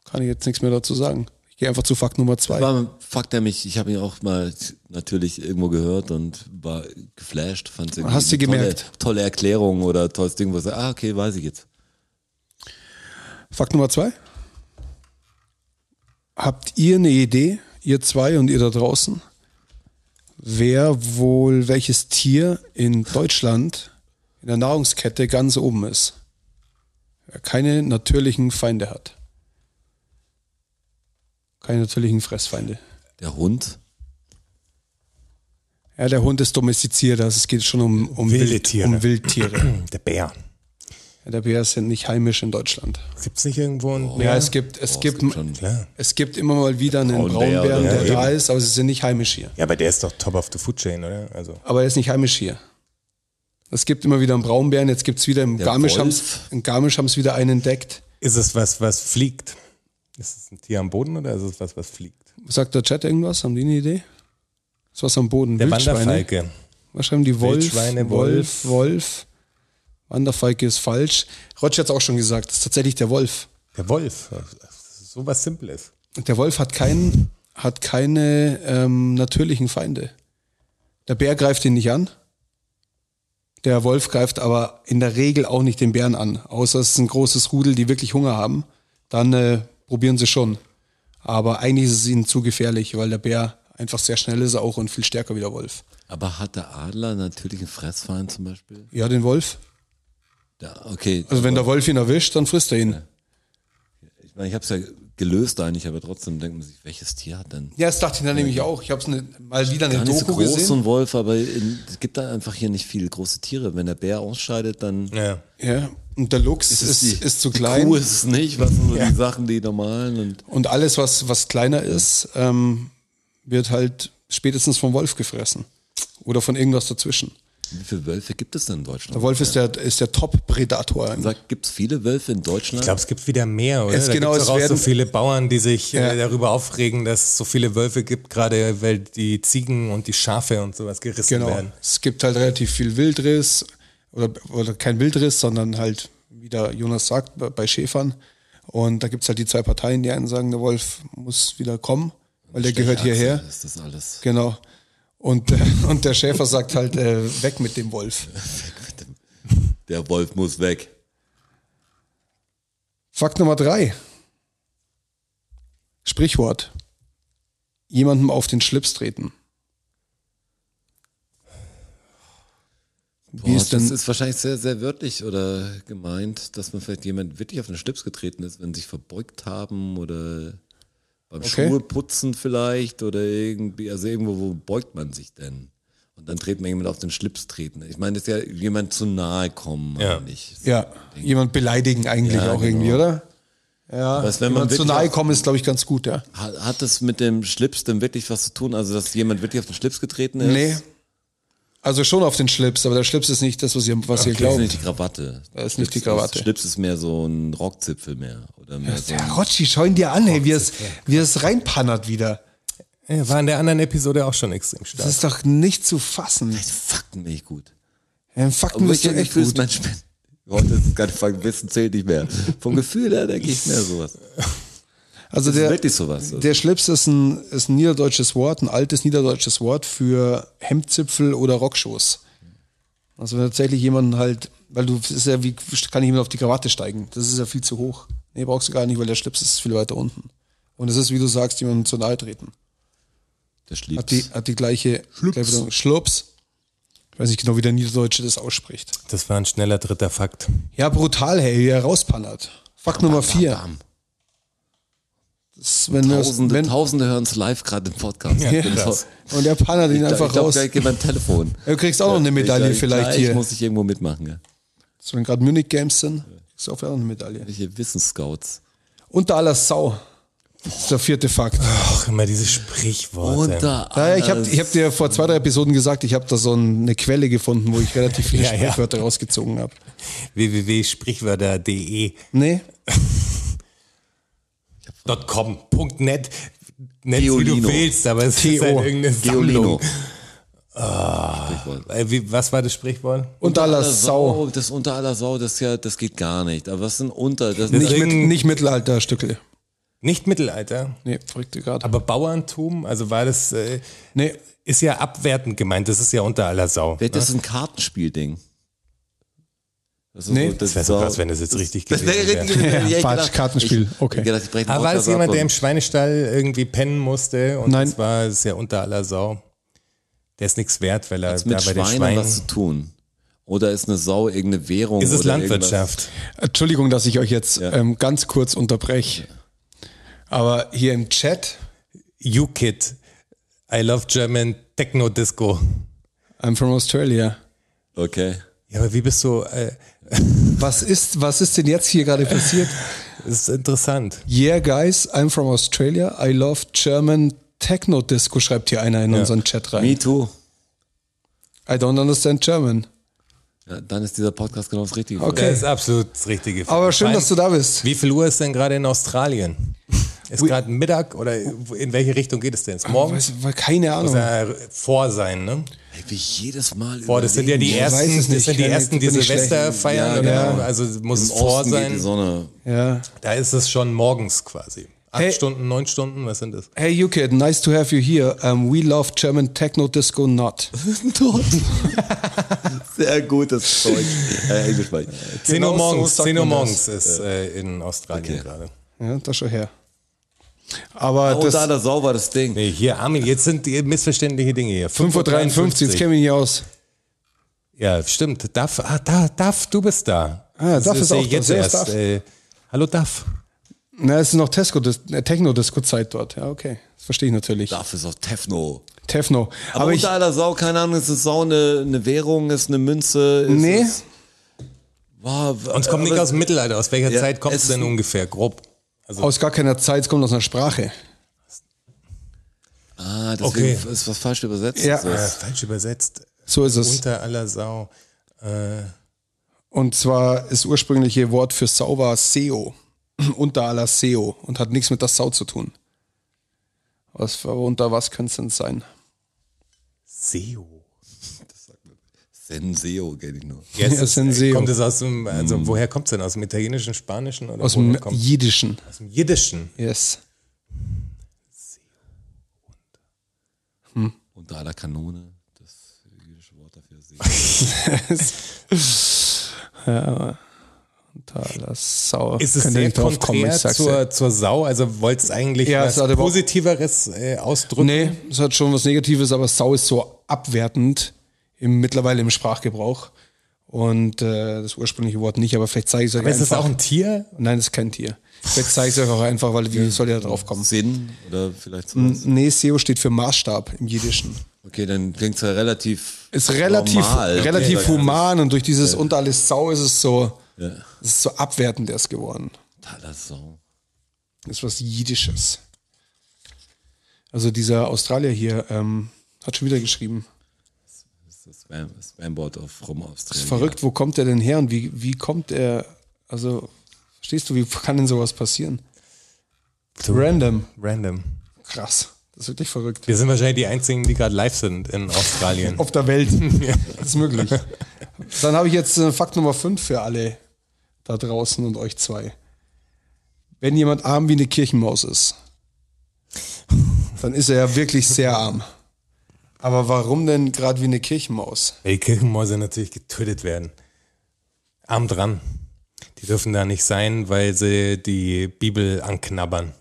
kann ich jetzt nichts mehr dazu sagen. Ich gehe einfach zu Fakt Nummer zwei.
war ein Fakt, der mich, ich habe ihn auch mal natürlich irgendwo gehört und war geflasht, fand irgendwie
Hast du
eine tolle,
gemerkt?
tolle Erklärung oder tolles Ding, wo ich sage, ah, okay, weiß ich jetzt.
Fakt Nummer zwei. Habt ihr eine Idee, ihr zwei und ihr da draußen, wer wohl welches Tier in Deutschland in der Nahrungskette ganz oben ist? Wer keine natürlichen Feinde hat. Keine natürlichen Fressfeinde.
Der Hund?
Ja, der Hund ist domestiziert, also es geht schon um, um,
Wilde
Wild,
Tiere.
um Wildtiere.
Der Bär.
Ja, der Bär ist ja nicht heimisch in Deutschland.
Gibt's nicht irgendwo einen
Oh. Ja,
Bär?
es gibt, es gibt,
Oh, schon.
Klar.
es gibt immer mal wieder einen
Braunbär
Braunbären,
oder-
der
Ja,
da ist, aber sie sind nicht heimisch hier.
Ja, aber der ist doch top of the food chain, oder? Also
Aber er ist nicht heimisch hier. Es gibt immer wieder einen Braunbären, jetzt gibt's wieder im
Der
Garmisch,
Wolf.
haben's, in Garmisch haben's wieder einen entdeckt.
ist es was, was fliegt? Ist es ein Tier am Boden oder ist es was, was fliegt?
Sagt der Chat irgendwas? Haben die eine Idee? Ist was am Boden?
Der
Wildschweine?
Wanderfalke.
Was schreiben die? Wolf,
Wildschweine, Wolf.
Wolf, Wolf. Wanderfalke ist falsch. Roger hat's auch schon gesagt, das ist tatsächlich der Wolf.
Der Wolf. So was Simples.
Der Wolf hat keinen, hat keine ähm, natürlichen Feinde. Der Bär greift ihn nicht an. Der Wolf greift aber in der Regel auch nicht den Bären an. Außer es ist ein großes Rudel, die wirklich Hunger haben. Dann äh, probieren sie schon. Aber eigentlich ist es ihnen zu gefährlich, weil der Bär einfach sehr schnell ist auch und viel stärker wie der Wolf.
Aber hat der Adler natürlich einen Fressfeind zum Beispiel?
Ja, den Wolf.
Ja, okay.
Also wenn der Wolf ihn erwischt, dann frisst er ihn.
ich meine, ich habe es ja gelöst eigentlich, aber trotzdem denkt man sich, welches Tier hat denn?
Ja, das dachte ich dann nämlich auch. Ich habe es mal wieder
Gar
eine
nicht so
Doku
groß so
gesehen.
ein Wolf, aber in, es gibt da einfach hier nicht viele große Tiere. Wenn der Bär ausscheidet, dann
Ja.
Ja. Und der Luchs ist, ist,
die-
zu
die
klein.
Kuh ist es nicht, was sind so die Sachen, die normalen und
Und alles, was, was kleiner ist, ähm, wird halt spätestens vom Wolf gefressen. Oder von irgendwas dazwischen.
Wie viele Wölfe gibt es denn in Deutschland?
Der Wolf ist der, ist der Top-Predator. im-
Sagt, gibt es viele Wölfe in Deutschland?
Ich glaube, es gibt wieder mehr, oder?
Es
da
genau,
gibt's
es
auch
werden-
so viele Bauern, die sich
Ja.
äh, darüber aufregen, dass es so viele Wölfe gibt, gerade weil die Ziegen und die Schafe und sowas gerissen
Genau.
werden.
Es gibt halt relativ viel Wildriss oder, oder kein Wildriss, sondern halt, wie der Jonas sagt, bei- bei Schäfern. Und da gibt es halt die zwei Parteien, die einen sagen, der Wolf muss wieder kommen, weil der gehört
Stechachse
hierher.
Ist das alles.
Genau. Und, äh, und der Schäfer sagt halt, äh, weg mit dem Wolf.
Der Wolf muss weg.
Fakt Nummer drei. Sprichwort. Jemandem auf den Schlips treten.
Boah,
Wie ist
das
denn,
ist wahrscheinlich sehr, sehr wörtlich oder gemeint, dass man vielleicht jemand wirklich auf den Schlips getreten ist, wenn sie sich verbeugt haben oder beim
Okay.
Schuhe putzen vielleicht oder irgendwie, also irgendwo, wo beugt man sich denn? Und dann treten wir jemand auf den Schlips treten. Ich meine, das ist ja jemand zu nahe kommen
Ja.
eigentlich.
ja, jemand beleidigen eigentlich
Ja,
auch irgendwie,
genau.
oder? Ja,
Was, wenn man
jemand zu
wirklich
nahe
auf-
kommen ist, glaube ich, ganz gut, ja.
Hat, hat das mit dem Schlips denn wirklich was zu tun? Also, dass jemand wirklich auf den Schlips getreten ist?
Nee. Also schon auf den Schlips, aber der Schlips ist nicht das, was ihr, was ihr
Das ist
glaubt.
nicht die Krawatte.
Das ist nicht die Krawatte.
Schlips ist mehr so ein Rockzipfel mehr. Oder mehr so ein,
Rotschi, schau ihn dir an, hey, wie es, wie es reinpannert wieder.
Ja, war in der anderen Episode auch schon extrem stark.
Das ist doch nicht zu fassen.
Fakten bin ich gut.
Ähm, Fakten
Obwohl ich
bist du
ja
echt
Gefühl ist
gut.
mein Spend. Heute ist es gar nicht Fakten, Wissen zählt nicht mehr. Vom Gefühl her denke ich mehr sowas.
Also
Das ist
der,
wirklich sowas.
der Schlips ist ein, ist ein niederdeutsches Wort, ein altes niederdeutsches Wort für Hemdzipfel oder Rockschuss. Also wenn tatsächlich jemanden halt, weil du, es ist ja wie, kann jemand auf die Krawatte steigen? Das ist ja viel zu hoch. Nee, brauchst du gar nicht, weil der Schlips ist viel weiter unten. Und es ist, wie du sagst, jemandem zu nahe treten.
Der
Hat die, also
Schlips.
hat die gleiche Schlups. Bedeutung. Schlups. Ich weiß nicht genau, wie der Niederdeutsche das ausspricht.
Das war ein schneller dritter Fakt.
Ja, brutal, hey, wie er rauspannert. Fakt Nummer vier. Das ist, wenn wir-
Tausende,
wenn,
Tausende hören es live gerade im Podcast.
Ja,
Genau.
krass.
und der pannert ihn
Ich
einfach
glaub,
raus.
gleich geht mein Telefon.
Du kriegst auch noch eine Medaille
Ich glaub,
vielleicht
gleich
hier.
muss ich irgendwo mitmachen. Ja.
So, wenn gerade Munich Games sind, kriegst du auch noch eine Medaille.
Welche Wissensscouts.
Unter aller Sau. Das ist der vierte Fakt.
Auch immer diese Sprichworte.
Unter
Naja, ich habe
alles.
ich hab dir vor zwei, drei Episoden gesagt, ich habe da so ein- eine Quelle gefunden, wo ich relativ viele
Ja, ja.
Sprichwörter rausgezogen habe.
www.sprichwörter.de
Nee,
.com, .net, nenn's wie du
Theolino.
willst, aber es ist halt irgendeine
Violino.
Sammlung. Äh, Wie, was war das Sprichwort?
unter aller Sau.
Das unter aller Sau, das ist ja, das geht gar nicht. Aber was sind unter? Das
Nicht, mit,
Irgendein-
nicht Mittelalterstücke.
Nicht Mittelalter,
Nee, verrückte gerade.
aber Bauerntum, also war das, äh,
Nee,
ist ja abwertend gemeint, das ist ja unter aller Sau.
Vielleicht ist das ein Kartenspielding. Das ist
Nee.
Das wäre so krass, wenn das jetzt richtig
Das wäre
gewesen
richtig
wäre.
gewesen, hätte ich echt
Quatsch,
gedacht.
Kartenspiel,
Ich-
okay.
ich gedacht, ich breche den
Aber war das
Podcast ab
Ah, jemand, der im
und-
Schweinestall irgendwie pennen musste und
Nein.
das war das ist ja unter aller Sau. Der ist nichts wert, weil er
hat's
da bei
mit
den
Schweinen
Schweinen...
was zu tun? Oder ist eine Sau irgendeine Währung?
Ist es
oder
Landwirtschaft?
Entschuldigung, dass ich euch jetzt
Ja.
ähm, ganz kurz unterbreche. Aber hier im Chat,
UKIT. I love German Techno Disco.
I'm from Australia.
irgendwas? Okay.
Ja, aber wie bist du? Äh,
Was ist, was ist denn jetzt hier gerade passiert?
das ist interessant.
Yeah, guys, I'm from Australia. I love German Techno Disco, schreibt hier einer in unseren Chat rein.
Me too.
I don't understand German.
Ja, dann ist dieser Podcast genau das Richtige.
Okay.
Das ist absolut das Richtige.
Aber schön,
Vor allem,
dass du da bist.
Wie viel Uhr ist denn gerade in Australien? Ist gerade Mittag oder in welche Richtung geht es denn? Ist morgen?
Weiß- weil keine
Muss
Ahnung.
ja vor sein, ne?
Hey, wie ich jedes Mal
Boah, das sind ja die
überlegen
weiß
ersten,
es
das
nicht.
sind die
Ja,
ersten, die
bin ich
Silvester
schlecht.
feiern
Ja,
oder
genau.
also muss
muss.
es
Im
vor
Osten geht die
sein.
Sonne.
Ja.
Da ist es schon morgens quasi. Acht
Hey. Genau
Stunden, neun Stunden, was sind das?
Hey, you kid, nice to have you here. Um, we love German Techno Disco not.
Dort. Sehr gutes Zeug. Äh, Englisch war ich.
10 Uhr
Genau so
morgens,
sagt
10 Uhr
man
morgens ist äh, in Australien
Okay.
gerade.
Ja, das schon her. Aber das
Unter einer Sau war das Ding.
Nee, hier, Armin, jetzt sind die missverständliche Dinge hier.
5.53 Uhr, jetzt kennen wir ihn hier aus.
Ja, stimmt. Duff, ah, da, Duff, du bist da.
Ah, Duff ist
sehe
auch
ich
da.
jetzt
Servus,
erst.
Duff.
Äh, hallo, Duff.
Na, es ist noch Tesco, äh, Techno-Disco-Zeit dort. Ja, okay. Das verstehe ich natürlich.
Dafür ist auch Tefno.
Techno.
Aber, oh,
Aber, ich,
unter aller Sau, keine Ahnung, ist eine Sau eine, eine Währung, ist eine Münze? Ist
Nee.
Es, Boah,
Uns kommt nicht
aber-
aus dem Mittelalter. Aus welcher
Ja,
Zeit kommt es
es
denn
ist-
ungefähr? Grob.
aus gar keiner Zeit, es kommt aus einer Sprache.
Ah, deswegen
Okay.
ist was falsch übersetzt.
Ja.
So
Äh,
ist-
falsch übersetzt.
So ist es.
Unter aller Sau. Äh,
Und zwar ist ursprüngliche Wort für Sau war SEO, unter aller SEO und hat nichts mit der Sau zu tun. Was, für- unter was könnte es denn sein?
SEO.
Senseo kenne ich nur.
Jetzt äh,
Ja, ist ein SEO.
Kommt es aus dem, also woher kommt es denn? Aus dem Italienischen, Spanischen oder
Mhm. Aus
woher
dem
kommt's?
Jiddischen.
aus dem Jiddischen?
Yes.
Unter aller Kanone. Das jüdische Wort dafür. Seo.
Unter aller Sau.
Ist es
Könnte
sehr
nicht drauf kommen,
konträr
ich sag's dir.
zur, zur Sau? Also wollt es eigentlich
Ja,
was
es hat überhaupt-
Positiveres äh, ausdrücken?
Nee, es hat schon was Negatives, aber Sau ist so abwertend im, mittlerweile im Sprachgebrauch. Und äh, das ursprüngliche Wort nicht, aber vielleicht zeige ich euch
Aber ist es
einfach.
auch ein Tier?
Nein, das ist kein Tier. Vielleicht zeige ich euch auch einfach, weil wie soll ihr da drauf kommen?
Sinn oder vielleicht sowas.
Nee, SEO steht für Maßstab im Jiddischen.
Okay, dann klingt's ja relativ.
Ist relativ,
normal.
relativ
Okay.
human und durch dieses unter alles Sau ist es so,
Ja.
es ist so abwertend erst geworden.
Unter aller Sau.
ist was Jiddisches. Also dieser Australier hier ähm, hat schon wieder geschrieben.
Das ist das Spam, das Spamboard auf Rum Australien.
Das ist verrückt, wo kommt der denn her und wie, wie kommt er? Also, verstehst du, wie kann denn sowas passieren? Random.
Random.
Krass. Das ist wirklich verrückt.
Wir sind wahrscheinlich die einzigen, die gerade live sind in Australien.
Auf der Welt. Das ist möglich. Dann habe ich jetzt äh, Fakt Nummer 5 für alle da draußen und euch zwei. Wenn jemand arm wie eine Kirchenmaus ist, dann ist er ja wirklich sehr arm. Aber warum denn gerade wie eine Kirchenmaus?
Weil die Kirchenmäuse natürlich getötet werden. Arm dran. Die dürfen da nicht sein, weil sie die Bibel anknabbern.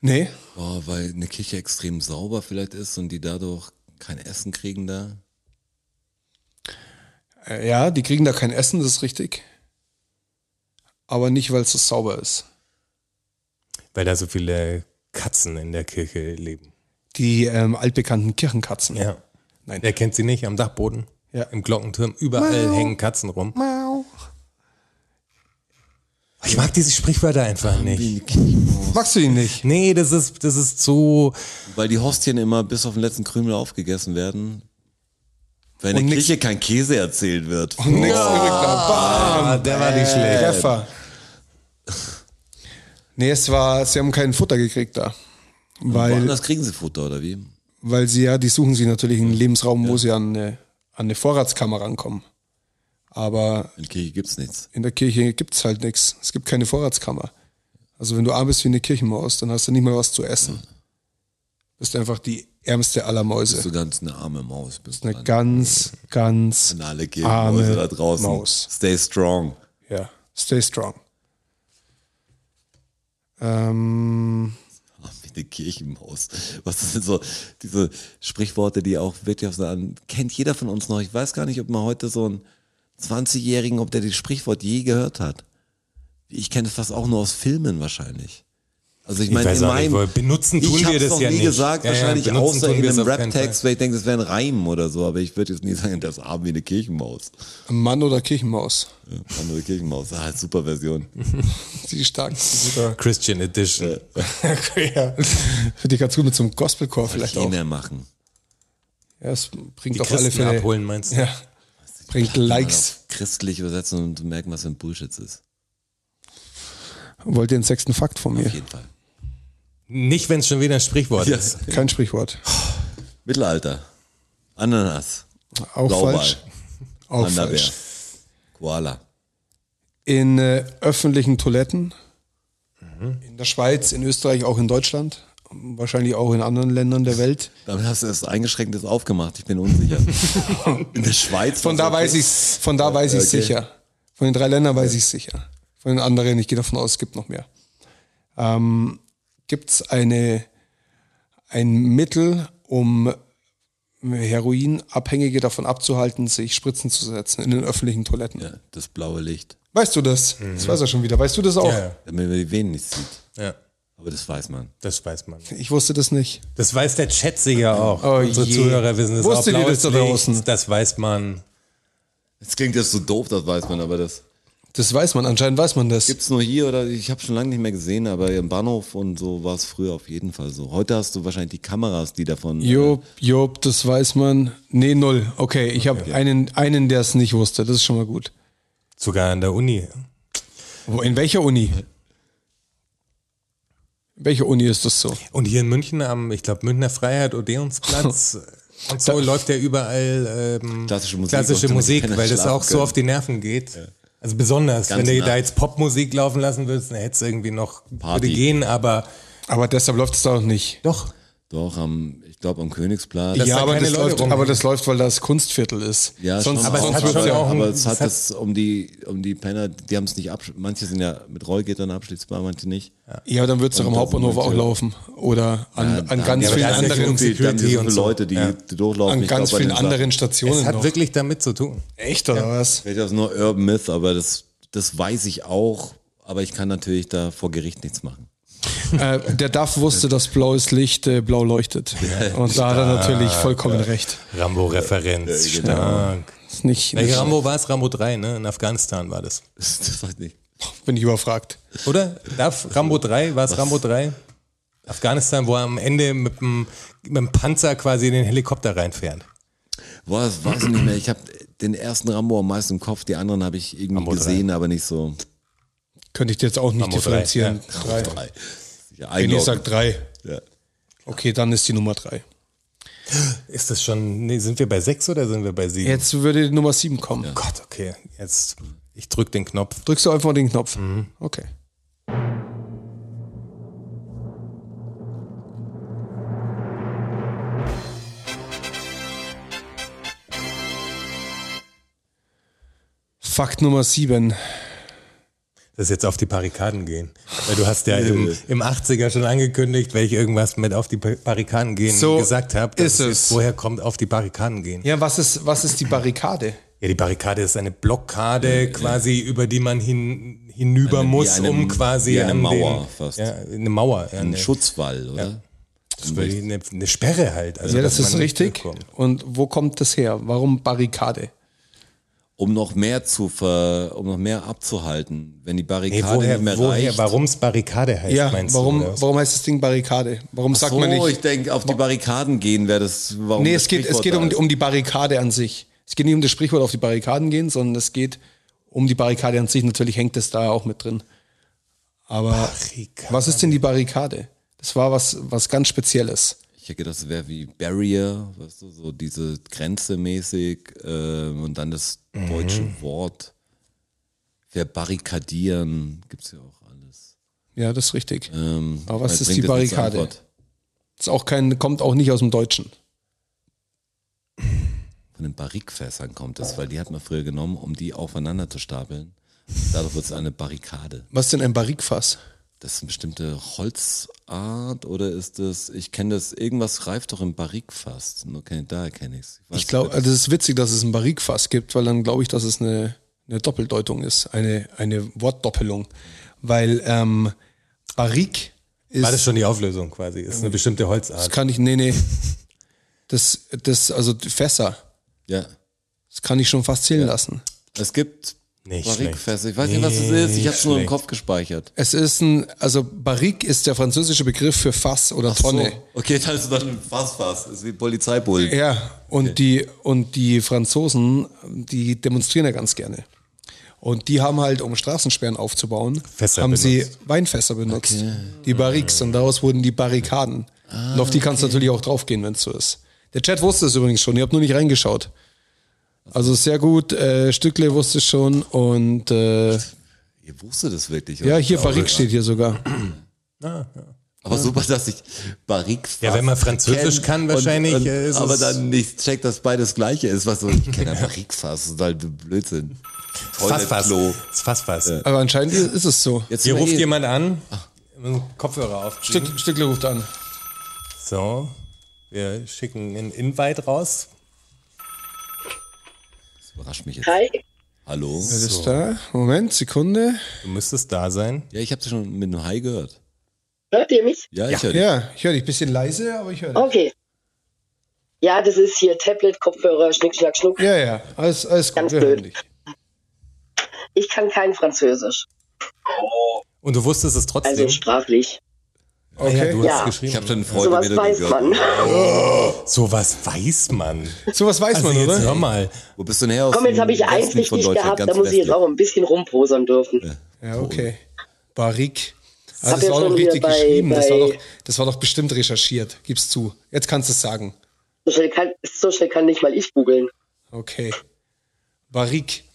Nee,
Oh, weil eine Kirche extrem sauber vielleicht ist und die dadurch kein Essen kriegen da.
Äh, Ja, die kriegen da kein Essen, das ist richtig. Aber nicht, weil es so sauber ist.
Weil da so viele Katzen in der Kirche leben.
Die ähm, altbekannten Kirchenkatzen.
Ja.
Nein.
Wer kennt sie nicht? Am Dachboden?
Ja.
Im Glockenturm. Überall hängen Katzen rum.
Miau.
Ich mag diese Sprichwörter einfach nicht.
Magst du ihn nicht?
Nee, das ist, das ist zu.
Weil die Hostien immer bis auf den letzten Krümel aufgegessen werden. Weil in
Und
der
nix-
Kirche kein Käse erzählt wird.
Nix übrig da. Bam.
Ah, der war nicht schlecht.
Äh, Treffer. Nee, es war, sie haben kein Futter gekriegt da. Weil,
Woanders kriegen sie Futter, oder wie?
weil sie ja, die suchen sich natürlich einen Lebensraum, wo sie an eine, an eine Vorratskammer rankommen. Aber
In der Kirche gibt's nichts.
in der Kirche gibt's halt nichts. Es gibt keine Vorratskammer. Also wenn du arm bist wie eine Kirchenmaus, dann hast du nicht mal was zu essen. Bist einfach die ärmste aller
Bist
Mäuse.
du ganz eine arme Maus. Bist
Eine
du dann.
ganz, ganz,
An alle
arme
Kirchenmäuse da draußen.
Maus.
Stay strong.
ja, stay strong. Ähm,
Ach, wie eine Kirchenmaus. Was das sind so diese Sprichworte, die auch wirklich auf so an, kennt jeder von uns noch. Ich weiß gar nicht, ob man heute so einen 20-Jährigen, ob der das Sprichwort je gehört hat. Ich kenne das fast auch nur aus Filmen wahrscheinlich. Also ich,
Ich
meine,
weiß
in
auch nicht,
meinem,
weil benutzen tun
ich
wir
hab's
das
noch
ja
nie
nicht.
gesagt,
Ja, ja,
wahrscheinlich
benutzen
außer
tun
in
wir es
einem
auf keinen
Rap-Text,
Fall.
weil ich denke, das wäre ein Reim oder so, aber ich würde jetzt nie sagen, das ist arm wie eine Kirchenmaus.
Mann oder Kirchenmaus?
Ja, arm wie eine Kirchenmaus, ah, super Version.
Die starksten Bruder.
Christian Edition.
ja. Finde ich ganz gut mit so einem Gospelchor vielleicht auch.
Kinder machen.
Ja, es bringt
Die
auf alle
Christen
Fälle.
abholen, meinst du?
Ja. Bringt Likes.
Mal auf Christlich übersetzen und merken, was für ein Bullshit es ist.
Wollt ihr den sechsten Fakt von mir?
Auf jeden Fall.
Nicht, wenn es schon wieder ein Sprichwort
Ja.
ist.
Kein Sprichwort.
Mittelalter. Ananas.
Auch
Blauwal.
falsch. Auch
Wanderbär.
falsch.
Koala.
in äh, öffentlichen Toiletten.
Mhm.
In der Schweiz, in Österreich, auch in Deutschland. Wahrscheinlich auch in anderen Ländern der Welt.
Damit hast du das Eingeschränktes aufgemacht, ich bin unsicher. In der Schweiz.
Von da weiß
war's okay.
ich von da weiß ich
Okay.
sicher. Von den drei Ländern weiß ich sicher. Von den anderen, ich gehe davon aus, es gibt noch mehr. Ähm, gibt es eine, ein Mittel, um Heroinabhängige davon abzuhalten, sich Spritzen zu setzen in den öffentlichen Toiletten?
Ja, Mhm. das blaue Licht.
Weißt du das? Das weiß er schon wieder. Weißt du das auch?
Ja,
Damit man die Venen nicht sieht.
ja,
Aber das weiß man.
das weiß man.
Ich wusste das nicht.
Das weiß der Chat sicher auch.
Oh
Unsere
je.
Zuhörer wissen das
Wusstet
auch.
ihr
Blaues
das da
Licht,
draußen?
Das weiß man.
Jetzt klingt das so doof, das weiß man, aber das.
Das weiß man, anscheinend weiß man das.
Gibt's nur hier oder ich habe schon lange nicht mehr gesehen, aber im Bahnhof und so war es früher auf jeden Fall so. Heute hast du wahrscheinlich die Kameras, die davon.
Job, Job, das weiß man. Nee, null. Okay, ich habe einen, einen, der es nicht wusste. Das ist schon mal gut.
Sogar an der Uni.
Wo, in welcher Uni? In welcher Uni ist das so?
Und hier in München am, ich glaube, Münchner Freiheit, Odeonsplatz. Und so läuft ja überall ähm,
Klassische Musik
klassische
und so,
Musik,
man kann
weil
nicht
das auch
schlafen
so
können.
auf die Nerven geht. Also besonders,
Ganz
wenn du
nah.
da jetzt Popmusik laufen lassen würdest, dann hätte es irgendwie noch
Party.
würde gehen, aber
Aber deshalb läuft es da auch nicht.
doch.
Doch, am, ich glaube am Königsplatz.
Das- da
ja, aber
keine
das,
Leute
läuft,
rumhängen.
aber das läuft, weil das Kunstviertel ist.
Ja,
sonst,
schon
aber es
auch,
sonst
hat
wird's
schon
ja
auch einen-
aber es
es
hat
hat-
das um die, um die Penner, die haben es nicht ab, manche sind ja mit Rollgittern abschließbar, manche nicht.
Ja, aber dann wird es doch am
Und das
Hauptbahnhof
Moment,
auch
ja.
laufen. Oder an,
Da-
an ganz
ja,
vielen
aber da ist ja
anderen,
genug viel- da haben
Security
so
und
viele
so.
Leute, die,
Ja.
die durchlaufen.
an
Ich glaub,
ganz
bei
vielen
den Sachen-
anderen
Es
Stationen
hat
noch.
wirklich damit zu tun.
Echt, oder was?
Vielleicht ist das nur Urban Myth, aber das, das weiß ich auch, aber ich kann natürlich da vor Gericht nichts machen.
Äh, der Duff wusste, dass blaues Licht äh, blau leuchtet. Und da hat er natürlich vollkommen recht.
Rambo-Referenz.
genau.
Stark.
Ist nicht,
Welcher
nicht
Rambo war es? Rambo 3, ne? In Afghanistan war das.
Das weiß ich nicht.
bin ich überfragt.
Oder? Darf Rambo 3? War es Rambo 3? Afghanistan, wo er am Ende mit dem, mit dem Panzer quasi in den Helikopter reinfährt.
Boah, das weiß ich nicht mehr. Ich habe den ersten Rambo am meisten im Kopf, die anderen habe ich irgendwie
Rambo drei.
gesehen, aber nicht so.
Könnte ich dir jetzt auch nicht
Rambo drei,
differenzieren. Drei.
Drei. Ja,
Wenn ich
einloggen.
sage drei.
Ja.
Okay, dann ist die Nummer drei.
Ist das schon, nee, sind wir bei 6 oder sind wir bei 7?
Mhm. Jetzt würde die Nummer sieben kommen.
Gott, okay. Jetzt, ich drück den Knopf.
Drückst du einfach mal den Knopf. Okay. Fakt Nummer sieben.
Das ist jetzt auf die Barrikaden gehen. Weil du hast ja im, im 80er schon angekündigt, weil ich irgendwas mit auf die Bar- Barrikaden gehen
So
gesagt habe.
ist es.
Woher kommt auf die Barrikaden gehen?
Ja, was ist, was ist die Barrikade?
Ja, die Barrikade ist eine Blockade quasi, über die man hin, hinüber
Eine- wie
muss,
eine-
um quasi
wie eine
an
Mauer
den,
fast.
Ja, eine Mauer. Ja,
Ein
eine,
Schutzwall, oder?
das würde ich- eine, eine Sperre halt. Also,
Ja, das
dass
ist
man nicht
richtig.
durchkommt.
Und wo kommt das her? Warum Barrikade?
Um noch mehr zu ver, um noch mehr abzuhalten, wenn die
Nee,
Barrikade
woher,
nicht mehr
woher
reicht.
warum es Barrikade heißt,
Ja,
meinst
warum,
du? oder was?
warum heißt das Ding Barrikade? Warum sagt
so,
man nicht?
ich denke, auf die Barrikaden gehen wäre das, warum
nee,
das
es geht, es
Sprichwort
geht
da
um,
ist.
um die Barrikade an sich. Es geht nicht um das Sprichwort auf die Barrikaden gehen, sondern es geht um die Barrikade an sich. Natürlich hängt das da auch mit drin. Aber
Barrikade.
was ist denn die Barrikade? Das war was, was ganz Spezielles.
Ich hätte gedacht, das wäre wie Barrier, weißt du, so diese Grenze mäßig ähm, und dann das deutsche
Mhm.
Wort verbarrikadieren, gibt's ja auch alles.
Ja, das ist richtig.
Ähm,
Aber was
weil
ist
bringt
die
jetzt nichts
Barrikade?
Antwort.
Ist auch kein, kommt auch nicht aus dem Deutschen.
Von den Barrikfässern kommt das, weil die hat man früher genommen, um die aufeinander zu stapeln. Dadurch wird's eine Barrikade.
Was ist denn ein Barrikfass?
Das ist eine bestimmte Holzart oder ist das, ich kenne das, irgendwas reift doch im Barrikfass. Nur kenn, da kenne ich's. weiß
Ich glaube,
nicht.
also es ist witzig, dass es ein Barrikfass gibt, weil dann glaube ich, dass es eine, eine Doppeldeutung ist, eine, eine Wortdoppelung. Weil ähm, Barrik ist.
War das schon die Auflösung quasi? Ist eine bestimmte
Das
Holzart.
kann ich, nee, nee. Das, das, also die Fässer,
also-
Ja.
das kann ich schon fast zählen lassen.
Es gibt
Nicht
Barrikfässer.
schlecht.
Ich weiß nicht, was es ist. Ich habe es nur im
schlecht.
Kopf gespeichert.
Es ist ein, also Barrique ist der französische Begriff für Fass oder
Oh,
Tonne.
So. Okay, dann ist es dann fast fast. Ist wie Polizeibullen.
Ja, und die, und die Franzosen, die demonstrieren ja ganz gerne. Und die haben halt, um Straßensperren aufzubauen,
Fässer
haben sie
benutzt.
Weinfässer benutzt. Die Barriques. Und daraus wurden die Barrikaden. und auf die kannst du natürlich auch draufgehen, wenn es so ist. Der Chat wusste es übrigens schon, ihr habt nur nicht reingeschaut. Also sehr gut, äh, Stückle wusste es schon und äh,
Ihr wusstet das wirklich.
ja,
oder?
hier
Glaube,
Barrique steht hier sogar.
Aber super, dass ich Barrique.
Ja, wenn man Französisch kann, wahrscheinlich,
Und, und,
äh, ist
aber
es-
dann nicht checkt, dass beides gleiche ist. Was so, ich kenne ja Barrique fast. Das ist halt Blödsinn.
Fass, fass.
Toilettklo.
Ist Fass, fass.
Aber anscheinend ist es so.
Jetzt
Hier
sind wir
ruft
eh-
jemand an. Kopfhörer auf.
Stück, Stückle ruft an.
So, wir schicken einen Invite raus.
Das überrascht mich jetzt.
Hi.
Hallo?
Er ist da. Moment, Sekunde.
Du müsstest da sein.
Ja, ich habe schon mit einem Hi gehört.
Hört ihr mich?
Ja, ich höre dich.
Ja, ich höre dich. Bisschen leise, aber ich höre dich.
Okay. Ja, das ist hier Tablet, Kopfhörer, Schnick, Schnack, Schnuck.
Ja, ja, alles, alles gut.
Ganz
wir
blöd.
hören dich.
ich kann kein Französisch.
Und du wusstest es trotzdem.
Also sprachlich.
okay. ja, du hast
Ja.
geschrieben.
Ich habe schon einen Freund,
Sowas
der mir
weiß
gesagt
man.
Sowas weiß man.
Sowas weiß
Also
man,
jetzt
oder?
hör mal.
Wo bist du denn her? Aus
Komm, jetzt
dem
habe ich
Westen
eins
von
richtig
Deutschland,
gehabt, da
ganz
muss ich jetzt
westlich.
auch ein bisschen rumposern dürfen.
Ja, okay. Barik.
Hab
Also das
ja
war
schon
doch
hier
richtig
bei-
geschrieben. Das war,
bei-
doch, das war doch bestimmt recherchiert. Gib's zu. Jetzt kannst du es sagen.
So, schnell kann, so schnell kann nicht mal ich googeln.
Okay. Barik.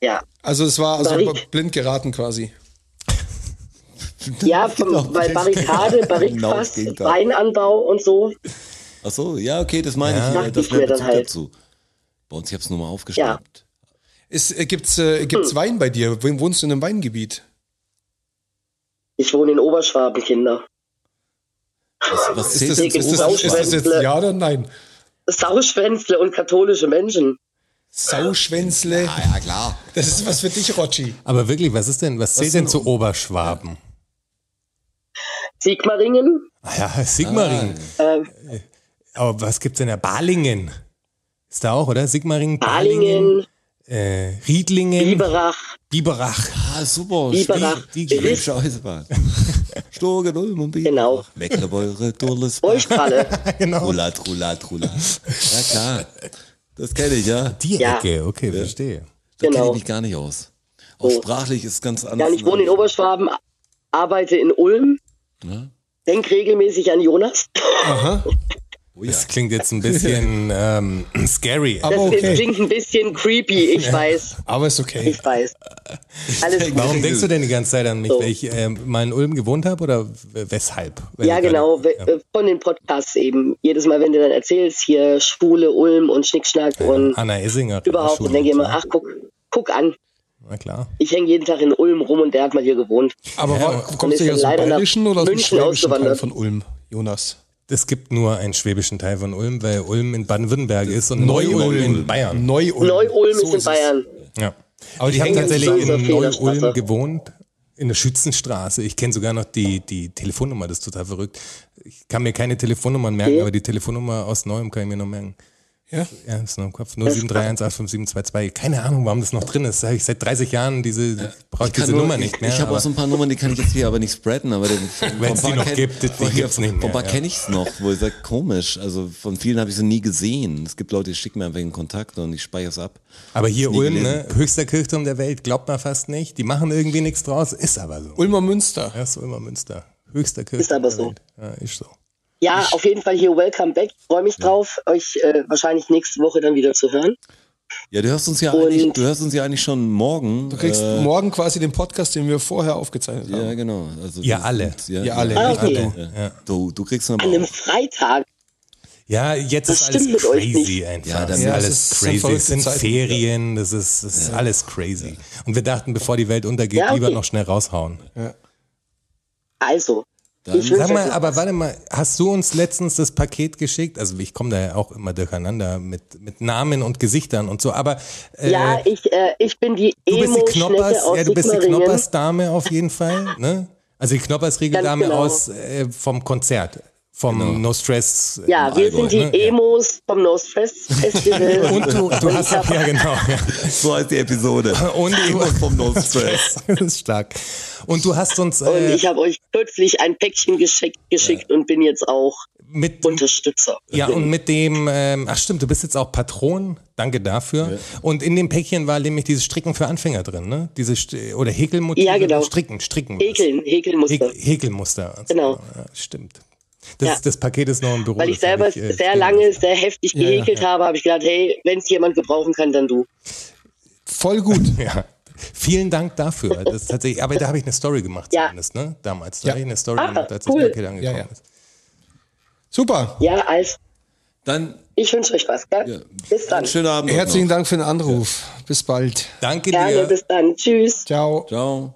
Ja.
Also es war also
Barik.
blind geraten quasi.
Ja, vom, weil Barrikade,
Genau das
Barrikfass,
Gegenteil.
Weinanbau und so.
Ach so, ja, okay, das meine
Ja.
ich. äh,
Dachte
Das
ich
wäre
mir dann
Bezug
halt.
dazu. Bei uns, ich habe es nur mal aufgeschnappt.
Ist, äh, gibt's äh,
Hm.
gibt's Wein bei dir? Wo- Wohnst du in einem Weingebiet?
Ich wohne in Oberschwaben, Kinder.
Was, was
Ist das,
zählt denn
ist
zu
das, ist das,
Oberschwaben?
jetzt ja oder nein?
Sauschwänzle und katholische Menschen.
Sauschwänzle.
Ah, ja, klar.
Das ist was für dich, Rotschi.
Aber wirklich, was ist denn, was zählt denn zu Oberschwaben?
Sigmaringen.
Ah ja, Sigmaringen.
Äh,
Aber was gibt's denn da? Balingen. Ist da auch, oder? Sigmaringen, Balingen,
Balingen,
äh, Riedlingen,
Biberach,
Biberach.
Ah, super.
Biberach,
die- die-
Riss,
Scheißebahn. Sturgen, Ulm und Bier.
Genau.
Mecklenburger, Durles,
Beustralle.
genau.
Rulat, Rulat, Rulat. Ja, klar. Das kenne ich, ja.
Die
Ja.
Ecke, okay, verstehe.
Da kenne
Genau.
ich mich gar nicht aus. Auch
So.
sprachlich ist ganz anders.
Dann ich wohne in Oberschwaben, arbeite in Ulm.
Ja.
Denk regelmäßig an Jonas.
Das klingt jetzt ein bisschen ähm, scary.
Aber
Das
okay.
klingt ein bisschen creepy, ich weiß,
Aber ist okay.
ich weiß. Alles gut.
Warum denkst du denn die ganze Zeit an mich,
So.
weil ich ähm, mal in Ulm gewohnt habe oder w- weshalb? Wenn
Ja,
du
genau,
gerade-
we- äh, von den Podcasts eben. Jedes Mal, wenn du dann erzählst, hier Schwule, Ulm und Schnickschnack und
Anna Essinger.
überhaupt,
Schule
dann denke ich
und
immer,
so.
ach, guck, guck an.
Na klar.
Ich hänge jeden Tag in Ulm rum und der hat mal hier gewohnt.
Aber war, kommst
ist
du ja aus dem
leider nach
bayerischen oder aus dem
München
schwäbischen Teil
ausgewandert.
von Ulm, Jonas?
Es gibt nur einen schwäbischen Teil von Ulm, weil Ulm in Baden-Württemberg ist und Neu-Ulm in Bayern.
Neu-Ulm.
Neu-Ulm
So
ist in
es.
Bayern.
Ja. Aber ich
Die
habe
hängen
tatsächlich
in
in
dieser
Neu-Ulm
Fehlerstraße.
gewohnt, in der Schützenstraße. Ich kenne sogar noch die, die Telefonnummer, das ist total verrückt. Ich kann mir keine Telefonnummern merken,
Okay.
aber die Telefonnummer aus Neuem kann ich mir noch merken.
Ja?
Ja, ist noch im Kopf. 073185722. Keine Ahnung, warum das noch drin ist. Da hab ich seit 30 Jahren diese, brauche ich diese Nummer nicht mehr.
Ich habe
aber-
auch so ein paar Nummern, die kann ich jetzt hier aber nicht spreaden, aber den, vom
Wenn's die
Bar
noch
kenn-
gibt, die
von-
gibt's nicht mehr,
Vom Bar
ja.
kenne ich es noch, wo ich sage, komisch. Also von vielen habe ich sie nie gesehen. Es gibt Leute, die schicken mir einfach den Kontakt und ich speichere es ab.
aber hier
nie
Ulm, ne?
gelesen.
höchster Kirchturm der Welt, glaubt man fast nicht. Die machen irgendwie nichts draus, ist aber so.
Ulmer Münster.
Ja, ist Ulmer Münster. Höchster Kirchturm
aber
der
so.
Welt. Ja, ist so.
Ja, auf jeden Fall hier welcome back. Freue mich drauf, euch äh, wahrscheinlich nächste Woche dann wieder zu hören.
Ja, du hörst uns ja
Und-
eigentlich, du hörst uns ja eigentlich schon morgen. äh,
Du kriegst
äh,
morgen quasi den Podcast, den wir vorher aufgezeichnet haben.
ja, genau. Also
Ihr
wir
alle.
sind-
Ihr alle.
Ah,
nicht nur
okay.
du.
Du, du kriegst dann
An
aber
einem
auch,
Freitag.
Ja, jetzt
Das
ist alles
stimmt mit euch
crazy
nicht.
einfach.
Ja, dann-
das ist
Ja,
es
alles
ist- sind
crazy.
verrückte
Es sind
Zeiten.
Ferien, das ist, das ist alles crazy. Und wir dachten, bevor die Welt untergeht,
Ja, okay.
lieber noch schnell raushauen.
Also,
Dann-
ich wünsche
Sag
euch
mal, aber warte mal, hast du uns letztens das Paket geschickt? Also ich komme da ja auch immer durcheinander mit, mit Namen und Gesichtern und so, aber äh,
Ja, ich, äh, ich bin die
du bist die Knoppers,
Emo-Schnecke aus
ja, du bist die
Sigmaringen.
Knoppers-Dame auf jeden Fall, ne? Also die Knoppers-Regeldame
Ganz genau.
aus äh, vom Konzert, vom No Stress. äh,
Ja, wir
Allgäu,
sind die
ne? Ja.
Emos vom Nose Fest Festival.
Und du, du hast auch, ja genau, ja.
so heißt die Episode.
Und du,
vom Nord Stress.
das ist stark. Und du hast uns
Und
äh,
ich habe euch kürzlich ein Päckchen geschickt, geschickt und bin jetzt auch
mit
Unterstützer.
ja und mit dem ähm, ach stimmt, du bist jetzt auch Patron, danke dafür. Und in dem Päckchen war nämlich dieses Stricken für Anfänger drin, ne? Diese St- oder Häkelmotive,
Ja, genau.
Stricken, Stricken.
Häkeln, Häkelmuster.
Häk Häkelmuster.
Genau.
Ja, stimmt. Das,
Ja.
das Paket ist noch im Büro.
Weil ich
das hab
selber
äh,
sehr
stehen
lange,
lassen.
sehr heftig
ja,
gehäkelt habe, habe ich gedacht, hey, wenn es jemand gebrauchen kann, dann du.
Voll gut.
Ja. Vielen Dank dafür. Das ist tatsächlich, aber da habe ich eine Story gemacht
Ja.
zumindest, ne? Damals. Da
Ja.
habe ich eine Story
Ah,
gemacht, als
cool.
das Paket angekommen
Ja, ja.
ist.
Super.
Ja, also,
Dann
ich wünsche euch was. Gell? Bis dann.
einen schönen Abend.
Herzlichen Dank für den Anruf. Bis bald.
Danke
Gerne,
dir.
bis dann. Tschüss.
Ciao.
Ciao.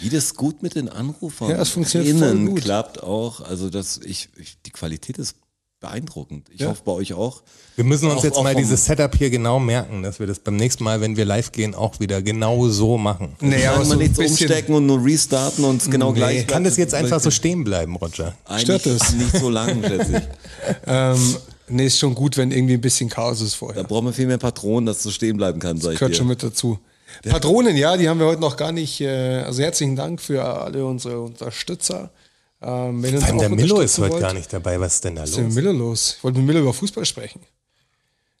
Wie das gut mit den Anrufern
Ja, es funktioniert
innen
voll gut.
klappt auch. Also das, ich, ich, die Qualität ist beeindruckend. Ich hoffe bei euch auch.
Wir müssen uns
Auch-
jetzt
auch
mal
vom-
dieses Setup hier genau merken, dass wir das beim nächsten Mal, wenn wir live gehen, auch wieder genau so machen.
Naja,
Kann man nichts umstecken und nur restarten und es genau gleich.
Kann das
bleibt.
jetzt einfach so stehen bleiben, Roger?
Eigentlich
Stört das?
Nicht so lang, schätze ich.
Ähm, nee, ist schon gut, wenn irgendwie ein bisschen Chaos ist
Da
vorher.
brauchen wir viel mehr Patronen, dass es so stehen bleiben kann, sag ich
Gehört schon
dir.
mit dazu. Patronen, ja, die haben wir heute noch gar nicht. äh, Also herzlichen Dank für alle unsere Unterstützer. Ähm, wenn ihr uns
Vor allem
auch
der Milo ist
unterstützen
heute
wollt-
gar nicht dabei. Was ist denn da
Was ist denn
los?
mit Miller los? Ich wollte mit Miller über Fußball sprechen.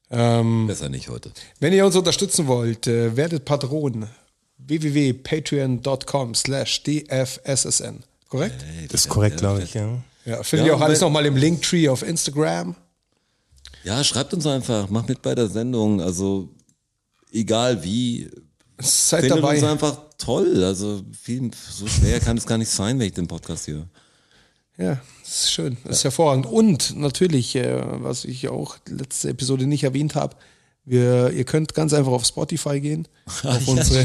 Besser nicht heute.
Wenn ihr uns unterstützen wollt, äh, werdet Patron www.patreon.com slash dfssn. Korrekt?
Äh,
Das ist korrekt, glaube ich. Ja.
Ja, findet ihr auch alles nochmal im Linktree auf Instagram.
Ja, schreibt uns einfach, macht mit bei der Sendung. Also egal wie,
Seid
findet uns
dabei.
einfach toll. Also viel, so schwer kann es gar nicht sein, wenn ich den Podcast hier.
Ja, das ist schön. Das ist hervorragend. Und natürlich, äh, was ich auch letzte Episode nicht erwähnt habe, wir, ihr könnt ganz einfach auf Spotify gehen, auf unsere,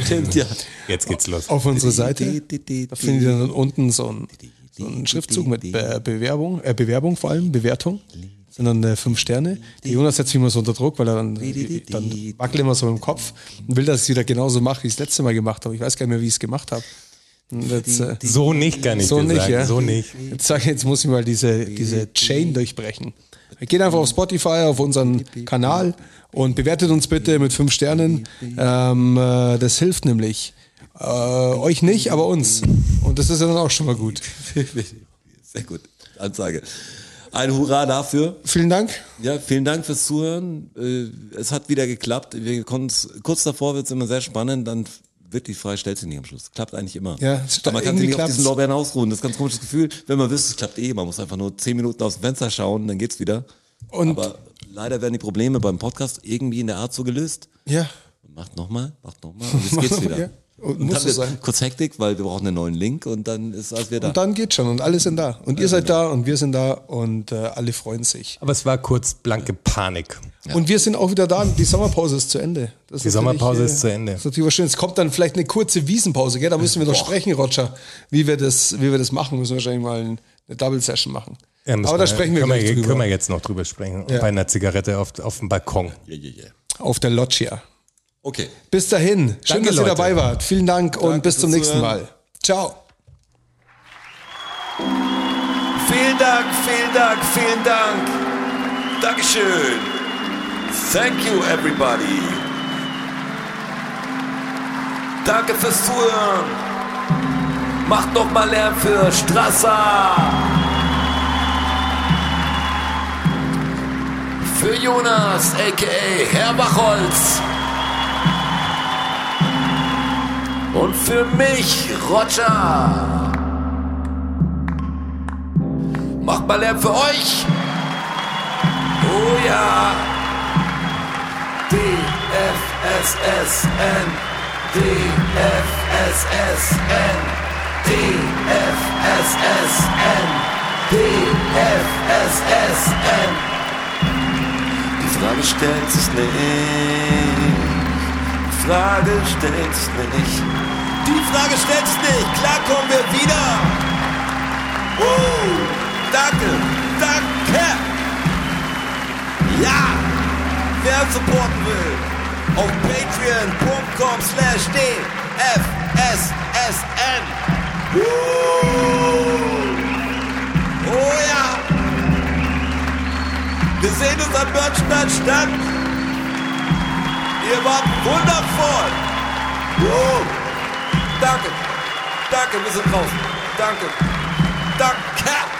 Jetzt geht's los.
auf unsere Seite. Da findet ihr dann unten so einen, so einen Schriftzug mit Be Bewerbung, äh, Bewerbung vor allem, Bewertung. Sind dann äh, fünf Sterne. Der Jonas setzt mich immer so unter Druck, weil er dann, äh, dann wackelt immer so im Kopf und will, dass ich es wieder genauso mache, wie ich es letzte Mal gemacht habe. Ich weiß gar nicht mehr, wie ich es gemacht habe. Und Jetzt, äh,
So nicht, gar nicht.
so
gesagt.
nicht, ja.
So nicht.
Jetzt, sag, ich, jetzt muss ich mal diese, diese Chain durchbrechen. Geht einfach auf Spotify, auf unseren Kanal und bewertet uns bitte mit fünf Sternen. Ähm, äh, das hilft nämlich. Äh, euch nicht, aber uns. Und das ist ja dann auch schon mal gut.
Sehr gut. Ansage. Ein Hurra dafür.
Vielen Dank.
Ja, vielen Dank fürs Zuhören. Äh, Es hat wieder geklappt. Wir konnen's, kurz davor wird's immer sehr spannend, dann wirklich frei stellt sich nicht am Schluss. Klappt eigentlich immer.
Ja, es sta-
Aber man kann
irgendwie
sich nicht auf
klappt's.
diesen Lorbeeren ausruhen. Das ist ein ganz komisches Gefühl. Wenn man wüsste, es klappt eh, man muss einfach nur zehn Minuten aus dem Fenster schauen, dann geht's wieder.
Und-
Aber leider werden die Probleme beim Podcast irgendwie in der Art so gelöst.
Ja.
Macht nochmal, macht nochmal und jetzt geht's wieder.
Ja. Und
dann
muss so
wird
sein.
kurz Hektik, weil wir brauchen einen neuen Link und dann ist alles wieder da.
Und dann geht's schon und alle sind da. Und ihr seid
genau.
da und wir sind da und äh, alle freuen sich.
Aber es war kurz blanke Panik.
Und wir sind auch wieder da. Die Sommerpause ist zu Ende. Das
Die
natürlich,
Sommerpause
äh,
ist zu Ende.
Das ist natürlich was Schönes. Es kommt dann vielleicht eine kurze Wiesenpause, gell? Da müssen wir doch sprechen, Roger, wie wir das, wie wir das machen. Müssen wir wahrscheinlich mal ein- eine Double Session machen.
Ja, müssen
Aber da sprechen wir
Ähm, können
gleich drüber.
Können wir jetzt noch drüber sprechen.
Ja.
Bei einer Zigarette auf, auf dem Balkon.
Ja, ja, ja.
Auf der Loggia.
Okay.
Bis dahin. Schön,
Danke,
dass ihr
Leute.
dabei wart. Vielen Dank und bis
fürs
zum nächsten
Zuhören.
Mal. Ciao.
Vielen Dank, vielen Dank, vielen Dank. Dankeschön. Thank you, everybody. Danke fürs Zuhören. Macht noch mal Lärm für Strasser. Für Jonas, a.k.a. Herr Bachholz. Und für mich, Roger. Macht mal Lärm für euch. Oh ja. DFSSN. DFSSN. DFSSN. DFSSN. Die Frage stellt sich nicht. Die Frage stellt sich nicht. Die Frage stellt sich nicht. Klar kommen wir wieder. Uh, danke, danke. Ja, wer uns supporten will, auf patreon.com slash dfssn. Uh, oh ja. Wir sehen uns am Börnstein statt. Ihr wart wundervoll. Uh, danke, danke, wir sind draußen. Danke. Danke.